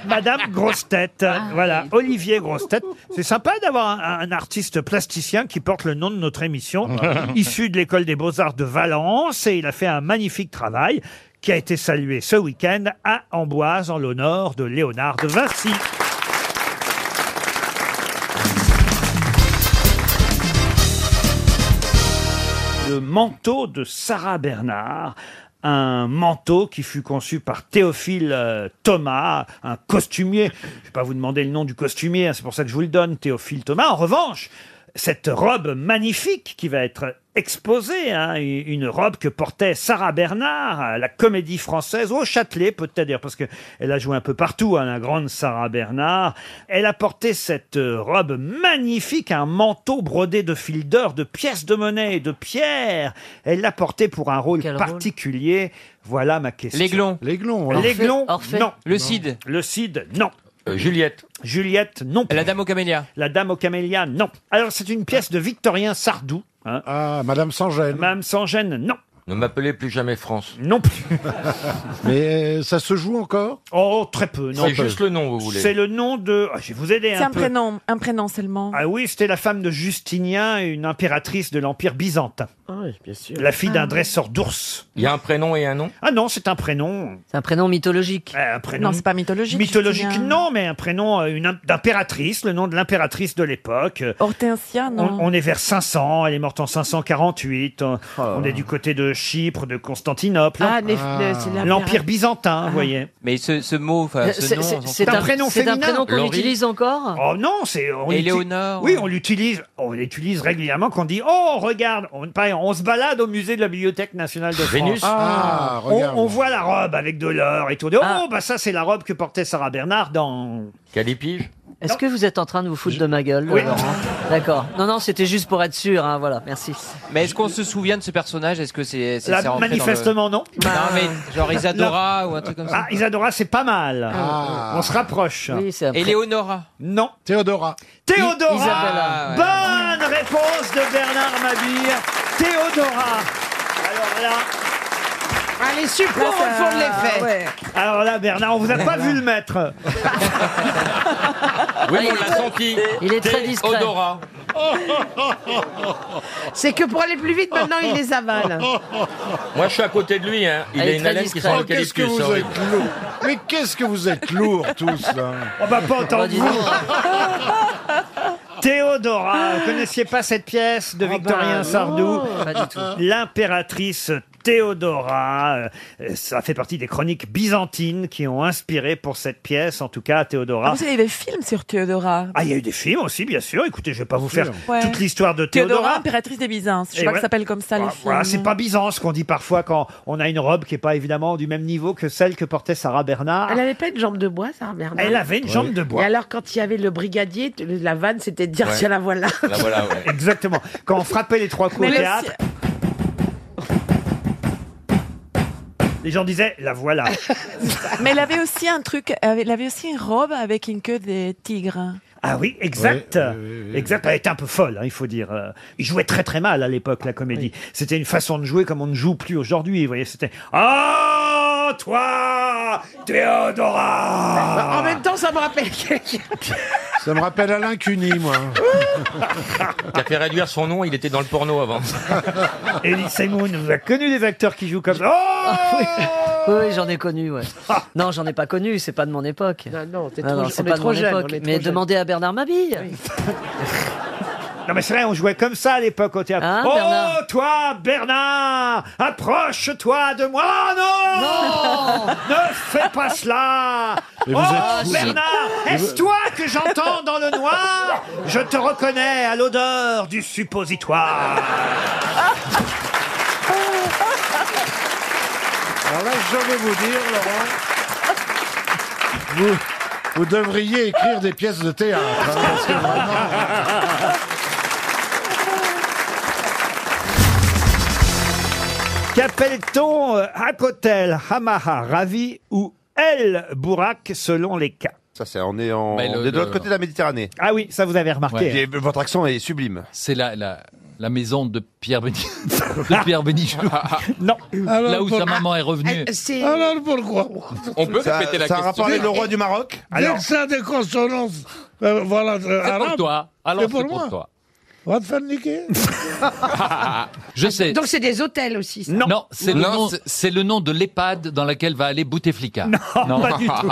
Speaker 1: Madame Grosse Tête, voilà, Olivier Grosse Tête. C'est sympa d'avoir un, un artiste plasticien qui porte le nom de notre émission, issu de l'école des beaux-arts de Valence, et il a fait un magnifique travail qui a été salué ce week-end à Amboise en l'honneur de Léonard de Vinci. le manteau de Sarah Bernard. Un manteau qui fut conçu par Théophile euh, Thomas, un costumier. Je ne vais pas vous demander le nom du costumier, hein, c'est pour ça que je vous le donne, Théophile Thomas. En revanche, cette robe magnifique qui va être exposée, hein, une robe que portait Sarah Bernard à la comédie française, au Châtelet peut-être d'ailleurs, parce qu'elle a joué un peu partout, hein, la grande Sarah Bernard. Elle a porté cette euh, robe magnifique, un manteau brodé de fil d'or, de pièces de monnaie, et de pierre. Elle l'a porté pour un rôle particulier. Voilà ma question.
Speaker 8: L'Aiglon.
Speaker 1: L'aiglon.
Speaker 8: voilà.
Speaker 1: L'aiglon.
Speaker 8: Orphée. Orphée.
Speaker 1: Non.
Speaker 8: Le Cid.
Speaker 1: Le Cid. Non.
Speaker 15: Euh, Juliette.
Speaker 1: Juliette, non.
Speaker 8: La dame aux camélias.
Speaker 1: La Dame aux camélias, non. Alors, c'est une pièce de Victorien Sardou. Ah, Madame Sangène. Madame Sangène, non.
Speaker 15: Ne m'appelez plus jamais France.
Speaker 1: Non plus.
Speaker 4: Mais euh, ça se joue encore
Speaker 1: Oh, très peu, non.
Speaker 15: C'est juste le nom, vous voulez.
Speaker 1: C'est le nom de. ah, je vais vous aider
Speaker 19: C'est
Speaker 1: un,
Speaker 19: un
Speaker 1: peu.
Speaker 19: prénom, un prénom seulement.
Speaker 1: Ah oui, c'était la femme de Justinien, une impératrice de l'Empire byzantin.
Speaker 19: oui, bien sûr.
Speaker 1: La fille d'un
Speaker 19: Oh, Ah.
Speaker 1: dresseur d'ours.
Speaker 15: Il y a un prénom et un nom
Speaker 1: Ah non, c'est un prénom. Euh,
Speaker 19: C'est un prénom mythologique.
Speaker 1: Un prénom.
Speaker 19: Non, c'est pas mythologique.
Speaker 1: Mythologique,
Speaker 19: Justinien.
Speaker 1: non, mais un prénom euh, une im- d'impératrice, le nom de l'impératrice de l'époque.
Speaker 19: Hortensia, non.
Speaker 1: On, on est vers 500, elle est morte en 548.
Speaker 18: Oh.
Speaker 1: On, on est du côté de Chypre, de Constantinople.
Speaker 19: Ah, les- Ah. le- c'est l'impéra-
Speaker 1: L'Empire byzantin, vous voyez.
Speaker 18: Mais ce, ce mot, enfin, ce
Speaker 1: C'est-
Speaker 18: nom,
Speaker 1: c'est-
Speaker 18: on s'en
Speaker 1: c'est
Speaker 18: fout.
Speaker 1: un prénom
Speaker 19: C'est un
Speaker 1: féminin.
Speaker 19: prénom qu'on
Speaker 1: Laurie.
Speaker 19: utilise encore
Speaker 1: Oh non, c'est on
Speaker 18: Et
Speaker 1: l'uti-
Speaker 18: Léonore,
Speaker 1: Oui, on l'utilise, on l'utilise régulièrement quand on dit "Oh, regarde, on, pareil, on se balade au musée de la Bibliothèque nationale de
Speaker 18: Vénus.
Speaker 1: France."
Speaker 18: Ah,
Speaker 1: on,
Speaker 18: regarde.
Speaker 1: on voit la robe avec de l'or et tout. On dit,
Speaker 18: Ah.
Speaker 1: "Oh, bah ça c'est la robe que portait Sarah Bernard dans Oh.
Speaker 15: Calipige
Speaker 13: Est-ce que vous êtes en train de vous foutre de ma gueule
Speaker 1: Oui.
Speaker 13: Laurent D'accord. Non, non, c'était juste pour être sûr. hein, voilà, merci.
Speaker 18: Mais est-ce qu'on se souvient de ce personnage Est-ce que c'est c'est-
Speaker 1: Là,
Speaker 18: c'est rentré dans le-
Speaker 1: manifestement non.
Speaker 18: Non, mais genre Isadora ou un truc comme ça.
Speaker 1: Ah, Isadora, c'est pas mal.
Speaker 18: Ah.
Speaker 1: On se rapproche.
Speaker 18: Oui, c'est un Et pré- Léonora
Speaker 1: Non.
Speaker 4: Théodora.
Speaker 1: Théodora.
Speaker 18: I- Isabella, Ah, ouais.
Speaker 1: Bonne réponse de Bernard Mabir. Théodora. Alors là.
Speaker 18: Allez, super, Là, on ça- le fond de l'effet. ouais.
Speaker 1: Alors là, Bernard, on vous a pas vu le mettre.
Speaker 15: Oui,
Speaker 1: mais
Speaker 15: on l'a senti. Théodora.
Speaker 20: C'est que pour aller plus vite, maintenant, il les avale.
Speaker 15: Moi, je suis à côté de lui. Hein. Il
Speaker 20: Elle
Speaker 15: a
Speaker 20: est
Speaker 15: une
Speaker 20: très
Speaker 15: haleine qui
Speaker 20: discrète.
Speaker 15: sent
Speaker 4: Oh, qu'est-ce que
Speaker 15: l'eucalyptus.
Speaker 4: vous
Speaker 15: horrible.
Speaker 4: êtes lourd Mais qu'est-ce que vous êtes lourd tous là
Speaker 1: On va pas
Speaker 19: Oh,
Speaker 1: entendre Théodora, vous connaissiez pas cette pièce
Speaker 19: Ah bah
Speaker 1: de Victorien
Speaker 13: non,
Speaker 1: Sardou
Speaker 13: pas du tout.
Speaker 1: L'impératrice Théodora, euh, euh, ça fait partie des chroniques byzantines qui ont inspiré pour cette pièce, en tout cas
Speaker 19: Ah,
Speaker 1: Théodora.
Speaker 19: vous savez, il y avait film sur Théodora.
Speaker 1: Ah, il y a eu des films aussi, bien sûr. Écoutez, je vais pas vous faire
Speaker 19: Ouais.
Speaker 1: toute l'histoire de
Speaker 19: Théodora,
Speaker 1: Théodora.
Speaker 19: impératrice des Byzances. Je
Speaker 1: Et
Speaker 19: crois
Speaker 1: ouais.
Speaker 19: que ça s'appelle comme ça, le
Speaker 1: Ah,
Speaker 19: film.
Speaker 1: Voilà, c'est pas Byzance qu'on dit parfois quand on a une robe qui est pas évidemment du même niveau que celle que portait Sarah Bernard.
Speaker 20: Elle n'avait pas une jambe de bois, ça, Bernard
Speaker 1: Elle avait une jambe de bois.
Speaker 20: Et alors, quand il y avait le brigadier, t- la vanne, c'était de dire
Speaker 1: Ouais.
Speaker 20: tiens, la voilà.
Speaker 1: Exactement. Quand on frappait les trois coups
Speaker 20: Mais
Speaker 1: au
Speaker 20: le
Speaker 1: théâtre. Les gens disaient, la voilà.
Speaker 19: Mais elle avait aussi un truc, elle avait aussi une robe avec une queue de tigre.
Speaker 1: Ah oui, exact. Exact. Elle était un peu folle, hein, il faut dire. Euh, Il jouait très très mal à l'époque, la comédie. C'était une façon de jouer comme on ne joue plus aujourd'hui. Vous voyez, c'était. Ah, toi, Théodora
Speaker 7: Bah,
Speaker 20: En même temps, ça me rappelle quelqu'un.
Speaker 29: Ça me rappelle Alain Cuny, moi.
Speaker 30: Il a fait réduire son nom, il était dans le porno avant.
Speaker 1: Elie Semoun, vous avez connu des acteurs qui jouent comme ça. Oh Ah.
Speaker 19: Oui, oui, j'en ai connu, ouais. Non, j'en ai pas connu, c'est pas de mon époque. Non, non,
Speaker 1: t'es trop-
Speaker 19: c'est
Speaker 1: on est
Speaker 19: pas de
Speaker 1: trop
Speaker 19: mon
Speaker 1: jeune,
Speaker 19: époque.
Speaker 1: on est trop
Speaker 19: Mais
Speaker 1: jeune.
Speaker 19: demandez à Bernard Mabille.
Speaker 1: Non mais c'est vrai, on jouait comme ça à l'époque au théâtre.
Speaker 19: Hein,
Speaker 1: oh
Speaker 19: Bernard
Speaker 1: toi Bernard, approche-toi de moi. Ah, non, ne fais pas cela.
Speaker 3: Mais vous
Speaker 1: oh
Speaker 3: êtes fou.
Speaker 1: Bernard,
Speaker 3: Mais vous-
Speaker 1: est-ce toi que j'entends dans le noir Je te reconnais à l'odeur du suppositoire.
Speaker 29: Alors là, je vais vous dire, Laurent, vous, vous devriez écrire des pièces de théâtre. hein, parce que vraiment-
Speaker 1: Qu'appelle-t-on euh, Hakotel, Hamaha, Ravi ou El Bourak selon les cas
Speaker 2: Ça, c'est, on est en,
Speaker 1: Mais le-
Speaker 2: on est de l'autre
Speaker 1: le-
Speaker 2: côté de la Méditerranée.
Speaker 1: Ah oui, ça vous avez remarqué.
Speaker 2: J'ai- Votre accent est sublime.
Speaker 15: C'est la, la, la maison de Pierre Bénichou. de Pierre Bénichou.
Speaker 1: non.
Speaker 15: Là où sa
Speaker 13: Ah,
Speaker 15: maman est
Speaker 13: euh,
Speaker 15: revenue.
Speaker 4: Alors pourquoi
Speaker 15: On peut
Speaker 2: ça,
Speaker 15: répéter la
Speaker 2: ça a
Speaker 15: question.
Speaker 2: rapport avec le roi du Maroc
Speaker 4: Dès que ça a des consonances, euh, voilà, euh,
Speaker 15: C'est pour
Speaker 4: arabes,
Speaker 15: toi. Alors
Speaker 4: c'est
Speaker 15: c'est
Speaker 4: pour
Speaker 15: pour
Speaker 4: moi.
Speaker 15: toi.
Speaker 4: Va te faire niquer.
Speaker 15: Je sais.
Speaker 13: Donc Ah, c'est des hôtels aussi. ça.
Speaker 15: Non, c'est le,
Speaker 13: Non,
Speaker 15: nom-
Speaker 13: c'est-
Speaker 15: c'est le nom de l'EHPAD dans laquelle va aller Bouteflika. Non,
Speaker 13: pas du tout.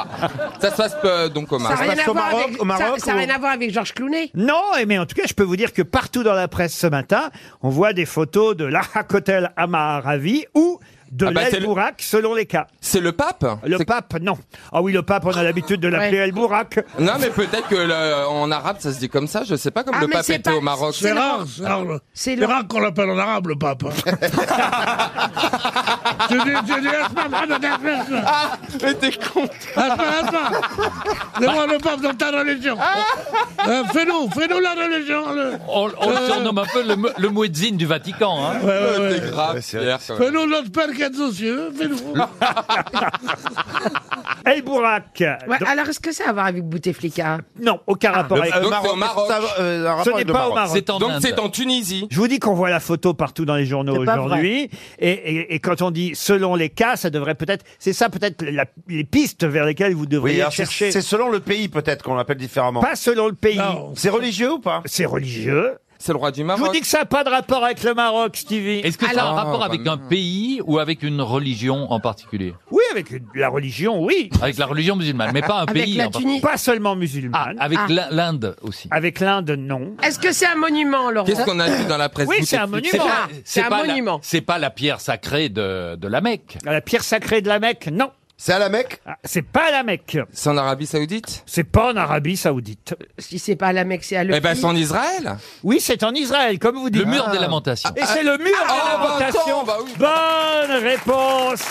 Speaker 15: Ça se passe donc au
Speaker 13: Ça n'a rien, à voir avec- ça- ça a rien à voir avec Georges Clooney.
Speaker 1: Non, et mais en tout cas, je peux vous dire que partout dans la presse ce matin, on voit des photos de l'Ahakotel Amaharavi ou de
Speaker 6: Ah bah, c'est
Speaker 1: l'El
Speaker 6: le-
Speaker 1: Bourak selon les cas.
Speaker 6: C'est le pape
Speaker 1: Le pape, non. Ah oui, le pape, on
Speaker 13: Oh,
Speaker 1: a l'habitude de l'appeler El Bourak.
Speaker 6: Non, mais peut-être que le- en arabe ça se dit comme ça, je sais pas, comme
Speaker 4: Ah,
Speaker 6: le
Speaker 4: mais
Speaker 6: pape
Speaker 4: c'est
Speaker 6: était
Speaker 4: pas-
Speaker 6: au Maroc.
Speaker 4: C'est rare, c'est rare, le- c'est rare qu'on l'appelle en arabe le pape. hein. tu dis, tu dis, Asma, Mohamed, Asma, Asma.
Speaker 3: Ah, mais t'es con.
Speaker 4: Asma, Asma. C'est moi le pape dans ta religion.
Speaker 13: Ah.
Speaker 4: Euh, fais-nous, fais-nous la religion. le-
Speaker 15: On, on le
Speaker 4: Euh,
Speaker 15: surnomme un peu le, mu- le muezzin du Vatican. Hein.
Speaker 4: ouais, ouais.
Speaker 15: C'est grave, Pierre, quand même.
Speaker 4: Fais-nous notre père qui est aux cieux, fais-nous.
Speaker 1: El Bourak.
Speaker 13: Ouais, Alors est-ce que ça a à voir avec Bouteflika
Speaker 1: Non, aucun rapport
Speaker 13: Le-
Speaker 1: avec
Speaker 13: donc c'est au Maroc.
Speaker 2: euh,
Speaker 1: Ce n'est pas au Maroc.
Speaker 6: Donc c'est en Tunisie.
Speaker 1: Je vous dis qu'on voit la photo partout dans les journaux
Speaker 6: C'est pas
Speaker 1: aujourd'hui. Et, et- et quand on dit selon les cas, ça devrait peut-être. C'est ça peut-être la- les pistes vers lesquelles vous
Speaker 2: Oui,
Speaker 1: devriez
Speaker 2: alors c'est,
Speaker 1: chercher.
Speaker 2: c'est selon le pays peut-être qu'on l'appelle différemment.
Speaker 1: Pas selon le pays.
Speaker 2: C'est religieux ou pas
Speaker 1: C'est religieux.
Speaker 6: C'est le roi du
Speaker 1: Je vous
Speaker 6: Maroc.
Speaker 1: dis que ça n'a pas de rapport avec le Maroc, Stevie.
Speaker 15: Est-ce que ça a un
Speaker 2: ah,
Speaker 15: rapport
Speaker 2: bah,
Speaker 15: avec un pays ou avec une religion en particulier
Speaker 1: Oui, avec la religion, oui.
Speaker 15: Avec la religion musulmane, mais pas un pays en particulier.
Speaker 1: Pas seulement musulmane.
Speaker 15: Avec
Speaker 13: Ah.
Speaker 15: l'I- l'Inde aussi.
Speaker 1: Avec l'Inde, non.
Speaker 13: Est-ce que c'est un monument, Laurent
Speaker 15: Qu'est-ce qu'on a vu dans la presse
Speaker 13: Oui, c'est un
Speaker 15: Bouteflika
Speaker 13: monument.
Speaker 15: pas-
Speaker 13: Ah, c'est un
Speaker 15: pas la-
Speaker 13: monument.
Speaker 15: C'est pas la pierre sacrée de, de la Mecque.
Speaker 1: La pierre sacrée de la Mecque, non. Ah,
Speaker 6: C'est à la Mecque
Speaker 1: C'est pas à la Mecque.
Speaker 6: C'est en Arabie Saoudite
Speaker 1: C'est pas en Arabie Saoudite.
Speaker 13: Si c'est pas à la Mecque, c'est à le
Speaker 6: Eh ben, c'est en Israël.
Speaker 1: Oui, c'est en Israël, comme vous dites. Ah.
Speaker 15: Le mur des lamentations.
Speaker 1: Et c'est le mur des
Speaker 6: Ah, bah
Speaker 1: lamentations.
Speaker 6: attends, bah oui.
Speaker 1: Bonne réponse.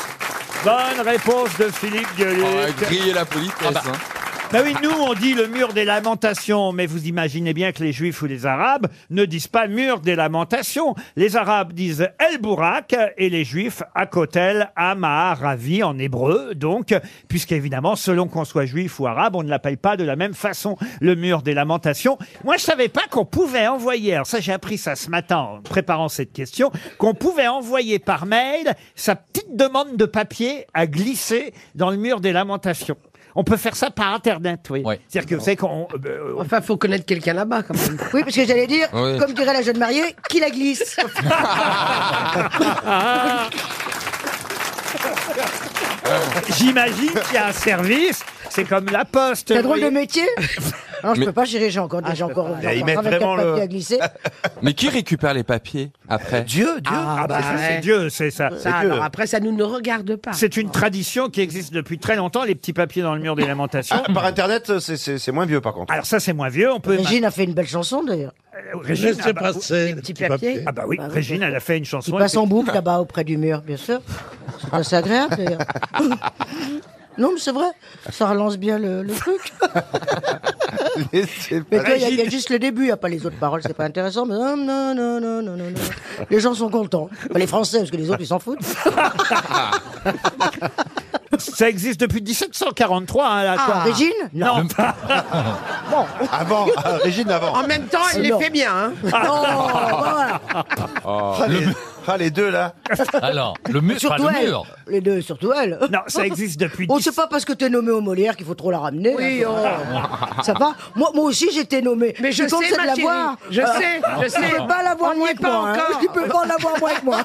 Speaker 1: Bonne réponse de Philippe Gueluc.
Speaker 6: griller la politesse. hein.
Speaker 1: Bah oui, nous on dit le mur des lamentations, mais vous imaginez bien que les juifs ou les arabes ne disent pas mur des lamentations. Les arabes disent El Bourak et les juifs Akotel, Amar, Ravi en hébreu, donc, puisqu'évidemment, selon qu'on soit juif ou arabe, on ne l'appelle pas de la même façon le mur des lamentations. Moi je savais pas qu'on pouvait envoyer, alors ça j'ai appris ça ce matin en préparant cette question, qu'on pouvait envoyer par mail sa petite demande de papier à glisser dans le mur des lamentations. On peut faire ça par Internet, oui. C'est-à-dire que vous savez qu'on... euh,
Speaker 13: Enfin, faut connaître quelqu'un là-bas quand même.
Speaker 14: Oui, parce que j'allais dire,
Speaker 1: Oui.
Speaker 14: comme dirait la jeune mariée, qui la glisse.
Speaker 1: Ah. J'imagine qu'il y a un service, c'est comme la poste.
Speaker 14: C'est un drôle
Speaker 1: vous
Speaker 14: de
Speaker 1: voyez.
Speaker 14: métier Non, je
Speaker 6: Mais- Ah,
Speaker 14: peux pas gérer, j'ai encore des gens encore.
Speaker 6: Et ils
Speaker 14: encore
Speaker 6: mettent
Speaker 14: avec un
Speaker 6: vraiment le-
Speaker 14: papier à glisser.
Speaker 6: Mais qui récupère les papiers après
Speaker 2: Dieu, Dieu.
Speaker 1: Ah, bah, ça, c'est
Speaker 13: ouais.
Speaker 1: Dieu, c'est ça.
Speaker 13: Ça,
Speaker 1: C'est Dieu.
Speaker 13: alors après, ça nous ne regarde pas.
Speaker 1: C'est une tradition qui existe depuis très longtemps, les petits papiers dans le mur des lamentations.
Speaker 2: Ah, Par internet, c'est, c'est- c'est moins vieux par contre.
Speaker 1: Alors ça, c'est moins Ah, vieux, on peut...
Speaker 14: Régine a fait une belle chanson d'ailleurs.
Speaker 1: Euh, Régine,
Speaker 13: Laissez
Speaker 1: ah bah,
Speaker 13: passer les petits papiers.
Speaker 1: Ah bah oui,
Speaker 14: Bah oui.
Speaker 1: Régine, elle a fait une
Speaker 14: Il
Speaker 1: chanson.
Speaker 14: passe en boucle là-bas auprès du mur, bien sûr. Ah, C'est assez agréable d'ailleurs. Non, mais c'est vrai, ça relance bien le, le truc.
Speaker 11: bah,
Speaker 14: Mais toi, il y a- il y, a juste le début, il n'y a pas les autres paroles, c'est pas intéressant. Mais non, non, non, non, non, non, non. Les gens sont contents. Enfin, les Français, parce que les autres, ils s'en foutent.
Speaker 1: Ça existe depuis 1743, hein, là,
Speaker 14: Ah,
Speaker 1: quoi.
Speaker 14: Régine
Speaker 1: Non.
Speaker 14: Bon.
Speaker 2: Avant, euh, Régine avant.
Speaker 13: En même temps, elle les
Speaker 1: Non.
Speaker 13: fait bien. Hein.
Speaker 1: Ah.
Speaker 13: Non, voilà.
Speaker 2: Le-
Speaker 5: Ah, les deux, là.
Speaker 10: Alors, le mur,
Speaker 14: Surtout
Speaker 10: pas le
Speaker 14: elle.
Speaker 10: mur.
Speaker 14: Les deux, surtout elle.
Speaker 1: Non, ça existe depuis.
Speaker 14: On sait pas parce que t'es nommé au Molière qu'il faut trop la ramener. Oui,
Speaker 3: oh.
Speaker 14: Ça va moi, moi aussi j'étais nommé.
Speaker 18: oh. Mais je sais, ma
Speaker 14: de
Speaker 18: chérie.
Speaker 14: l'avoir.
Speaker 18: Je
Speaker 14: Euh,
Speaker 18: sais, je sais.
Speaker 14: Tu peux pas l'avoir
Speaker 18: On
Speaker 14: moins
Speaker 18: n'y est
Speaker 14: que
Speaker 18: pas
Speaker 14: moi. hein.
Speaker 18: encore.
Speaker 14: Tu peux pas l'avoir moins que moi.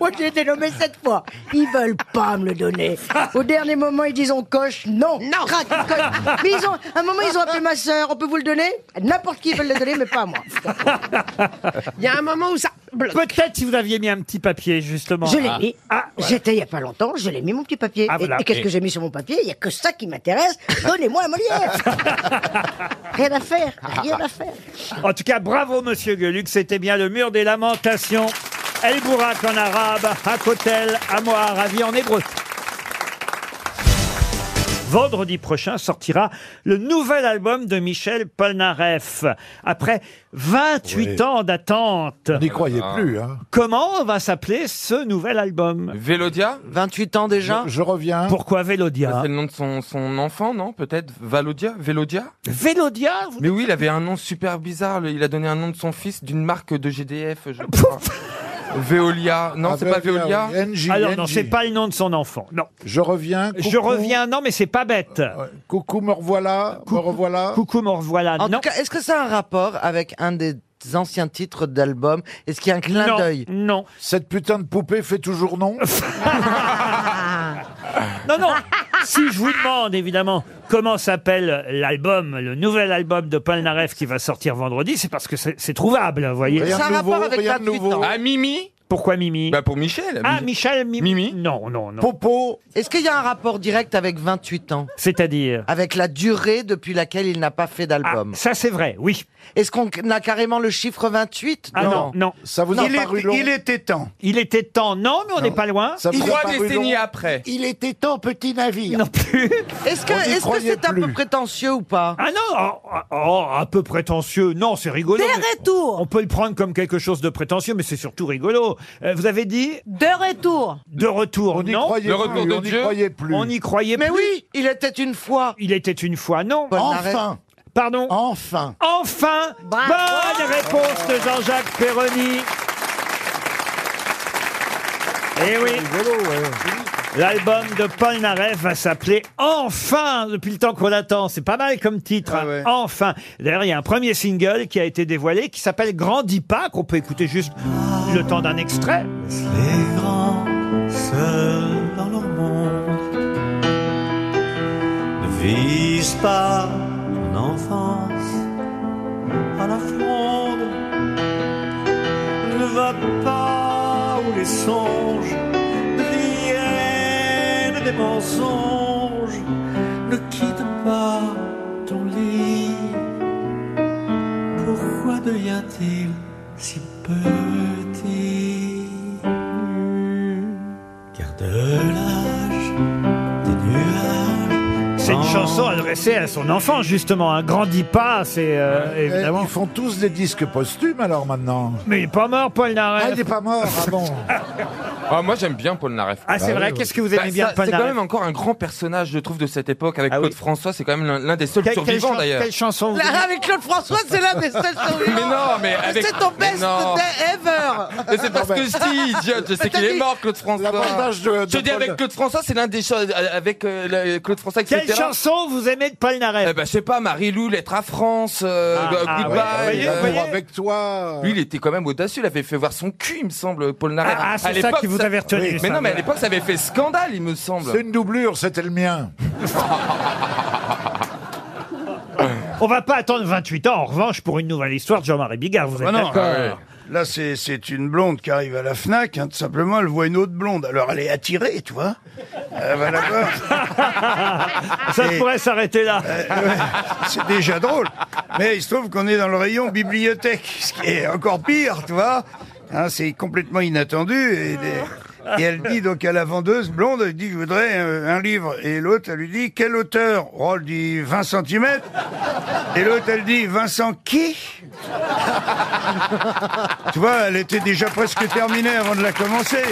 Speaker 14: moi j'ai été nommé sept fois. Ils veulent pas me le donner. Au dernier moment ils disent on coche. Non. Non. Mais ils ont, à un moment ils ont appelé ma sœur. On peut vous le donner N'importe qui veut le donner, mais pas à moi.
Speaker 1: Il y a un moment où ça. Peut-être si vous aviez mis un petit papier, justement.
Speaker 14: Je l'ai
Speaker 1: Ah.
Speaker 14: mis.
Speaker 1: Ah, voilà.
Speaker 14: J'étais il y a pas longtemps, je l'ai mis mon petit papier.
Speaker 1: Ah,
Speaker 14: Et-
Speaker 1: voilà.
Speaker 14: Et, qu'est-ce
Speaker 1: Et-
Speaker 14: que j'ai mis sur mon papier Il y a que ça qui m'intéresse. Donnez-moi un Molière. rien à faire, rien à faire.
Speaker 1: Ah, En tout cas, bravo, monsieur Gueluc. C'était bien le mur des lamentations. El Bourak en arabe, Hakotel, Amoa Arabi en hébreu. Vendredi prochain sortira le nouvel album de Michel Polnareff. Après 28
Speaker 4: Ouais.
Speaker 1: ans d'attente.
Speaker 4: n'y croyez plus, hein.
Speaker 1: Comment va s'appeler ce nouvel album
Speaker 6: Vélodia
Speaker 1: 28 ans déjà
Speaker 6: Je- je reviens.
Speaker 1: Pourquoi Vélodia
Speaker 6: C'est le nom de son, son enfant, non Peut-être Valodia Vélodia
Speaker 1: Vélodia
Speaker 6: Mais oui, il avait un nom super bizarre. le- Il a donné un nom de son fils d'une marque de GDF, je crois. Veolia. Non, c'est pas Veolia.
Speaker 1: Alors Ah non, c'est pas le nom de son enfant. Non. Je reviens. Euh, Je
Speaker 6: coucou.
Speaker 1: reviens. Non, mais c'est pas bête.
Speaker 7: Coucou, me revoilà, me revoilà.
Speaker 1: Coucou, me revoilà.
Speaker 7: En
Speaker 1: non.
Speaker 7: tout cas, est-ce que ça a un rapport avec un des anciens titres d'album Est-ce qu'il y a un clin
Speaker 1: Non,
Speaker 7: d'œil
Speaker 1: Non.
Speaker 7: Cette putain de poupée fait toujours non.
Speaker 1: Non, non. si je vous demande, évidemment, comment s'appelle l'album, le nouvel album de Polnareff qui va sortir vendredi, c'est parce que c'est c'est trouvable, vous voyez.
Speaker 6: Rien de Ça a nouveau, rapport avec rien de 28 nouveau. ans. Ah,
Speaker 1: Mimi Pourquoi Mimi
Speaker 6: Bah pour Michel.
Speaker 1: Ah, Michel, Mimi. Non, non, non.
Speaker 7: Popo, est-ce qu'il y a un rapport direct avec 28 ans
Speaker 1: C'est-à-dire Ah,
Speaker 7: Avec la durée depuis laquelle il n'a pas fait d'album.
Speaker 1: ça c'est vrai, oui.
Speaker 7: Est-ce qu'on a carrément le chiffre 28
Speaker 1: Ah non, non. Ça vous a
Speaker 7: Il
Speaker 1: paru
Speaker 7: est-
Speaker 1: long
Speaker 7: Il était temps.
Speaker 1: Il était temps, non, mais on n'est pas loin.
Speaker 7: Ça vous a Trois paru décennies long
Speaker 6: après.
Speaker 26: Il était temps, petit navire.
Speaker 1: Non plus.
Speaker 7: Est-ce que
Speaker 1: On n'y
Speaker 7: est-ce que
Speaker 1: croyait
Speaker 7: c'est un peu
Speaker 1: plus.
Speaker 7: prétentieux ou pas
Speaker 1: Ah non, oh, oh, un peu prétentieux. Non, c'est rigolo.
Speaker 7: Des
Speaker 1: mais On peut le prendre comme quelque chose de prétentieux, mais c'est surtout rigolo. Euh, vous avez dit
Speaker 7: De retour.
Speaker 1: de retour,
Speaker 7: n'y
Speaker 1: non
Speaker 7: croyait Le retour plus, de on n'y Dieu croyait plus.
Speaker 1: On n'y croyait
Speaker 7: Mais
Speaker 1: plus.
Speaker 7: oui, il était une fois.
Speaker 1: Il était une fois, non
Speaker 7: Polnareff.
Speaker 1: Enfin Pardon
Speaker 26: Enfin
Speaker 1: Enfin Bonne réponse de Jean-Jacques Perroni Eh oui L'album de Paul Naref va s'appeler Enfin, depuis le temps qu'on l'attend. C'est pas mal comme titre. hein. Enfin. D'ailleurs, il y a un premier single qui a été dévoilé qui s'appelle Grandis pas, qu'on peut écouter juste le temps d'un extrait.
Speaker 3: Les grands, seuls dans leur monde, ne vise pas ton enfance à la fronde. Ne va pas où les songes deviennent des mensonges. Ne quitte pas ton lit. Pourquoi devient-il si petit Car de l'âge, des nuages.
Speaker 1: C'est une chanson adressée à son enfant, justement. Un Grandis pas, c'est euh,
Speaker 4: Eh,
Speaker 1: évidemment.
Speaker 4: Ils font tous des disques posthumes, alors, maintenant.
Speaker 1: Mais il est pas mort, Paul Naref.
Speaker 4: Ah, il est pas mort, ah bon.
Speaker 6: Ah, moi j'aime bien Paul Naref.
Speaker 1: Ah, c'est Bah vrai, oui, oui. qu'est-ce que vous aimez
Speaker 6: ça,
Speaker 1: bien de Paul
Speaker 6: C'est quand
Speaker 1: Naref Ah
Speaker 6: même encore un grand personnage, je trouve, de cette époque avec Claude François. C'est quand même l'un- l'un des seuls
Speaker 1: Quelle- quelle
Speaker 6: survivants
Speaker 1: chan-
Speaker 6: d'ailleurs.
Speaker 1: quelle chanson vous
Speaker 7: Là, avec Claude François, c'est l'un des seuls survivants.
Speaker 6: Ah, Mais non, mais avec-
Speaker 7: C'est ton
Speaker 6: mais
Speaker 7: best
Speaker 6: non.
Speaker 7: day ever.
Speaker 6: Mais c'est parce que je dis, idiote, je sais qu'il est mort, Claude François.
Speaker 7: L'avantage de- de
Speaker 6: je dis avec
Speaker 7: Paul-
Speaker 6: Claude François, c'est l'un des choses, avec euh, la- Claude François, etc.
Speaker 1: Quelle chanson vous aimez de Paul Naref
Speaker 6: eh ben, je sais pas, Marie-Lou, Lettre à France, euh,
Speaker 1: Ah,
Speaker 6: Goodbye. Euh,
Speaker 1: ah, ouais, vous voyez, vous voyez Avec
Speaker 6: toi. Lui, il était quand même audacieux. Il avait fait voir son cul, il me semble, Paul Naref.
Speaker 1: Ah, ah, c'est
Speaker 6: À
Speaker 1: ça
Speaker 6: l'époque,
Speaker 1: qui vous avait retenu,
Speaker 6: Mais
Speaker 1: ça.
Speaker 6: non, mais à l'époque, ça avait fait scandale, il me semble.
Speaker 4: C'est une doublure, c'était le mien.
Speaker 1: On va pas attendre 28 ans, en revanche, pour une nouvelle histoire de Jean-Marie Bigard, vous êtes
Speaker 2: Ah non,
Speaker 1: d'accord
Speaker 2: ah ouais. Là, c'est c'est une blonde qui arrive à la FNAC, hein, tout simplement, elle voit une autre blonde. Alors, elle est attirée, tu vois. Elle va la voir.
Speaker 1: Ça
Speaker 2: Et-
Speaker 1: pourrait s'arrêter là.
Speaker 2: Euh, ouais, c'est déjà drôle. Mais il se trouve qu'on est dans le rayon bibliothèque, ce qui est encore pire, tu vois. Hein, c'est complètement inattendu. Et, et elle dit donc à la vendeuse blonde, elle dit, je voudrais euh, un livre. Et l'autre, elle lui dit, quel auteur Oh, elle dit 20 cm. Et l'autre, elle dit, Vincent qui Tu vois, elle était déjà presque terminée avant de la commencer.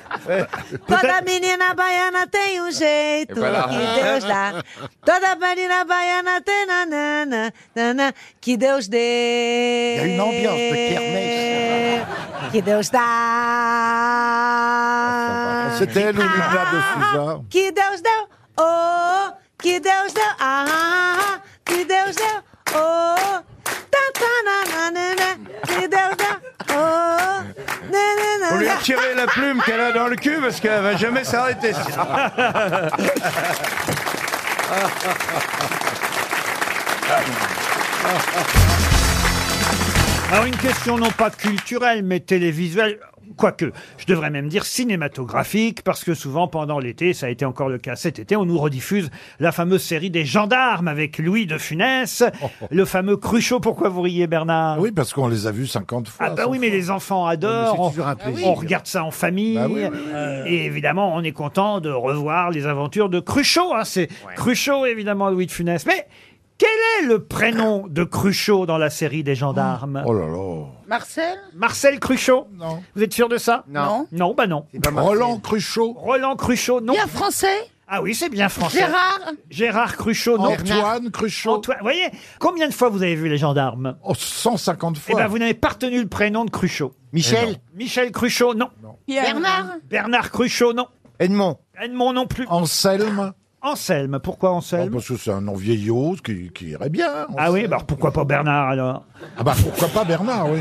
Speaker 9: Toda menina baiana tem um jeito
Speaker 4: Et voilà.
Speaker 9: que Deus dá. Toda menina baiana tem nanana, nanana, que Deus dê.
Speaker 3: Il y a
Speaker 11: bah,
Speaker 3: une ambiance de kermesse.
Speaker 9: Que Deus dá.
Speaker 4: C'était elle ou Luna de Souza.
Speaker 9: Que Deus deu, oh, que Deus deu, ah, ah, ah, que Deus deu, oh, ta, ta, na, na, na, na, que Deus deu, oh, na, na, na,
Speaker 2: On lui a
Speaker 9: na.
Speaker 2: tiré la plume qu'elle a dans le cul parce qu'elle va jamais s'arrêter.
Speaker 1: Alors une question non pas culturelle, mais télévisuelle. Quoique, je devrais même dire cinématographique, parce que souvent pendant l'été, ça a été encore le cas cet été, on nous rediffuse la fameuse série des gendarmes avec Louis de Funès,
Speaker 7: Oh.
Speaker 1: le fameux Cruchot. Pourquoi vous riez, Bernard
Speaker 4: Oui, parce qu'on les a vus 50 fois.
Speaker 1: Ah bah oui, mais les enfants adorent.
Speaker 4: Mais c'est
Speaker 1: on-
Speaker 4: toujours un plaisir.
Speaker 1: on, regarde ça en famille. Euh,
Speaker 4: Bah oui, oui,
Speaker 1: Et évidemment, on est content de revoir les aventures de Cruchot. hein. C'est Cruchot, évidemment, Louis de Funès. Mais quel est le prénom de Cruchot dans la série des gendarmes Oh là là
Speaker 18: Marcel
Speaker 1: Marcel Cruchot
Speaker 18: Non.
Speaker 1: Vous êtes sûr de ça
Speaker 18: Non.
Speaker 1: Non, bah non. Roland Cruchot Roland Cruchot, non.
Speaker 18: Bien français
Speaker 1: Ah oui, c'est bien français.
Speaker 18: Gérard
Speaker 1: Gérard Cruchot, non.
Speaker 4: Antoine
Speaker 1: Cruchot. Antoine, vous voyez, combien de fois vous avez vu les gendarmes
Speaker 4: 150
Speaker 1: Eh
Speaker 4: Oh, fois.
Speaker 1: ben, vous n'avez pas retenu le prénom de Cruchot.
Speaker 4: Michel Eh non.
Speaker 1: Michel Cruchot, non.
Speaker 18: Bernard
Speaker 1: Bernard Cruchot, non.
Speaker 4: Edmond
Speaker 1: Edmond non plus.
Speaker 4: Anselme
Speaker 1: Anselme, pourquoi Anselme
Speaker 4: Parce que c'est un nom vieillot qui, qui irait bien.
Speaker 1: Ah oui, bah alors pourquoi pas Bernard alors
Speaker 4: Ah bah pourquoi pas Bernard, oui.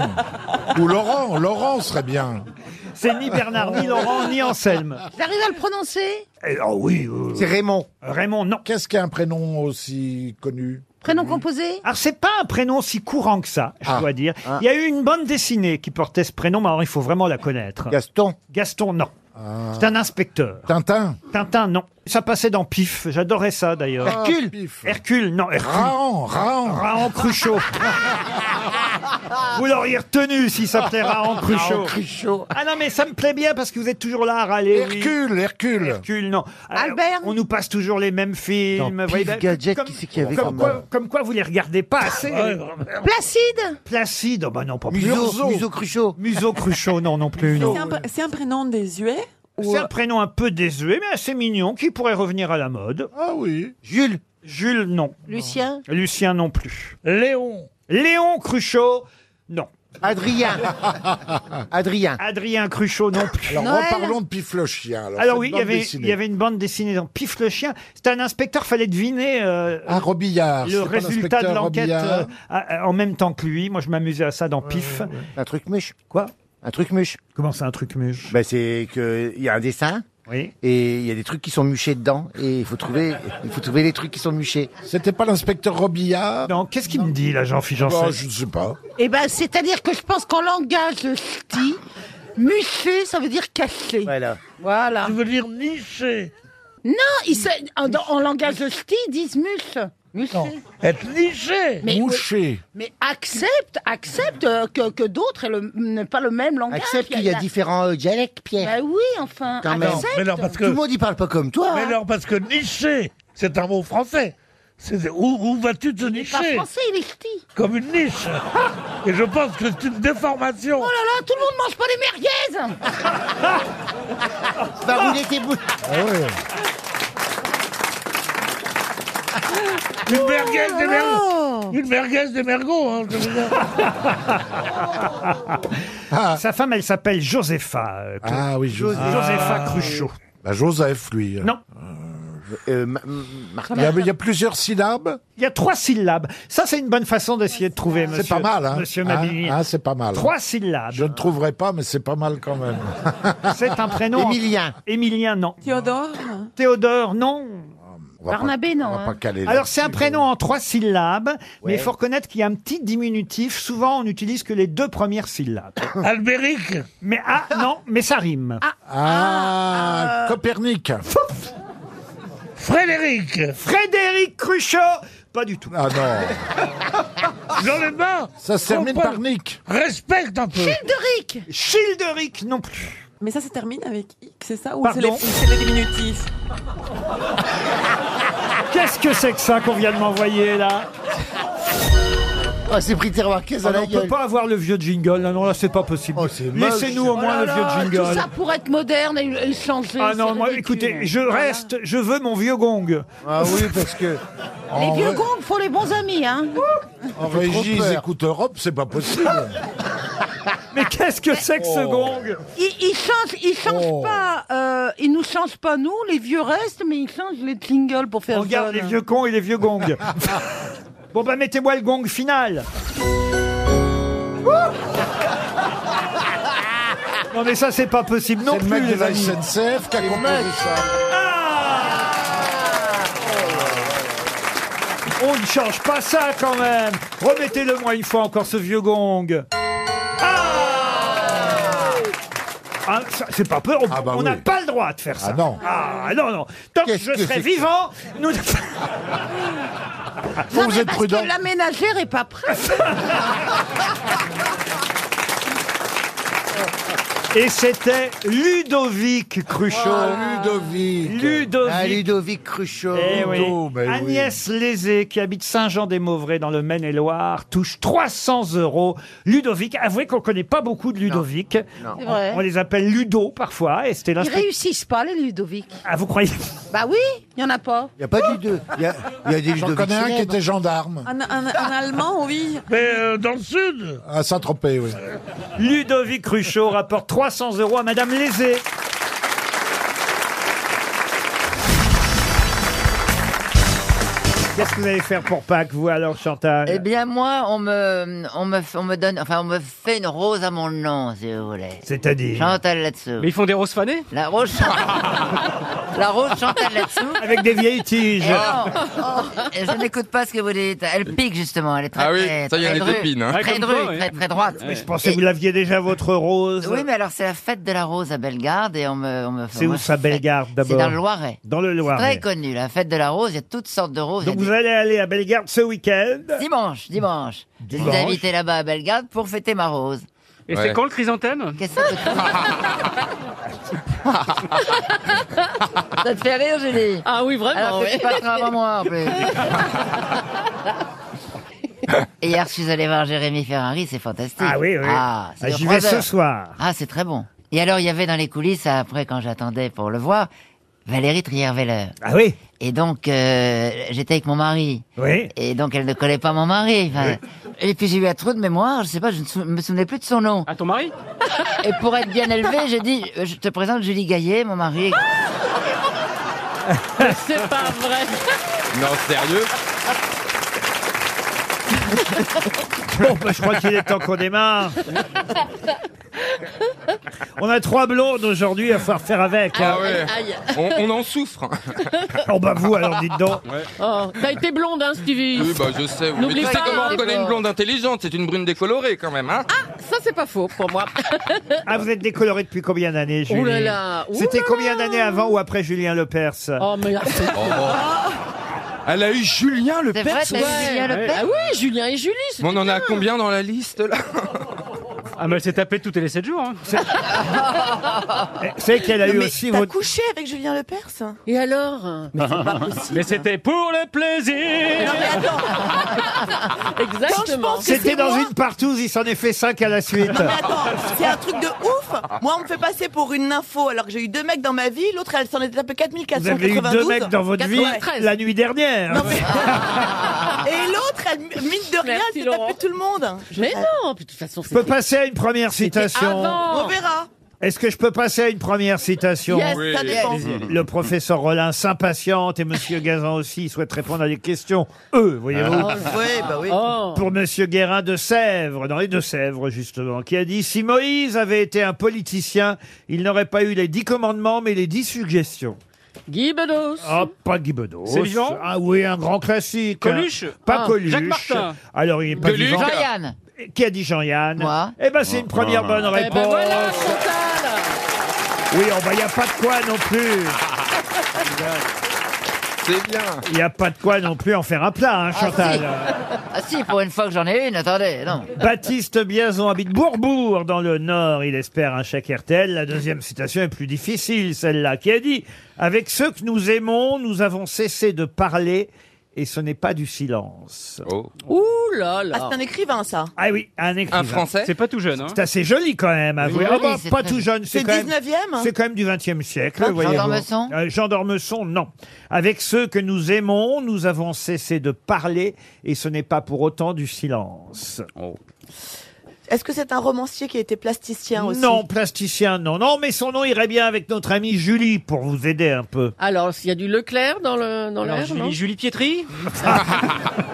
Speaker 4: Ou Laurent, Laurent serait bien.
Speaker 1: C'est ni Bernard, ni Laurent, ni Anselme.
Speaker 18: J'arrive à le prononcer
Speaker 1: Eh, oh oui.
Speaker 4: C'est
Speaker 1: Raymond. Raymond, non.
Speaker 4: Qu'est-ce qu'un prénom aussi connu Ah.
Speaker 18: Prénom composé
Speaker 1: Alors, c'est pas un prénom si courant que ça, je dois dire. Il y a eu une bande dessinée qui portait ce prénom, mais alors il faut vraiment la connaître.
Speaker 4: Gaston Ah.
Speaker 1: Gaston, non. C'est un inspecteur.
Speaker 4: Tintin
Speaker 1: Tintin, non. Ça passait dans Pif. J'adorais ça, d'ailleurs.
Speaker 4: Ah, Hercule Pif.
Speaker 1: Hercule, non. Hercule.
Speaker 4: Raon, Raon.
Speaker 1: Raon Cruchot. vous l'auriez retenu s'il s'appelait Raon Cruchot.
Speaker 4: Raon Cruchot.
Speaker 1: Ah non, mais ça me plaît bien parce que vous êtes toujours là à râler.
Speaker 4: Hercule, Hercule.
Speaker 1: Hercule, non. Alors, On nous passe toujours les mêmes films.
Speaker 7: Dans
Speaker 1: Vous voyez,
Speaker 7: Pif
Speaker 1: ben,
Speaker 7: Gadget,
Speaker 1: comme,
Speaker 7: qui c'est qu'il y avait
Speaker 1: comme
Speaker 7: comme
Speaker 1: quoi,
Speaker 7: mal
Speaker 1: comme quoi vous les regardez pas assez.
Speaker 7: Ah ouais,
Speaker 18: Placide
Speaker 1: Placide, oh bah non, pas
Speaker 7: Museau, Museau
Speaker 1: Cruchot. Museau Cruchot, non, non plus. non.
Speaker 9: C'est un pr- C'est un, prénom désuet ou
Speaker 1: C'est un prénom un peu désuet, mais assez mignon, qui pourrait revenir à la mode.
Speaker 4: Ah oui.
Speaker 1: Jules. Jules, non.
Speaker 18: Lucien
Speaker 1: Lucien non plus. Léon. Léon Cruchot, non.
Speaker 18: Adrien.
Speaker 4: Adrien.
Speaker 1: Adrien Cruchot non plus.
Speaker 4: Alors
Speaker 1: Noël.
Speaker 4: reparlons de Pif le chien. Alors,
Speaker 1: Alors
Speaker 4: cette
Speaker 1: oui, il y,
Speaker 4: bande
Speaker 1: avait, il
Speaker 4: dessinée.
Speaker 1: y avait une bande dessinée dans Pif le chien. C'était un inspecteur, fallait deviner euh,
Speaker 4: Ah, Robillard. c'est
Speaker 1: le
Speaker 4: pas
Speaker 1: résultat de
Speaker 4: l'inspecteur
Speaker 1: l'enquête
Speaker 4: Robillard.
Speaker 1: euh, à- à- en même temps que lui. Moi, je m'amusais à ça dans Pif.
Speaker 26: Un truc mûche.
Speaker 1: Quoi
Speaker 26: Un truc mûche.
Speaker 1: Comment c'est un truc mûche
Speaker 11: Bah,
Speaker 26: ben, C'est qu'il y a un dessin.
Speaker 1: Oui.
Speaker 26: Et il y a des trucs qui sont mûchés dedans. Et il faut trouver, il faut trouver les trucs qui sont mûchés.
Speaker 4: C'était pas l'inspecteur Robillard
Speaker 1: Non, qu'est-ce qu'il me dit là, Jean-Philippe
Speaker 4: Bah,
Speaker 1: Janssen
Speaker 4: Je ne sais pas.
Speaker 13: Ah
Speaker 18: Eh ben, c'est-à-dire que je pense qu'en langage ch'ti, mucher, ça veut dire caché.
Speaker 26: Voilà.
Speaker 18: Voilà.
Speaker 31: Je veux dire niché.
Speaker 18: Non, ils se- en, dans- en langage ch'ti, ils disent muche. Mucher.
Speaker 31: Être niché.
Speaker 18: Mais- euh,
Speaker 4: Mouché.
Speaker 18: Mais accepte, accepte euh, que, que d'autres aient le- n'aient pas le même langage.
Speaker 26: Accepte qu'il y a différents euh, dialectes, Pierre.
Speaker 18: Bah oui, enfin,
Speaker 26: Quand même.
Speaker 18: accepte.
Speaker 31: Mais non, parce que-
Speaker 26: Tout le monde, il parle pas comme toi.
Speaker 31: Mais
Speaker 26: hein.
Speaker 31: non, parce que niché, c'est un mot français.
Speaker 32: c'est- où, où vas-tu te
Speaker 13: Il est pas
Speaker 32: nicher
Speaker 13: français, il est ch'ti.
Speaker 32: Comme une niche. Et je pense que c'est une déformation.
Speaker 13: Oh là là, tout le monde mange pas des merguez
Speaker 3: Va rouler tes boules.
Speaker 32: Ah Une merguez,
Speaker 3: là
Speaker 32: des
Speaker 3: là.
Speaker 13: Oh
Speaker 32: merguez. Une merguez, des mergots. hein, je veux dire.
Speaker 1: Sa femme, elle s'appelle Josepha. euh, Claude.
Speaker 4: Ah oui,
Speaker 1: Jo-
Speaker 4: Joseph.
Speaker 1: Josepha
Speaker 4: Ah.
Speaker 1: Cruchot.
Speaker 4: Bah, Joseph, lui.
Speaker 1: Non.
Speaker 4: Euh, Il y a- il y a plusieurs syllabes
Speaker 1: Il y a trois syllabes. Ça, c'est une bonne façon d'essayer de trouver, monsieur.
Speaker 4: C'est pas mal, hein
Speaker 1: Monsieur
Speaker 4: Hein
Speaker 1: Mabini.
Speaker 4: Hein, c'est pas mal.
Speaker 1: Trois syllabes.
Speaker 4: Je ne trouverai pas, mais c'est pas mal quand même. Ah.
Speaker 1: C'est un prénom.
Speaker 4: Émilien.
Speaker 1: Émilien, non. Théodore Théodore, non.
Speaker 4: On va pas-
Speaker 13: Barnabé, non,
Speaker 4: On va
Speaker 13: hein.
Speaker 4: pas caler
Speaker 1: Alors,
Speaker 4: là.
Speaker 1: c'est un prénom en trois syllabes, mais
Speaker 4: Ouais.
Speaker 1: il faut reconnaître qu'il y a un petit diminutif. Souvent, on n'utilise que les deux premières syllabes.
Speaker 32: Albéric
Speaker 1: Mais ah, non, mais ça rime.
Speaker 13: Ah.
Speaker 11: Euh,
Speaker 4: Ah, Copernic.
Speaker 32: Frédéric
Speaker 1: Frédéric Cruchot Pas du tout.
Speaker 4: Ah non.
Speaker 32: J'en ai marre.
Speaker 4: Ça se termine
Speaker 32: Comprends-
Speaker 4: par Nick.
Speaker 32: Respecte un peu.
Speaker 33: Childeric
Speaker 1: Childeric non plus.
Speaker 33: Mais ça se termine avec X, c'est ça Ou c'est
Speaker 1: Pardon
Speaker 33: les, c'est les diminutifs
Speaker 1: Qu'est-ce que c'est que ça qu'on vient de m'envoyer là
Speaker 3: Ah, c'est pris terroir, qu'est-ce
Speaker 1: Ah
Speaker 3: à
Speaker 1: non,
Speaker 3: la
Speaker 1: On peut
Speaker 3: gueule
Speaker 1: pas avoir le vieux jingle. Non, non, là, c'est pas possible.
Speaker 3: moche.
Speaker 1: Laissez-nous au moins
Speaker 13: Oh
Speaker 1: le
Speaker 13: là
Speaker 1: vieux
Speaker 13: là,
Speaker 1: jingle.
Speaker 13: Tout ça pour être moderne et, et changer.
Speaker 1: Ah
Speaker 13: c'est
Speaker 1: non, moi,
Speaker 13: ridicule.
Speaker 1: écoutez, je reste, je veux mon vieux gong.
Speaker 4: Ah oui, parce que.
Speaker 13: Les
Speaker 4: en
Speaker 13: vieux
Speaker 4: ré-
Speaker 13: gongs font les bons amis, hein.
Speaker 4: En
Speaker 13: fait trop
Speaker 4: régie, ils
Speaker 13: peur.
Speaker 4: écoutent Europe, c'est pas possible.
Speaker 1: Mais qu'est-ce que c'est que ce
Speaker 13: Oh.
Speaker 1: gong Oh.
Speaker 13: Ils, ils changent, ils changent pas, euh, ils nous changent pas nous, les vieux restent, mais ils changent les jingles pour faire
Speaker 1: On garde
Speaker 13: zone.
Speaker 1: les vieux cons et les vieux gongs. bon, bah, mettez-moi le gong final. non, mais ça, c'est pas possible non
Speaker 4: C'est le
Speaker 1: plus,
Speaker 4: mec de
Speaker 1: les
Speaker 4: la
Speaker 1: amis.
Speaker 4: SNCF qui a composé ça.
Speaker 1: On ne change pas ça quand même. Remettez-le moi une fois encore ce vieux gong. Ah, ça, c'est pas peur, on on n'a pas le droit de faire ça. Ah non. Ah non, non. Tant que je serai vivant, nous.
Speaker 13: Non, mais parce que la ménagère est pas prête.
Speaker 1: Et c'était Ludovic Cruchot.
Speaker 3: Ah,
Speaker 4: Ludovic.
Speaker 1: Ludovic.
Speaker 7: Ah, Ludovic Cruchot.
Speaker 1: Eh oui.
Speaker 3: Oh,
Speaker 7: Ludo,
Speaker 6: Oh,
Speaker 3: bah
Speaker 6: ben
Speaker 7: mais oui.
Speaker 1: Agnès Lézé, qui habite Saint-Jean-des-Mauvrais dans le Maine-et-Loire, touche 300 euros. Ludovic, avouez qu'on connaît pas beaucoup de Ludovic.
Speaker 13: Non. C'est vrai.
Speaker 1: On, on les appelle Ludo parfois. Et c'était
Speaker 13: Ils
Speaker 1: l'inspecteur-
Speaker 13: réussissent pas, les Ludovic.
Speaker 1: Ah, vous croyez
Speaker 13: Bah oui, il y en a pas.
Speaker 3: Il n'y a pas de deux. Il y a, il y a des
Speaker 4: J'en
Speaker 3: Ludovic
Speaker 4: connais un qui
Speaker 3: célèbres.
Speaker 4: était gendarme.
Speaker 33: un, un- un Allemand, oui.
Speaker 32: Mais euh, dans le sud
Speaker 4: À Saint-Tropez, oui.
Speaker 1: Ludovic Cruchot rapporte 300 euros à Madame Lézé. Qu'est-ce que vous allez faire pour Pâques, vous, alors, Chantal
Speaker 20: Eh bien, moi, on me, on me, on me donne, enfin, on me fait une rose à mon nom, si vous voulez.
Speaker 1: C'est-à-dire
Speaker 20: Chantal là-dessous.
Speaker 34: Mais ils font des roses fanées
Speaker 20: La rose, la rose Chantal là-dessous.
Speaker 1: Avec des vieilles
Speaker 20: Et
Speaker 1: tiges.
Speaker 20: non, et je n'écoute pas ce que vous dites. Elle pique justement, elle est très
Speaker 1: Ah oui,
Speaker 20: très,
Speaker 1: ça, il y a
Speaker 20: très
Speaker 1: des
Speaker 20: drue,
Speaker 1: épines, hein.
Speaker 34: Ah,
Speaker 20: Très
Speaker 1: Ouais, comme
Speaker 20: drue,
Speaker 1: toi, ouais.
Speaker 20: très, très droite.
Speaker 1: Mais je pensais que vous l'aviez déjà, votre rose.
Speaker 20: Oui, mais alors c'est la fête de la rose à Bellegarde et on me, on me
Speaker 1: C'est
Speaker 20: on
Speaker 1: où
Speaker 20: me
Speaker 1: ça,
Speaker 20: fait-
Speaker 1: Bellegarde, d'abord
Speaker 20: C'est dans le Loiret.
Speaker 1: Dans le Loiret.
Speaker 20: Très connu, la fête de la rose, il y a toutes sortes de roses.
Speaker 1: Donc
Speaker 20: Il y a
Speaker 1: vous allez aller à Bellegarde ce week-end.
Speaker 20: des- Dimanche, dimanche. Je suis
Speaker 1: Dimanche.
Speaker 20: invité là-bas à Bellegarde pour fêter ma rose.
Speaker 1: Et c'est Ouais. quand
Speaker 20: le chrysanthème Qu'est-ce que Ça te fait rire, Julie Ah oui,
Speaker 13: vraiment,
Speaker 20: Alors que
Speaker 13: ouais.
Speaker 20: tu passeras avant moi, en plus. Et Hier, je suis allé voir Jérémy Ferrari, c'est fantastique.
Speaker 1: Ah oui, oui.
Speaker 20: Ah, c'est
Speaker 1: Ah,
Speaker 20: dans
Speaker 1: j'y
Speaker 20: trois
Speaker 1: vais ce
Speaker 20: heures.
Speaker 1: soir.
Speaker 20: Ah, c'est très bon. Et alors, il y avait dans les coulisses, après, quand j'attendais pour le voir, Valérie Trier-Veller.
Speaker 1: Ah oui
Speaker 20: Et donc, euh, j'étais avec mon mari.
Speaker 1: Oui.
Speaker 20: Et donc, elle ne connaît pas mon mari. Enfin, Et puis, j'ai eu un trou de mémoire, je sais pas, je ne sou- me souvenais plus de son nom. À ton mari Et pour être bien élevé, j'ai dit, euh, je te présente Julie Gaillet, mon mari.
Speaker 13: C'est pas vrai.
Speaker 15: Non, sérieux
Speaker 1: Bon, bah, je crois qu'il est temps qu'on démarre. On a trois blondes aujourd'hui, il va falloir faire avec. hein.
Speaker 13: Aïe.
Speaker 1: On- on en
Speaker 13: souffre.
Speaker 1: Oh bah vous alors dites donc.
Speaker 13: Oh, t'as été blonde, hein, Stevie
Speaker 6: Oui, bah je sais. Mais
Speaker 13: N'oublie
Speaker 6: tu sais
Speaker 13: pas,
Speaker 6: comment
Speaker 13: hein,
Speaker 6: on connaît
Speaker 13: les
Speaker 6: une blonde intelligente C'est une brune décolorée quand même, hein
Speaker 12: Ah,
Speaker 13: Ça, c'est pas faux pour moi.
Speaker 1: Ah vous êtes décoloré depuis combien d'années
Speaker 13: Oh
Speaker 1: Julien
Speaker 13: là là, ouh
Speaker 1: C'était
Speaker 13: là
Speaker 1: combien d'années avant ou après Julien Lepers
Speaker 13: Oh, mais là, c'est-
Speaker 15: Elle a eu Julien le
Speaker 13: C'est vrai, t'as eu Julien Lepers Ah oui, Julien et Julie.
Speaker 15: Mais on en a combien dans la liste là
Speaker 16: Ah, mais elle s'est tapée toutes les 7 jours. hein.
Speaker 1: C'est Eh, qu'elle a
Speaker 16: Non,
Speaker 1: eu
Speaker 16: mais
Speaker 1: aussi
Speaker 16: t'as
Speaker 1: votre...
Speaker 19: Couché avec Julien Lepers
Speaker 18: Et alors
Speaker 16: Mais c'est pas possible. Mais c'était pour le plaisir.
Speaker 19: Exactement.
Speaker 1: C'était dans une partouze, il s'en est fait cinq à la suite.
Speaker 19: Non mais attends, c'est un truc de ouf Moi, on me fait passer pour une info alors que j'ai eu deux mecs dans ma vie, l'autre, elle s'en est tapée 4492.
Speaker 1: Vous avez eu deux mecs dans votre vie
Speaker 19: 93.
Speaker 1: la nuit dernière.
Speaker 19: Et l'autre, elle, mine de rien, elle s'est tapée tout le monde
Speaker 1: Mais
Speaker 19: non
Speaker 18: De toute façon,
Speaker 1: Je peux passer à une première citation.
Speaker 19: On verra
Speaker 1: Est-ce que je peux passer à une première citation
Speaker 19: Yes, Oui. ça dépend. Yes.
Speaker 1: Le professeur Rollin s'impatiente et Monsieur Gazan aussi souhaite répondre à des questions. Eux, voyez-vous.
Speaker 7: Ah. Oui, bah oui.
Speaker 18: Oh.
Speaker 1: Pour Monsieur Guérin de Sèvres, dans les Deux-Sèvres justement, qui a dit si Moïse avait été un politicien, il n'aurait pas eu les dix commandements, mais les dix suggestions.
Speaker 18: Guy Bedos.
Speaker 1: Ah, pas Guy Bedos.
Speaker 18: C'est vivant
Speaker 1: Ah oui, un grand classique. Hein,
Speaker 18: Coluche
Speaker 1: Pas
Speaker 18: Ah,
Speaker 1: Coluche.
Speaker 18: Jacques Martin.
Speaker 1: Alors, il est pas
Speaker 18: Deluc.
Speaker 1: vivant.
Speaker 18: Jean-Yann.
Speaker 1: Qui a dit Jean-Yann Moi. Eh ben, c'est une première bonne
Speaker 18: Eh ben
Speaker 1: réponse.
Speaker 18: voilà,
Speaker 1: Oui, il n'y a pas de quoi non plus.
Speaker 12: C'est bien.
Speaker 1: Il n'y a pas de quoi non plus en faire un plat, hein, Chantal.
Speaker 11: Ah si, pour une fois que j'en ai une, attendez, non.
Speaker 1: Baptiste Biazon habite Bourbourg, dans le Nord. Il espère un chèque RTL. La deuxième citation est plus difficile, celle-là, qui a dit « Avec ceux que nous aimons, nous avons cessé de parler et ce n'est pas du silence.
Speaker 12: Oh.
Speaker 18: Ouh là
Speaker 19: Ah, c'est un écrivain, ça
Speaker 1: Ah oui, un écrivain.
Speaker 15: Un Français C'est pas tout jeune, hein.
Speaker 1: C'est assez joli quand même, avouez.
Speaker 15: Oui,
Speaker 1: Ah bah,
Speaker 15: c'est
Speaker 1: pas
Speaker 15: très-
Speaker 1: tout jeune, c'est
Speaker 19: C'est
Speaker 1: quand même...
Speaker 19: 19e, hein.
Speaker 1: C'est quand même du 20e siècle,
Speaker 19: Jean
Speaker 1: voyez-vous.
Speaker 19: d'Ormesson
Speaker 1: Euh, Jean d'Ormesson, non. Avec ceux que nous aimons, nous avons cessé de parler et ce n'est pas pour autant du silence.
Speaker 15: Oh.
Speaker 19: Est-ce que c'est un romancier qui a été
Speaker 18: Ah,
Speaker 19: plasticien aussi
Speaker 1: Non, plasticien, non. Non, mais son nom irait bien avec notre amie Julie pour vous aider un peu.
Speaker 18: Alors, s'il y a du Leclerc dans le dans
Speaker 1: Alors,
Speaker 18: l'air,
Speaker 1: Julie-
Speaker 18: non
Speaker 15: Julie Pietri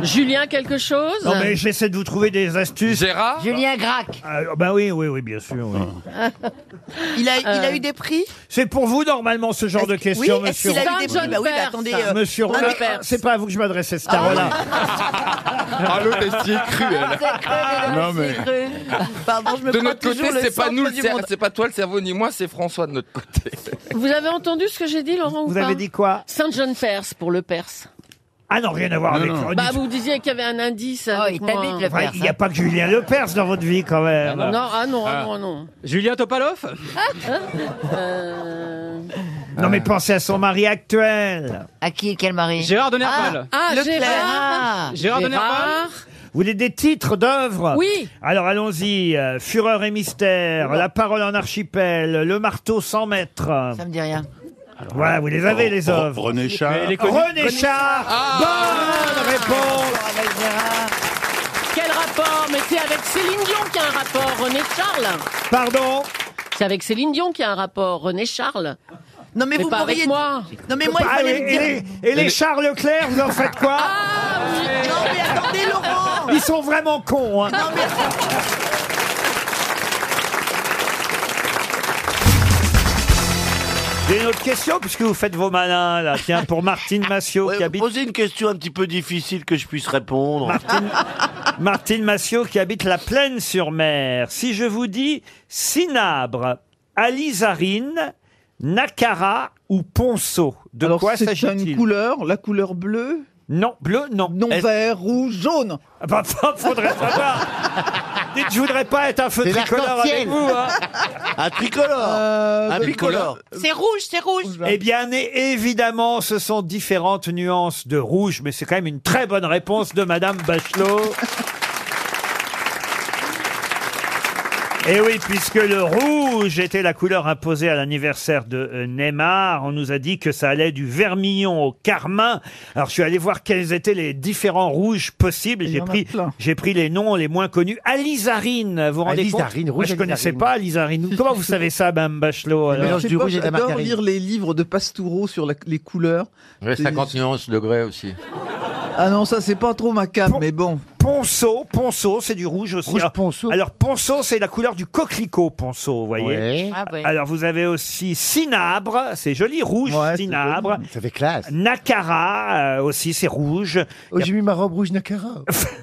Speaker 18: Julien quelque chose Ah.
Speaker 1: Non, mais j'essaie de vous trouver des astuces.
Speaker 15: Gérard Ah.
Speaker 18: Julien Grac.
Speaker 1: Ben oui, oui, oui, bien sûr. oui.
Speaker 19: il, a, il a eu des prix
Speaker 1: C'est pour vous, normalement, ce genre de question,
Speaker 19: Oui, est-ce
Speaker 1: monsieur.
Speaker 19: qu'il a eu des prix Bah oui, bah attendez... euh,
Speaker 1: Monsieur
Speaker 19: un
Speaker 1: Rollin,
Speaker 19: des-
Speaker 1: ah, c'est pas à vous que je m'adressais, c'est à Rollin.
Speaker 12: Ah, l'autre est si cruel.
Speaker 9: é
Speaker 12: Non, mais-
Speaker 19: Pardon, Ah, je me
Speaker 12: De
Speaker 19: prends
Speaker 12: notre côté,
Speaker 19: toujours le
Speaker 12: c'est pas
Speaker 19: centre
Speaker 12: nous le
Speaker 19: du
Speaker 12: cerveau,
Speaker 19: monde.
Speaker 12: c'est pas toi le cerveau ni moi, c'est François de notre côté.
Speaker 18: Vous avez entendu ce que j'ai dit, Laurent ou
Speaker 1: Vous avez
Speaker 18: pas
Speaker 1: dit quoi
Speaker 18: Saint John Perse pour le Perse.
Speaker 1: Ah non, rien à voir
Speaker 12: Non,
Speaker 1: avec.
Speaker 12: non.
Speaker 1: Oh,
Speaker 18: Bah,
Speaker 1: dites-
Speaker 18: vous disiez qu'il y avait un indice. avec moi.
Speaker 1: Ouais, Il n'y a pas que Julien Lepers dans votre vie, quand même.
Speaker 18: Non, ah non, ah
Speaker 1: Ah.
Speaker 18: non, non.
Speaker 15: Julien Topalov
Speaker 18: Euh,
Speaker 1: Non, mais pensez à son mari actuel.
Speaker 11: À qui Quel mari
Speaker 15: Gérard de
Speaker 1: Nerval.
Speaker 18: Ah,
Speaker 11: Leclerc.
Speaker 18: Gérard.
Speaker 1: Gérard de Nerval. Vous voulez des titres d'œuvres
Speaker 18: Oui.
Speaker 1: Alors allons-y. euh, Fureur et mystère, La parole en archipel, Le marteau sans maître.
Speaker 11: Ça me dit rien.
Speaker 1: Voilà, vous les avez,
Speaker 21: Oh,
Speaker 1: les
Speaker 21: oh,
Speaker 1: œuvres.
Speaker 21: René Char. Mais elle est connue.
Speaker 1: René Char Ah.
Speaker 13: Ah.
Speaker 1: Bonne réponse
Speaker 18: Quel rapport Mais c'est avec Céline Dion qu'il y a un rapport, René Charles.
Speaker 1: Pardon
Speaker 18: C'est avec Céline Dion qu'il y a un rapport, René Charles.
Speaker 19: Non mais,
Speaker 18: vous
Speaker 19: vous
Speaker 18: pas
Speaker 19: pourriez...
Speaker 18: avec moi.
Speaker 19: Non mais moi, il
Speaker 1: Ah,
Speaker 19: fallait
Speaker 1: et,
Speaker 19: me dire... Ah,
Speaker 1: et les, et les Charles Leclerc, vous en faites quoi
Speaker 19: Non mais attendez, Laurent
Speaker 1: Ils sont vraiment cons. hein.
Speaker 19: Non mais...
Speaker 1: J'ai une autre question, puisque vous faites vos malins, là. Tiens, pour Martine Massiot, qui habite...
Speaker 26: Posez une question un petit peu difficile que je puisse répondre.
Speaker 1: Martine, Martine Massiot qui habite la Plaine-sur-Mer. Si je vous dis Cinabre, Alizarine, Nakara ou Ponceau, de quoi s'agit-il C'est une couleur, la couleur bleue Non, bleu, non. Non, vert, rouge, jaune bah, Faudrait savoir Dites, je voudrais pas être un feu
Speaker 26: C'est
Speaker 1: tricolore avec
Speaker 26: l'arc-en-ciel.
Speaker 1: vous hein.
Speaker 26: Un tricolore.
Speaker 1: Euh,
Speaker 26: un
Speaker 1: ben,
Speaker 26: bicolore.
Speaker 19: C'est rouge, c'est rouge
Speaker 1: Eh bien, é- évidemment, ce sont différentes nuances de rouge, mais c'est quand même une très bonne réponse de Madame Bachelot. Et Eh oui, puisque le rouge était la couleur imposée à l'anniversaire de euh, Neymar, on nous a dit que ça allait du vermillon au carmin. Alors je suis allé voir quels étaient les différents rouges possibles. J'ai
Speaker 27: en a
Speaker 1: pris,
Speaker 27: plein.
Speaker 1: j'ai pris les noms les moins connus. Alizarine, vous vous rendez compte
Speaker 27: Alizarine,
Speaker 1: Moi,
Speaker 27: rouge
Speaker 1: je connaissais
Speaker 27: alizarine.
Speaker 1: pas Alizarine. Comment vous savez ça, Madame Bachelot alors
Speaker 27: Je sais pas, J'adore lire les livres de Pastoureau sur la- les couleurs.
Speaker 15: Ouais,
Speaker 27: C'est-
Speaker 15: 50 nuances degrés aussi.
Speaker 27: Ah non, ça c'est pas trop ma cam, mais bon.
Speaker 1: Ponceau, ponceau, c'est du rouge aussi. alors, ponceau. Alors ponceau, c'est la couleur du coquelicot, ponceau, vous voyez.
Speaker 27: Ouais. Ah ouais.
Speaker 1: Alors vous avez aussi cinabre, c'est joli, rouge, cinabre. Ça fait classe. Nakara euh, aussi, c'est rouge.
Speaker 21: Oh, j'ai mis ma robe rouge Nakara.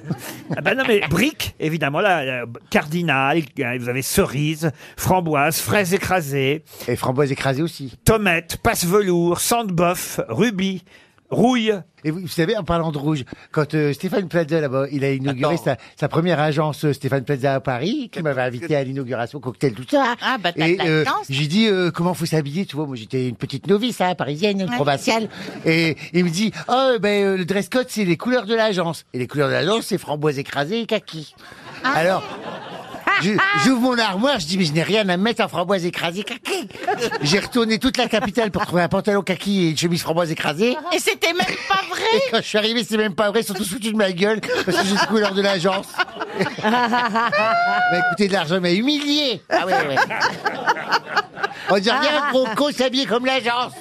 Speaker 1: Ah bah non mais brique, évidemment là, euh, cardinal, euh, vous avez cerise, framboise, fraise écrasée. Et framboise écrasée aussi. Tomate, passe velours, sandboeuf, rubis. Rouille.
Speaker 11: Et vous, vous savez, en parlant de rouge, quand euh, Stéphane Plaza, là-bas, il a inauguré sa, sa première agence euh, Stéphane Plaza à Paris, qui m'avait invité à l'inauguration, cocktail, tout ça.
Speaker 13: Ah, bah, t'as
Speaker 11: Et
Speaker 13: de la
Speaker 11: euh,
Speaker 13: chance.
Speaker 11: j'ai dit, euh, comment faut s'habiller Tu vois, moi, j'étais une petite novice, hein, parisienne, provinciale. Et il me dit, oh, ben, euh, le dress code, c'est les couleurs de l'agence. Et les couleurs de l'agence, c'est framboise écrasée et kaki.
Speaker 13: Ah.
Speaker 11: Alors... je- J'ouvre mon armoire, je dis mais je n'ai rien à mettre en framboise écrasée kaki. J'ai retourné toute la capitale pour trouver un pantalon kaki et une chemise framboise écrasée.
Speaker 13: Et c'était même pas
Speaker 11: Et
Speaker 13: vrai
Speaker 11: quand je suis arrivé, c'est même pas vrai, ils sont tous foutus de ma gueule parce que j'ai les couleurs de l'agence. bah écoutez, de l'argent m'a humilié. Ah ouais, ouais. On dit rien, gros con s'habiller comme l'agence.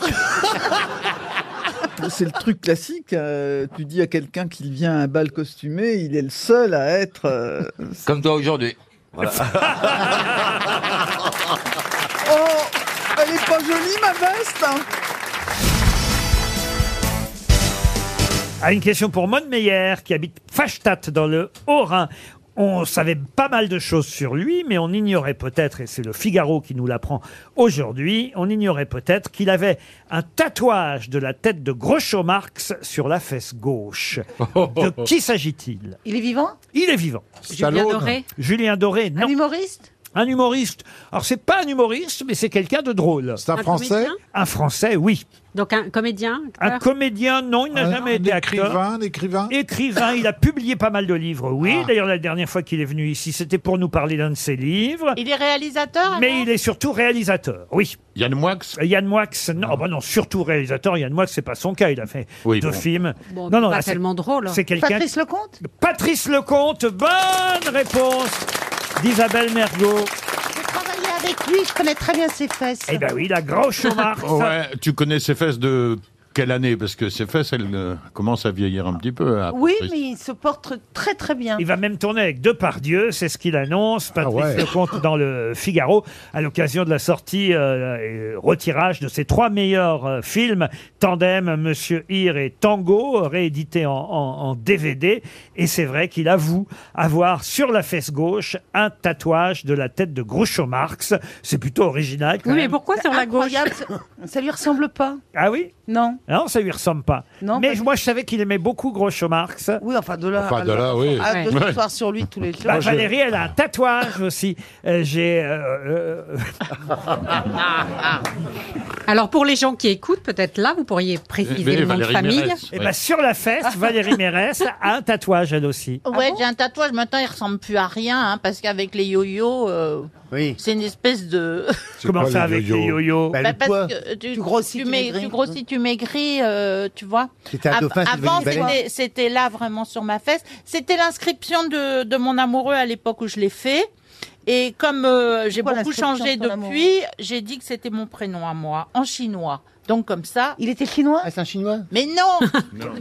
Speaker 7: C'est le truc classique. euh, tu dis à quelqu'un qu'il vient à un bal costumé, il est le seul à être.
Speaker 27: euh,
Speaker 15: Comme toi aujourd'hui. Voilà.
Speaker 7: Oh, elle est pas jolie ma veste. hein.
Speaker 1: À Ah, une question pour Maude Meyer, qui habite Fachstadt dans le Haut-Rhin. On savait pas mal de choses sur lui, mais on ignorait peut-être, et c'est le Figaro qui nous l'apprend aujourd'hui, on ignorait peut-être qu'il avait un tatouage de la tête de Groucho Marx sur la fesse gauche. De qui s'agit-il
Speaker 3: Il est vivant
Speaker 1: Il est vivant.
Speaker 3: Julien Stallone. Doré
Speaker 1: Julien Doré, non.
Speaker 3: Un humoriste
Speaker 1: Un humoriste. Alors, c'est pas un humoriste, mais c'est quelqu'un de drôle. C'est
Speaker 35: un Un Français comédien
Speaker 1: Un Français, oui.
Speaker 35: Donc un comédien
Speaker 1: Un
Speaker 35: acteur
Speaker 1: comédien, non, il n'a
Speaker 35: Ah. Un-
Speaker 1: jamais
Speaker 35: un
Speaker 1: été
Speaker 35: écrivain, Ah.
Speaker 1: acteur.
Speaker 35: un
Speaker 1: écrivain Écrivain, il a publié pas mal de livres, oui. D'ailleurs, la dernière fois qu'il est venu ici, c'était pour nous parler d'un de ses livres.
Speaker 13: Il est réalisateur
Speaker 1: Mais il est surtout réalisateur, oui. Yann Moix Yann Moix, non, bah non, surtout réalisateur. Yann Moix, c'est pas son cas, il a fait
Speaker 13: Oui,
Speaker 1: deux
Speaker 13: bon.
Speaker 1: films.
Speaker 35: Bon,
Speaker 1: non, non,
Speaker 35: pas
Speaker 1: là, c'est-
Speaker 35: tellement drôle, hein.
Speaker 1: C'est quelqu'un.
Speaker 35: Patrice
Speaker 1: Lecomte Patrice Lecomte, bonne réponse d'Isabelle Mergot.
Speaker 3: Travailler avec lui, je connais très bien ses fesses.
Speaker 1: Eh ben oui, la Groucho Marx.
Speaker 4: Ouais, tu connais ses fesses de quelle année Parce que ses fesses, elles euh, commencent à vieillir un petit peu. hein,
Speaker 3: Oui,
Speaker 4: Patrice.
Speaker 3: mais il se porte très très bien.
Speaker 1: Ah, Il va même tourner avec Depardieu, c'est ce qu'il annonce, Patrice
Speaker 4: ouais.
Speaker 1: Lecomte dans le Figaro, à l'occasion de la sortie euh, et retirage de ses trois meilleurs euh, films, Tandem, Monsieur Hir et Tango, réédités en, en- en DVD. Et c'est vrai qu'il avoue avoir sur la fesse gauche un tatouage de la tête de Groucho Marx. C'est plutôt original. quand même.
Speaker 3: pourquoi sur la gauche Ça lui ressemble pas.
Speaker 1: Ah oui
Speaker 3: Non.
Speaker 1: Non, ça lui ressemble pas.
Speaker 3: Non,
Speaker 1: Mais moi, je savais qu'il aimait beaucoup Groucho Marx.
Speaker 3: Oui, enfin de là.
Speaker 1: Enfin, de là, oui.
Speaker 3: À, de
Speaker 1: Ouais.
Speaker 3: s'asseoir sur lui tous les jours.
Speaker 1: Bah, Valérie, elle a un tatouage aussi. Euh, J'ai. euh, euh,
Speaker 35: Alors pour les gens qui écoutent, peut-être là, vous pourriez préciser le nom de famille.
Speaker 1: Eh ben, sur la fesse, Valérie Mérès a un tatouage, elle aussi.
Speaker 35: Ah
Speaker 13: Ouais, j'ai un tatouage, maintenant il ressemble plus à rien, hein, parce qu'avec les yo-yo, euh, c'est une espèce de...
Speaker 1: Comment ça avec les yo-yo
Speaker 13: Bah, parce que tu, grossis, tu, maigris. tu grossis, tu maigris, euh, tu vois.
Speaker 1: C'était un
Speaker 13: Av-
Speaker 1: dauphin, c'est devenu
Speaker 13: Avant,
Speaker 1: une baleine.
Speaker 13: c'était- c'était là vraiment sur ma fesse. C'était l'inscription de, de mon amoureux à l'époque où je l'ai fait. Et comme euh, j'ai
Speaker 3: quoi
Speaker 13: beaucoup
Speaker 3: l'inscription
Speaker 13: changé
Speaker 3: de ton amoureux
Speaker 13: depuis, j'ai dit que c'était mon prénom à moi, en chinois. Donc comme ça.
Speaker 3: Il était chinois
Speaker 1: Ah,
Speaker 13: C'est un chinois Mais non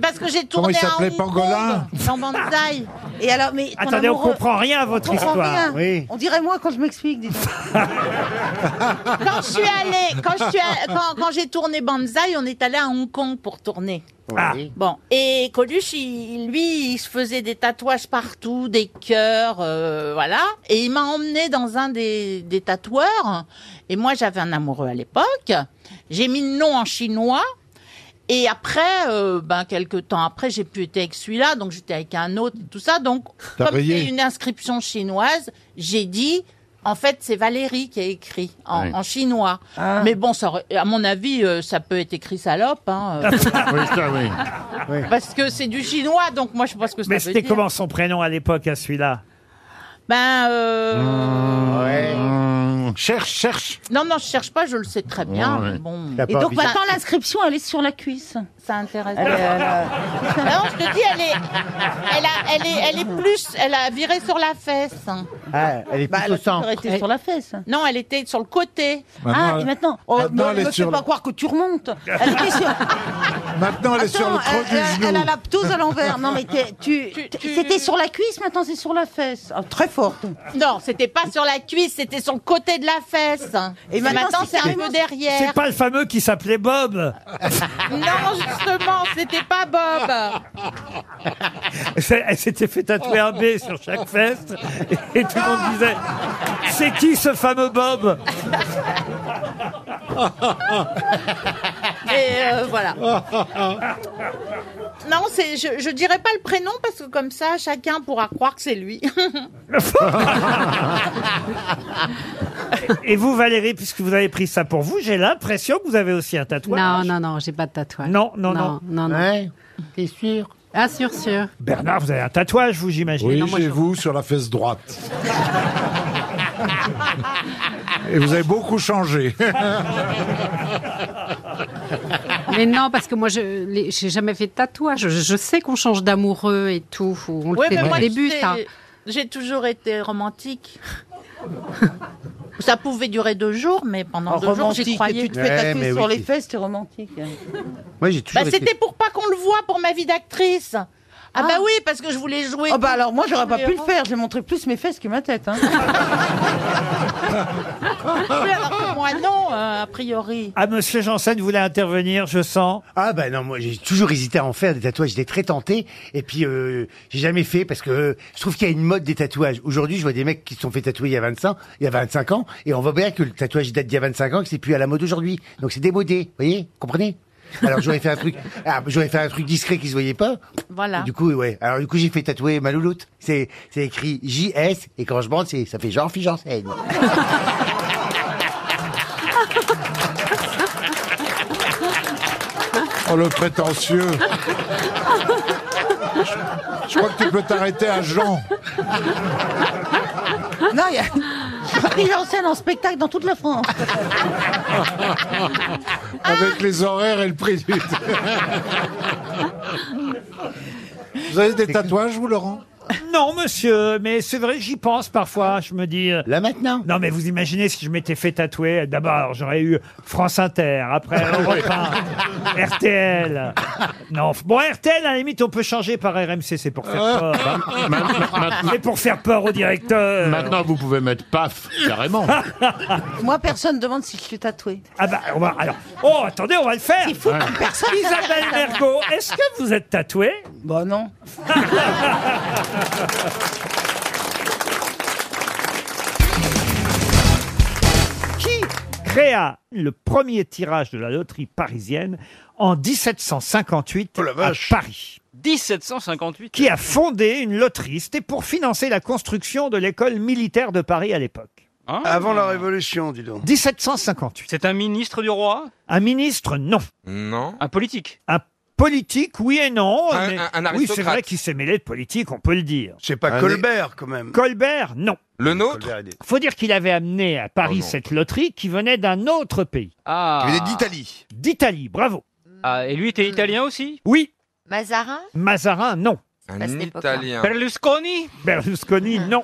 Speaker 13: Parce que j'ai
Speaker 4: Comment
Speaker 13: tourné
Speaker 4: il
Speaker 13: à
Speaker 4: s'appelait,
Speaker 13: Hong Kong,
Speaker 4: Pangolin
Speaker 13: dans Banzai. Et alors, mais
Speaker 1: Attendez, on comprend rien à votre
Speaker 3: comprend
Speaker 1: histoire.
Speaker 3: rien. On dirait moi quand je m'explique. dis donc.
Speaker 13: quand je suis allée, quand je suis allée- quand, quand j'ai tourné Banzai, on est allé à Hong Kong pour tourner.
Speaker 1: Ah.
Speaker 13: Bon, et Coluche, il- lui, il se faisait des tatouages partout, des cœurs, euh, voilà. Et il m'a emmené dans un des, des tatoueurs. Et moi, j'avais un amoureux à l'époque. J'ai mis le nom en chinois. Et après, euh, ben, quelques temps après, j'ai pu être avec celui-là, donc j'étais avec un autre, tout ça. Donc,
Speaker 4: T'as
Speaker 13: comme
Speaker 4: rayé.
Speaker 13: c'est une inscription chinoise, j'ai dit, en fait, c'est Valérie qui a écrit en,
Speaker 4: Oui.
Speaker 13: en chinois.
Speaker 4: Ah.
Speaker 13: Mais bon, ça aurait- à mon avis, euh, ça peut être écrit salope. hein, euh.
Speaker 4: oui, ça, oui.
Speaker 13: Parce que c'est du chinois, donc moi je pense que ça
Speaker 1: Mais
Speaker 13: veut
Speaker 1: c'était
Speaker 13: dire.
Speaker 1: comment son prénom à l'époque à celui-là
Speaker 13: Ben, euh,
Speaker 4: Cherche, cherche.
Speaker 13: non, non, je cherche pas, je le sais très bien.
Speaker 4: Ouais, ouais.
Speaker 13: mais Bon.
Speaker 4: T'as pas envie.
Speaker 13: maintenant,
Speaker 3: l'inscription, elle est sur la cuisse.
Speaker 13: Ça intéresse.
Speaker 3: Elle est, elle, euh,
Speaker 13: non, je te dis, elle est, elle, a- elle est, elle est plus, elle a viré sur la fesse. hein.
Speaker 35: Ah, elle est
Speaker 13: Bah,
Speaker 35: plutôt
Speaker 13: elle a
Speaker 35: centre.
Speaker 13: toujours été
Speaker 35: Elle-
Speaker 13: sur la fesse. Non, elle était sur le côté.
Speaker 35: Maintenant, Ah, et
Speaker 13: maintenant,
Speaker 35: oh, maintenant, non, elle ne est me
Speaker 3: fais sur pas le-
Speaker 13: croire que tu remontes.
Speaker 3: Elle était sur-
Speaker 4: Maintenant, elle est sur le
Speaker 3: Attends,
Speaker 4: creux
Speaker 3: elle,
Speaker 4: du genou.
Speaker 3: elle a la ptose à l'envers. Non, mais t'es- tu, t'es- c'était sur la cuisse, maintenant c'est sur la fesse. Ah, très forte.
Speaker 13: Non, c'était pas sur la cuisse, c'était sur le côté de la fesse. Et maintenant, c'est un peu derrière.
Speaker 1: C'est pas le fameux qui s'appelait Bob
Speaker 13: Non, justement, c'était pas Bob.
Speaker 1: C'est- Elle s'était fait tatouer un B sur chaque fesse et, et tout le monde disait C'est qui ce fameux Bob
Speaker 13: Et euh, voilà. Non, c'est, je, je dirais pas le prénom parce que comme ça, chacun pourra croire que c'est lui.
Speaker 1: Et vous, Valérie, puisque vous avez pris ça pour vous, j'ai l'impression que vous avez aussi un tatouage.
Speaker 12: Non, non, non, j'ai pas de tatouage.
Speaker 1: Non, non, non.
Speaker 12: non. Non, non.
Speaker 1: Ouais,
Speaker 12: T'es sûr Ah, sûr, sûr.
Speaker 1: Bernard, vous avez un tatouage, vous, j'imagine.
Speaker 3: Oui,
Speaker 12: Non, moi,
Speaker 3: chez
Speaker 12: je-
Speaker 3: vous, sur la fesse droite. Et vous avez beaucoup changé.
Speaker 1: Ben.
Speaker 12: Mais non, parce que moi, je les- j'ai jamais fait de tatouage. Je, je sais qu'on change d'amoureux et tout. Faut- On le
Speaker 13: Ouais,
Speaker 12: fait
Speaker 13: mais
Speaker 12: dès
Speaker 13: moi,
Speaker 12: le début,
Speaker 13: j'ai-
Speaker 12: ça.
Speaker 13: J'ai toujours été romantique. ça pouvait durer deux jours, mais pendant
Speaker 14: En
Speaker 13: deux jours, j'y
Speaker 14: Oh, romantique,
Speaker 13: croyais.
Speaker 14: tu te fais Ouais, tatouer mais sur oui, les tu-
Speaker 13: fesses, c'est romantique.
Speaker 14: Moi, j'ai
Speaker 13: Bah, c'était pour pas qu'on le voie pour ma vie d'actrice. Ah, bah oui, parce que je voulais jouer.
Speaker 14: Oh bah alors moi j'aurais pas
Speaker 13: les
Speaker 14: pu le
Speaker 13: rôles.
Speaker 14: faire, j'ai montré plus mes fesses que ma tête. hein.
Speaker 13: Oui, alors que moi non, euh, a priori.
Speaker 1: Ah, monsieur Janssen voulait intervenir, je sens.
Speaker 11: Ah ben non, moi j'ai toujours hésité à en faire des tatouages, j'étais très tenté, et puis euh, j'ai jamais fait parce que euh, je trouve qu'il y a une mode des tatouages. Aujourd'hui, je vois des mecs qui se sont fait tatouer il y a 25, il y a 25 ans, et on voit bien que le tatouage date d'il y a 25 ans, que c'est plus à la mode aujourd'hui. Donc c'est démodé, vous voyez, comprenez Alors j'aurais fait un truc, ah, j'aurais fait un truc discret qui se voyait pas.
Speaker 13: Voilà.
Speaker 11: Et Du coup, ouais. Alors du coup, j'ai fait tatouer ma louloute. C'est c'est écrit JS, et quand je bande, c'est ça fait genre Janssen.
Speaker 3: Oh, le prétentieux. Je crois que tu peux t'arrêter à Jean.
Speaker 14: non, il y a pris Janssen en spectacle dans toute la France.
Speaker 3: Avec les horaires et le prix du... Vous avez des tatouages, vous, Laurent
Speaker 1: Non, monsieur, mais c'est vrai, j'y pense parfois. Je me dis. euh,
Speaker 11: Là maintenant
Speaker 1: Non, mais vous imaginez si je m'étais fait tatouer. D'abord, j'aurais eu France Inter, après
Speaker 3: Ah
Speaker 1: Europe 1, RTL. Non, f- bon, RTL, à la limite, on peut changer par RMC, c'est pour
Speaker 3: Ah.
Speaker 1: faire peur. hein. C'est pour faire peur au directeur.
Speaker 36: Maintenant, vous pouvez mettre paf, carrément.
Speaker 14: Moi personne ne demande si je suis tatouée.
Speaker 1: Ah bah, on va, alors. Oh, attendez, on va le faire.
Speaker 14: C'est fou comme Ouais. personne.
Speaker 1: Isabelle Mergo, est-ce que vous êtes tatouée
Speaker 14: Bah non.
Speaker 1: Qui créa le premier tirage de la loterie parisienne en 1758 à Paris
Speaker 15: 1758.
Speaker 1: Qui a fondé une loterie C'était pour financer la construction de l'école militaire de Paris à l'époque.
Speaker 6: Hein
Speaker 2: Avant la Révolution, dis donc.
Speaker 1: 1758.
Speaker 37: C'est un ministre du roi
Speaker 1: Un ministre, non.
Speaker 37: Non. Un politique
Speaker 1: Un politique, oui et non.
Speaker 37: Un-
Speaker 1: mais-
Speaker 37: un- un
Speaker 1: oui, c'est
Speaker 37: aristocrate.
Speaker 1: vrai qu'il s'est mêlé de politique, on peut le dire.
Speaker 2: C'est pas Colbert, quand même.
Speaker 1: Colbert, non.
Speaker 2: Le nôtre
Speaker 1: Faut dire qu'il avait amené à Paris cette loterie qui venait d'un autre pays.
Speaker 37: Ah. Il venait d'Italie.
Speaker 1: D'Italie, bravo.
Speaker 37: Ah, et lui était italien aussi
Speaker 1: Oui.
Speaker 20: Mazarin
Speaker 1: Mazarin, non.
Speaker 20: Pas cette époque-là.
Speaker 37: Italien. Berlusconi
Speaker 1: Berlusconi, non.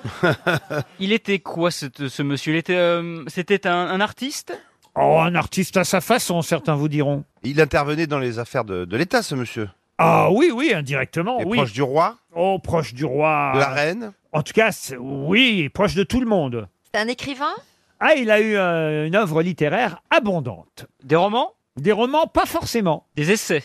Speaker 37: Il était quoi ce, ce monsieur Il était, euh, C'était un, un artiste
Speaker 1: Oh, un artiste à sa façon, certains vous diront.
Speaker 2: Il intervenait dans les affaires de, de l'État, ce monsieur.
Speaker 1: Ah oui, oui, indirectement,
Speaker 2: Et
Speaker 1: oui.
Speaker 2: proche du roi
Speaker 1: Oh, proche du roi.
Speaker 2: De la reine
Speaker 1: En tout cas, c'est- oui, proche de tout le monde.
Speaker 20: C'est un écrivain
Speaker 1: Ah, il a eu euh, une œuvre littéraire abondante. Des romans Des romans, pas forcément. Des essais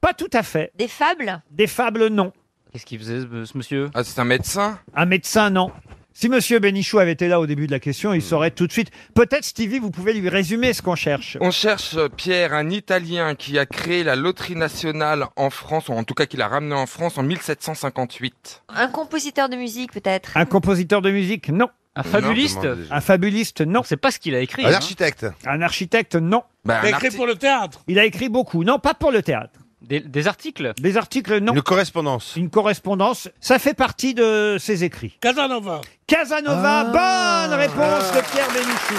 Speaker 1: Pas tout à fait.
Speaker 20: Des fables
Speaker 1: Des fables, non.
Speaker 37: Qu'est-ce qu'il faisait ce, ce monsieur
Speaker 6: Ah, c'est un médecin
Speaker 1: Un médecin, non. Si Monsieur Bénichou avait été là au début de la question, il saurait tout de suite. Peut-être, Stevie, vous pouvez lui résumer ce qu'on cherche.
Speaker 6: On cherche, euh, Pierre, un Italien qui a créé la loterie nationale en France, ou en tout cas qui l'a ramenée en France en 1758.
Speaker 20: Un compositeur de musique, peut-être
Speaker 1: Un compositeur de musique, non. Un
Speaker 6: fabuliste Non, demandez-
Speaker 1: Un fabuliste, non. C'est pas ce qu'il a écrit.
Speaker 6: Un hein.
Speaker 1: architecte Un architecte, non.
Speaker 6: Bah, Il a un écrit arti- pour
Speaker 1: le théâtre Il a écrit beaucoup. Non, pas pour le théâtre.
Speaker 37: Des, des articles
Speaker 1: Des articles, non. Une correspondance. Une correspondance. Ça fait partie de ses écrits.
Speaker 6: Casanova.
Speaker 1: Casanova, bonne réponse de Pierre Bénichou.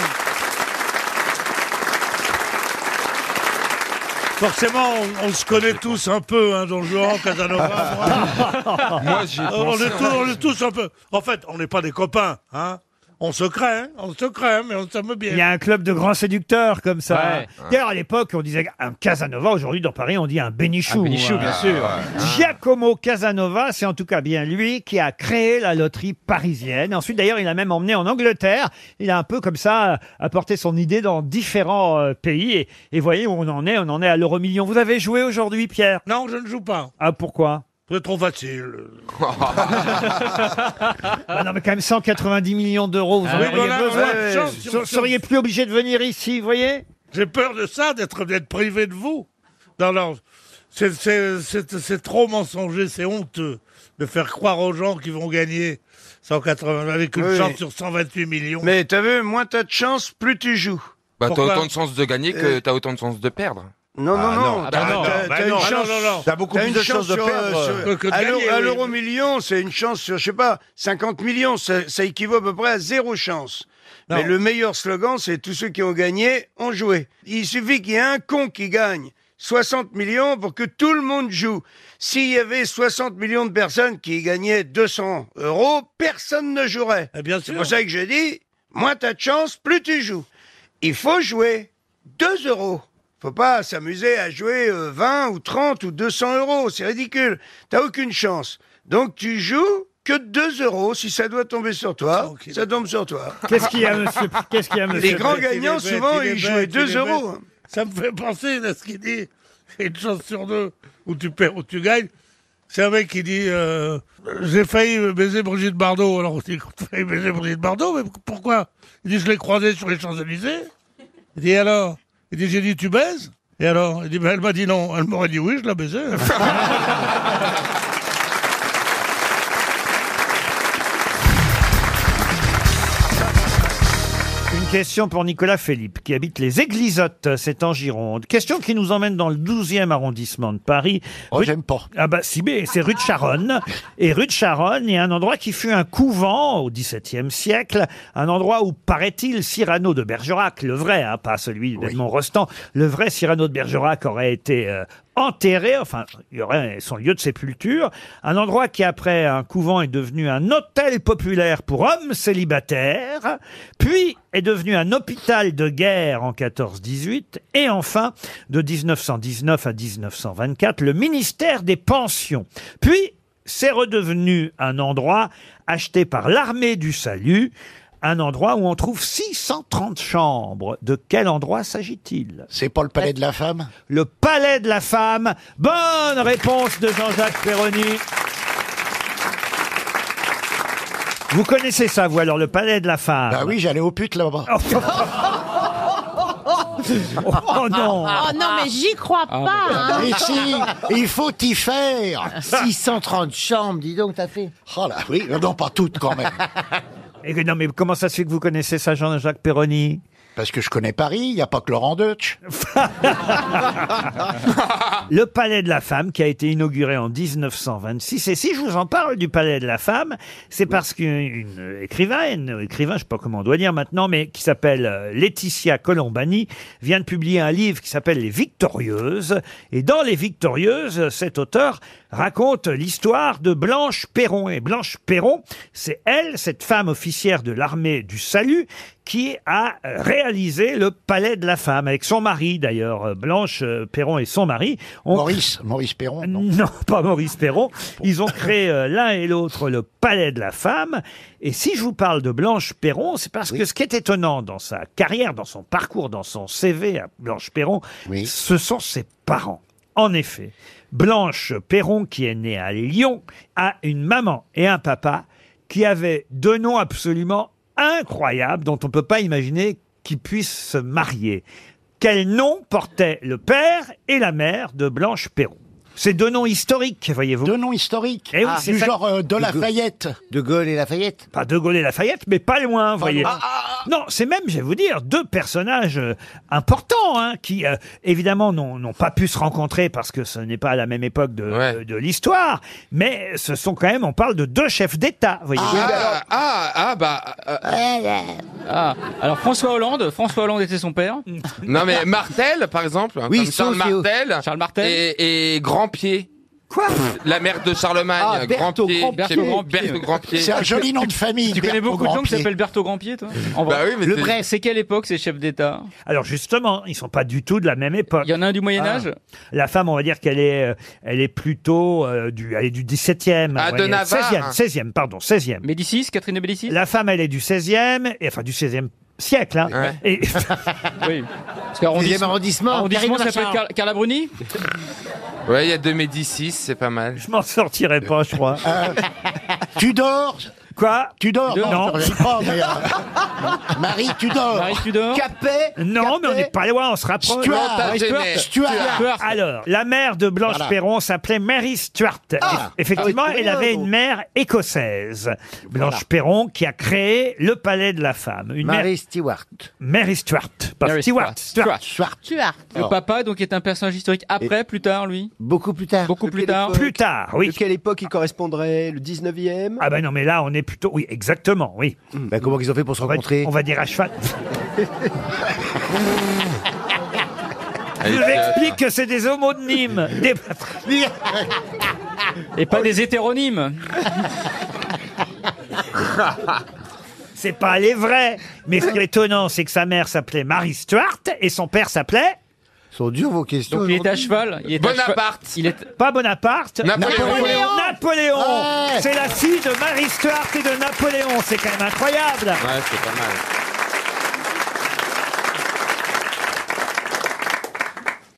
Speaker 4: Forcément, on, on se connaît tous un peu, hein, Don Juan, Casanova. moi.
Speaker 6: Moi, j'y ai
Speaker 4: Euh, on,
Speaker 6: pensé,
Speaker 4: est tous,
Speaker 6: en fait.
Speaker 4: on est tous un peu. En fait, on n'est pas des copains, hein. On se craint, on se craint, mais on s'aime bien.
Speaker 1: Il y a un club de grands séducteurs comme ça.
Speaker 4: Ouais.
Speaker 1: D'ailleurs, à l'époque, on disait un Casanova. Aujourd'hui, dans Paris, on dit un
Speaker 4: Ah,
Speaker 1: Bénichou.
Speaker 37: Un Bénichou,
Speaker 1: hein.
Speaker 37: bien sûr.
Speaker 1: Giacomo Casanova, c'est en tout cas bien lui qui a créé la loterie parisienne. Ensuite, d'ailleurs, il a même emmené en Angleterre. Il a un peu comme ça apporté son idée dans différents euh, pays. Et, et voyez où on en est. On en est à l'euro million. Vous avez joué aujourd'hui, Pierre
Speaker 4: Non, je ne joue pas.
Speaker 1: Ah, pourquoi
Speaker 4: C'est trop facile.
Speaker 1: Ah Non, mais quand même 190 millions d'euros. Vous
Speaker 4: Ah
Speaker 1: en
Speaker 4: oui,
Speaker 1: auriez
Speaker 4: voilà,
Speaker 1: besoin.
Speaker 4: on a de chance,
Speaker 1: Vous
Speaker 4: on a de
Speaker 1: seriez plus obligé de venir ici, vous voyez
Speaker 4: J'ai peur de ça, d'être d'être privé de vous. Non, non, c'est- c'est c'est- c'est trop mensonger, c'est honteux de faire croire aux gens qu'ils vont gagner 180 avec une
Speaker 2: Oui.
Speaker 4: chance sur 128 millions.
Speaker 2: Mais t'as vu, moins t'as de chance, plus tu joues.
Speaker 6: Bah, t'as
Speaker 2: Pourquoi
Speaker 6: autant de chances de gagner que
Speaker 2: Euh,
Speaker 6: t'as autant de chances de perdre.
Speaker 2: Non, non,
Speaker 6: Ah,
Speaker 2: non.
Speaker 6: non.
Speaker 2: t'as-
Speaker 6: Ah, non,
Speaker 2: t'as-
Speaker 6: bah
Speaker 2: t'as
Speaker 6: non,
Speaker 2: une
Speaker 6: ah,
Speaker 2: chance-
Speaker 6: non, non, non.
Speaker 2: t'as beaucoup
Speaker 6: T'as
Speaker 2: plus
Speaker 6: une
Speaker 2: de
Speaker 6: chance
Speaker 2: chances de
Speaker 6: sur, euh,
Speaker 2: perdre.
Speaker 6: sur-
Speaker 2: euh,
Speaker 6: que de
Speaker 2: à l'euro-
Speaker 6: gagner,
Speaker 2: à
Speaker 6: oui.
Speaker 2: l'euro million, c'est une chance sur, je sais pas, 50 millions. Ça, ça équivaut à peu près à zéro chance. Mais le meilleur slogan, c'est tous ceux qui ont gagné ont joué. Il suffit qu'il y ait un con qui gagne. 60 millions pour que tout le monde joue. S'il y avait 60 millions de personnes qui gagnaient 200 euros, personne ne jouerait.
Speaker 6: Eh,
Speaker 2: C'est pour ça que je dis, moins t'as de chance, plus tu joues. Il faut jouer 2 euros. Faut pas s'amuser à jouer euh, 20 ou 30 ou 200 euros, c'est ridicule. T'as aucune chance. Donc tu joues que 2 euros. Si ça doit tomber sur toi, ça tombe sur toi.
Speaker 4: Qu'est-ce qu'il y a, monsieur- qu'est-ce qu'il y a,
Speaker 2: Les
Speaker 4: monsieur
Speaker 2: grands
Speaker 4: Bête, il est
Speaker 2: gagnants,
Speaker 4: bête,
Speaker 2: souvent,
Speaker 4: il est
Speaker 2: ils
Speaker 4: bête,
Speaker 2: jouaient
Speaker 4: il
Speaker 2: 2
Speaker 4: est
Speaker 2: euros. hein.
Speaker 4: bête. Ça me fait penser à ce qu'il dit. Une chance sur deux où tu perds ou tu gagnes. C'est un mec qui dit euh, J'ai failli baiser Brigitte Bardot. Alors on dit J'ai failli baiser Brigitte Bardot, mais pourquoi Il dit Je l'ai croisée sur les Champs-Élysées. Il dit alors Il dit J'ai dit Tu baises Et alors Il dit Ben, Elle m'a dit non. Elle m'aurait dit Oui, je la baisais.
Speaker 1: Une question pour Nicolas Philippe, qui habite les Églisottes, c'est en Gironde. Question qui nous emmène dans le 12e arrondissement de Paris. Oh, j'aime pas. Ah bah si, mais c'est rue de Charonne. Et rue de Charonne, il y a un endroit qui fut un couvent au XVIIe siècle, un endroit où, paraît-il, Cyrano de Bergerac, le vrai, hein, pas celui d'Edmond Rostand, le vrai Cyrano de Bergerac aurait été... euh, enterré, enfin, il y aurait son lieu de sépulture, un endroit qui après un couvent est devenu un hôtel populaire pour hommes célibataires, puis est devenu un hôpital de guerre en 14-18, et enfin, de 1919 à 1924, le ministère des pensions. Puis, c'est redevenu un endroit acheté par l'armée du salut, un endroit où on trouve 630 chambres. De quel endroit s'agit-il C'est pas le palais de la femme Le palais de la femme. Bonne réponse de Jean-Jacques Ferroni. Vous connaissez ça, vous alors, le palais de la femme
Speaker 11: Ben
Speaker 1: Oh. Bah oui, j'allais au pute là-bas.
Speaker 4: Oh non
Speaker 13: Oh non, mais j'y crois
Speaker 11: Ah,
Speaker 13: pas
Speaker 11: bah.
Speaker 13: hein.
Speaker 11: Mais si, il faut y faire 630 chambres, dis donc, t'as fait Oh là, oui, non, pas toutes quand même.
Speaker 1: Et que- Eh, non, mais comment ça se fait que vous connaissez ça, Jean-Jacques Perroni
Speaker 11: Parce que je connais Paris, il n'y a pas que Laurent Deutsch.
Speaker 1: Le Palais de la Femme qui a été inauguré en 1926. Et si je vous en parle du Palais de la Femme, c'est parce qu'une écrivaine, ou écrivain, je sais pas comment on doit dire maintenant, mais qui s'appelle euh, Laetitia Colombani, vient de publier un livre qui s'appelle Les Victorieuses. Et dans Les Victorieuses, cet auteur raconte l'histoire de Blanche Perron. Et Blanche Perron, c'est elle, cette femme officière de l'armée du salut, qui a euh, réalisé le palais de la femme avec son mari d'ailleurs euh, Blanche euh, Perron et son mari Maurice Maurice Perron non. pas Maurice Perron ils ont créé euh, l'un et l'autre le palais de la femme et si je vous parle de Blanche Perron c'est parce que ce qui est étonnant dans sa carrière dans son parcours dans son CV à Blanche Perron ce sont ses parents en effet Blanche Perron qui est née à Lyon a une maman et un papa qui avait deux noms absolument incroyables dont on ne peut pas imaginer qu'ils puissent se marier. Quel nom portaient le père et la mère de Blanche Perron C'est deux noms historiques, voyez-vous. Eh Deux noms historiques
Speaker 11: Ah, du genre, euh, de Lafayette.
Speaker 1: De Gaulle et Lafayette Ah, Pas De Gaulle et Lafayette, mais pas loin, voyez.
Speaker 11: loin.
Speaker 1: Non, c'est même, je vais vous dire, deux personnages euh, importants hein, qui, euh, évidemment, n'ont n'ont pas pu se rencontrer parce que ce n'est pas à la même époque de, euh, de l'histoire, mais ce sont quand même, on parle de deux chefs d'État, voyez.
Speaker 15: Ah, ah, ah, bah. euh, ah, alors François Hollande, François Hollande était son père.
Speaker 6: Non, mais Martel, par exemple.
Speaker 15: Oui,
Speaker 6: comme Charles
Speaker 15: sauf que-
Speaker 6: Martel.
Speaker 15: Charles Martel.
Speaker 6: Et, et Grandpied. Quoi La mère de Charlemagne.
Speaker 15: Ah, Berthe
Speaker 6: Grandpied.
Speaker 15: Grandpied.
Speaker 6: qui est- Berthe Grandpied.
Speaker 15: C'est un joli nom de famille,
Speaker 6: Tu connais
Speaker 15: Berthe
Speaker 6: beaucoup de gens qui
Speaker 15: Grandpied.
Speaker 6: s'appellent Berthe
Speaker 15: Berthaud Grandpied, toi
Speaker 6: Bah oui, mais
Speaker 15: Le
Speaker 6: c'est-
Speaker 15: vrai, c'est quelle époque ces chefs d'État
Speaker 1: Alors justement, ils sont pas du tout de la même époque. Il y en
Speaker 15: a un du Moyen Âge
Speaker 1: La femme, on va dire qu'elle est, euh, elle est plutôt euh, du, elle est du 17e.
Speaker 15: Ah,
Speaker 1: ouais,
Speaker 15: de
Speaker 1: elle est
Speaker 15: Navarre.
Speaker 1: 16e, 16e, pardon, 16e.
Speaker 15: Médicis, Catherine de Médicis
Speaker 1: La femme, elle est du 16e, et, enfin du 16e siècle. Hein. Et-
Speaker 15: Oui. Parce qu'arrondissement.
Speaker 1: arrondissement,
Speaker 15: Arrondissement, ça
Speaker 1: Karine
Speaker 15: peut être
Speaker 1: Marchand.
Speaker 15: Car- Carla Bruni
Speaker 6: Ouais, il y a deux Médicis, c'est pas mal. Je
Speaker 1: m'en sortirai pas, je crois.
Speaker 11: Tu dors
Speaker 1: Quoi
Speaker 4: Tu dors
Speaker 1: Non.
Speaker 4: Non, je crois, mais, euh, Marie, tu dors.
Speaker 1: Marie, tu dors.
Speaker 4: Capet
Speaker 1: Non, mais on n'est pas loin, on se rapproche.
Speaker 4: Stuart, Stuart, Stuart, Stuart. Stuart.
Speaker 1: Alors, la mère de Blanche
Speaker 4: Voilà.
Speaker 1: Perron s'appelait Mary Stuart.
Speaker 4: Ah.
Speaker 1: Eff- Effectivement,
Speaker 4: Ah oui, c'est
Speaker 1: elle
Speaker 4: bien,
Speaker 1: avait
Speaker 4: donc.
Speaker 1: une mère écossaise, Blanche
Speaker 4: Voilà.
Speaker 1: Perron, qui a créé le palais de la femme. Une
Speaker 3: Mary
Speaker 1: mère...
Speaker 3: Stewart.
Speaker 1: Mary Stuart. Pas
Speaker 15: Mary
Speaker 1: Stewart. Stuart.
Speaker 15: Tu as. Le
Speaker 1: Alors.
Speaker 15: papa, donc, est un personnage historique après, plus tard, lui
Speaker 3: Beaucoup plus tard.
Speaker 15: Beaucoup plus tard.
Speaker 1: Plus tard, Ah, oui.
Speaker 7: De quelle époque il correspondrait Le 19e
Speaker 1: Ah ben non, mais là, on est plutôt... Oui, exactement, oui.
Speaker 3: Hmm. Ben, comment ils ont fait pour se rencontrer
Speaker 1: On va dire à cheval. Je vous explique que c'est des homonymes. Des...
Speaker 15: Et
Speaker 1: Ah
Speaker 15: pas des hétéronymes.
Speaker 1: C'est pas les vrais. Mais ce qui est étonnant, c'est que sa mère s'appelait Marie Stuart et son père s'appelait.
Speaker 3: sont dures vos questions.
Speaker 15: Donc, il est à cheval. Il est à
Speaker 1: Bonaparte.
Speaker 15: cheval. Il est...
Speaker 1: Pas Bonaparte.
Speaker 15: Napoléon. Napoléon.
Speaker 1: Napoléon.
Speaker 15: Ouais.
Speaker 1: C'est la fille de Marie Stuart et de Napoléon. C'est quand même incroyable.
Speaker 6: c'est pas mal.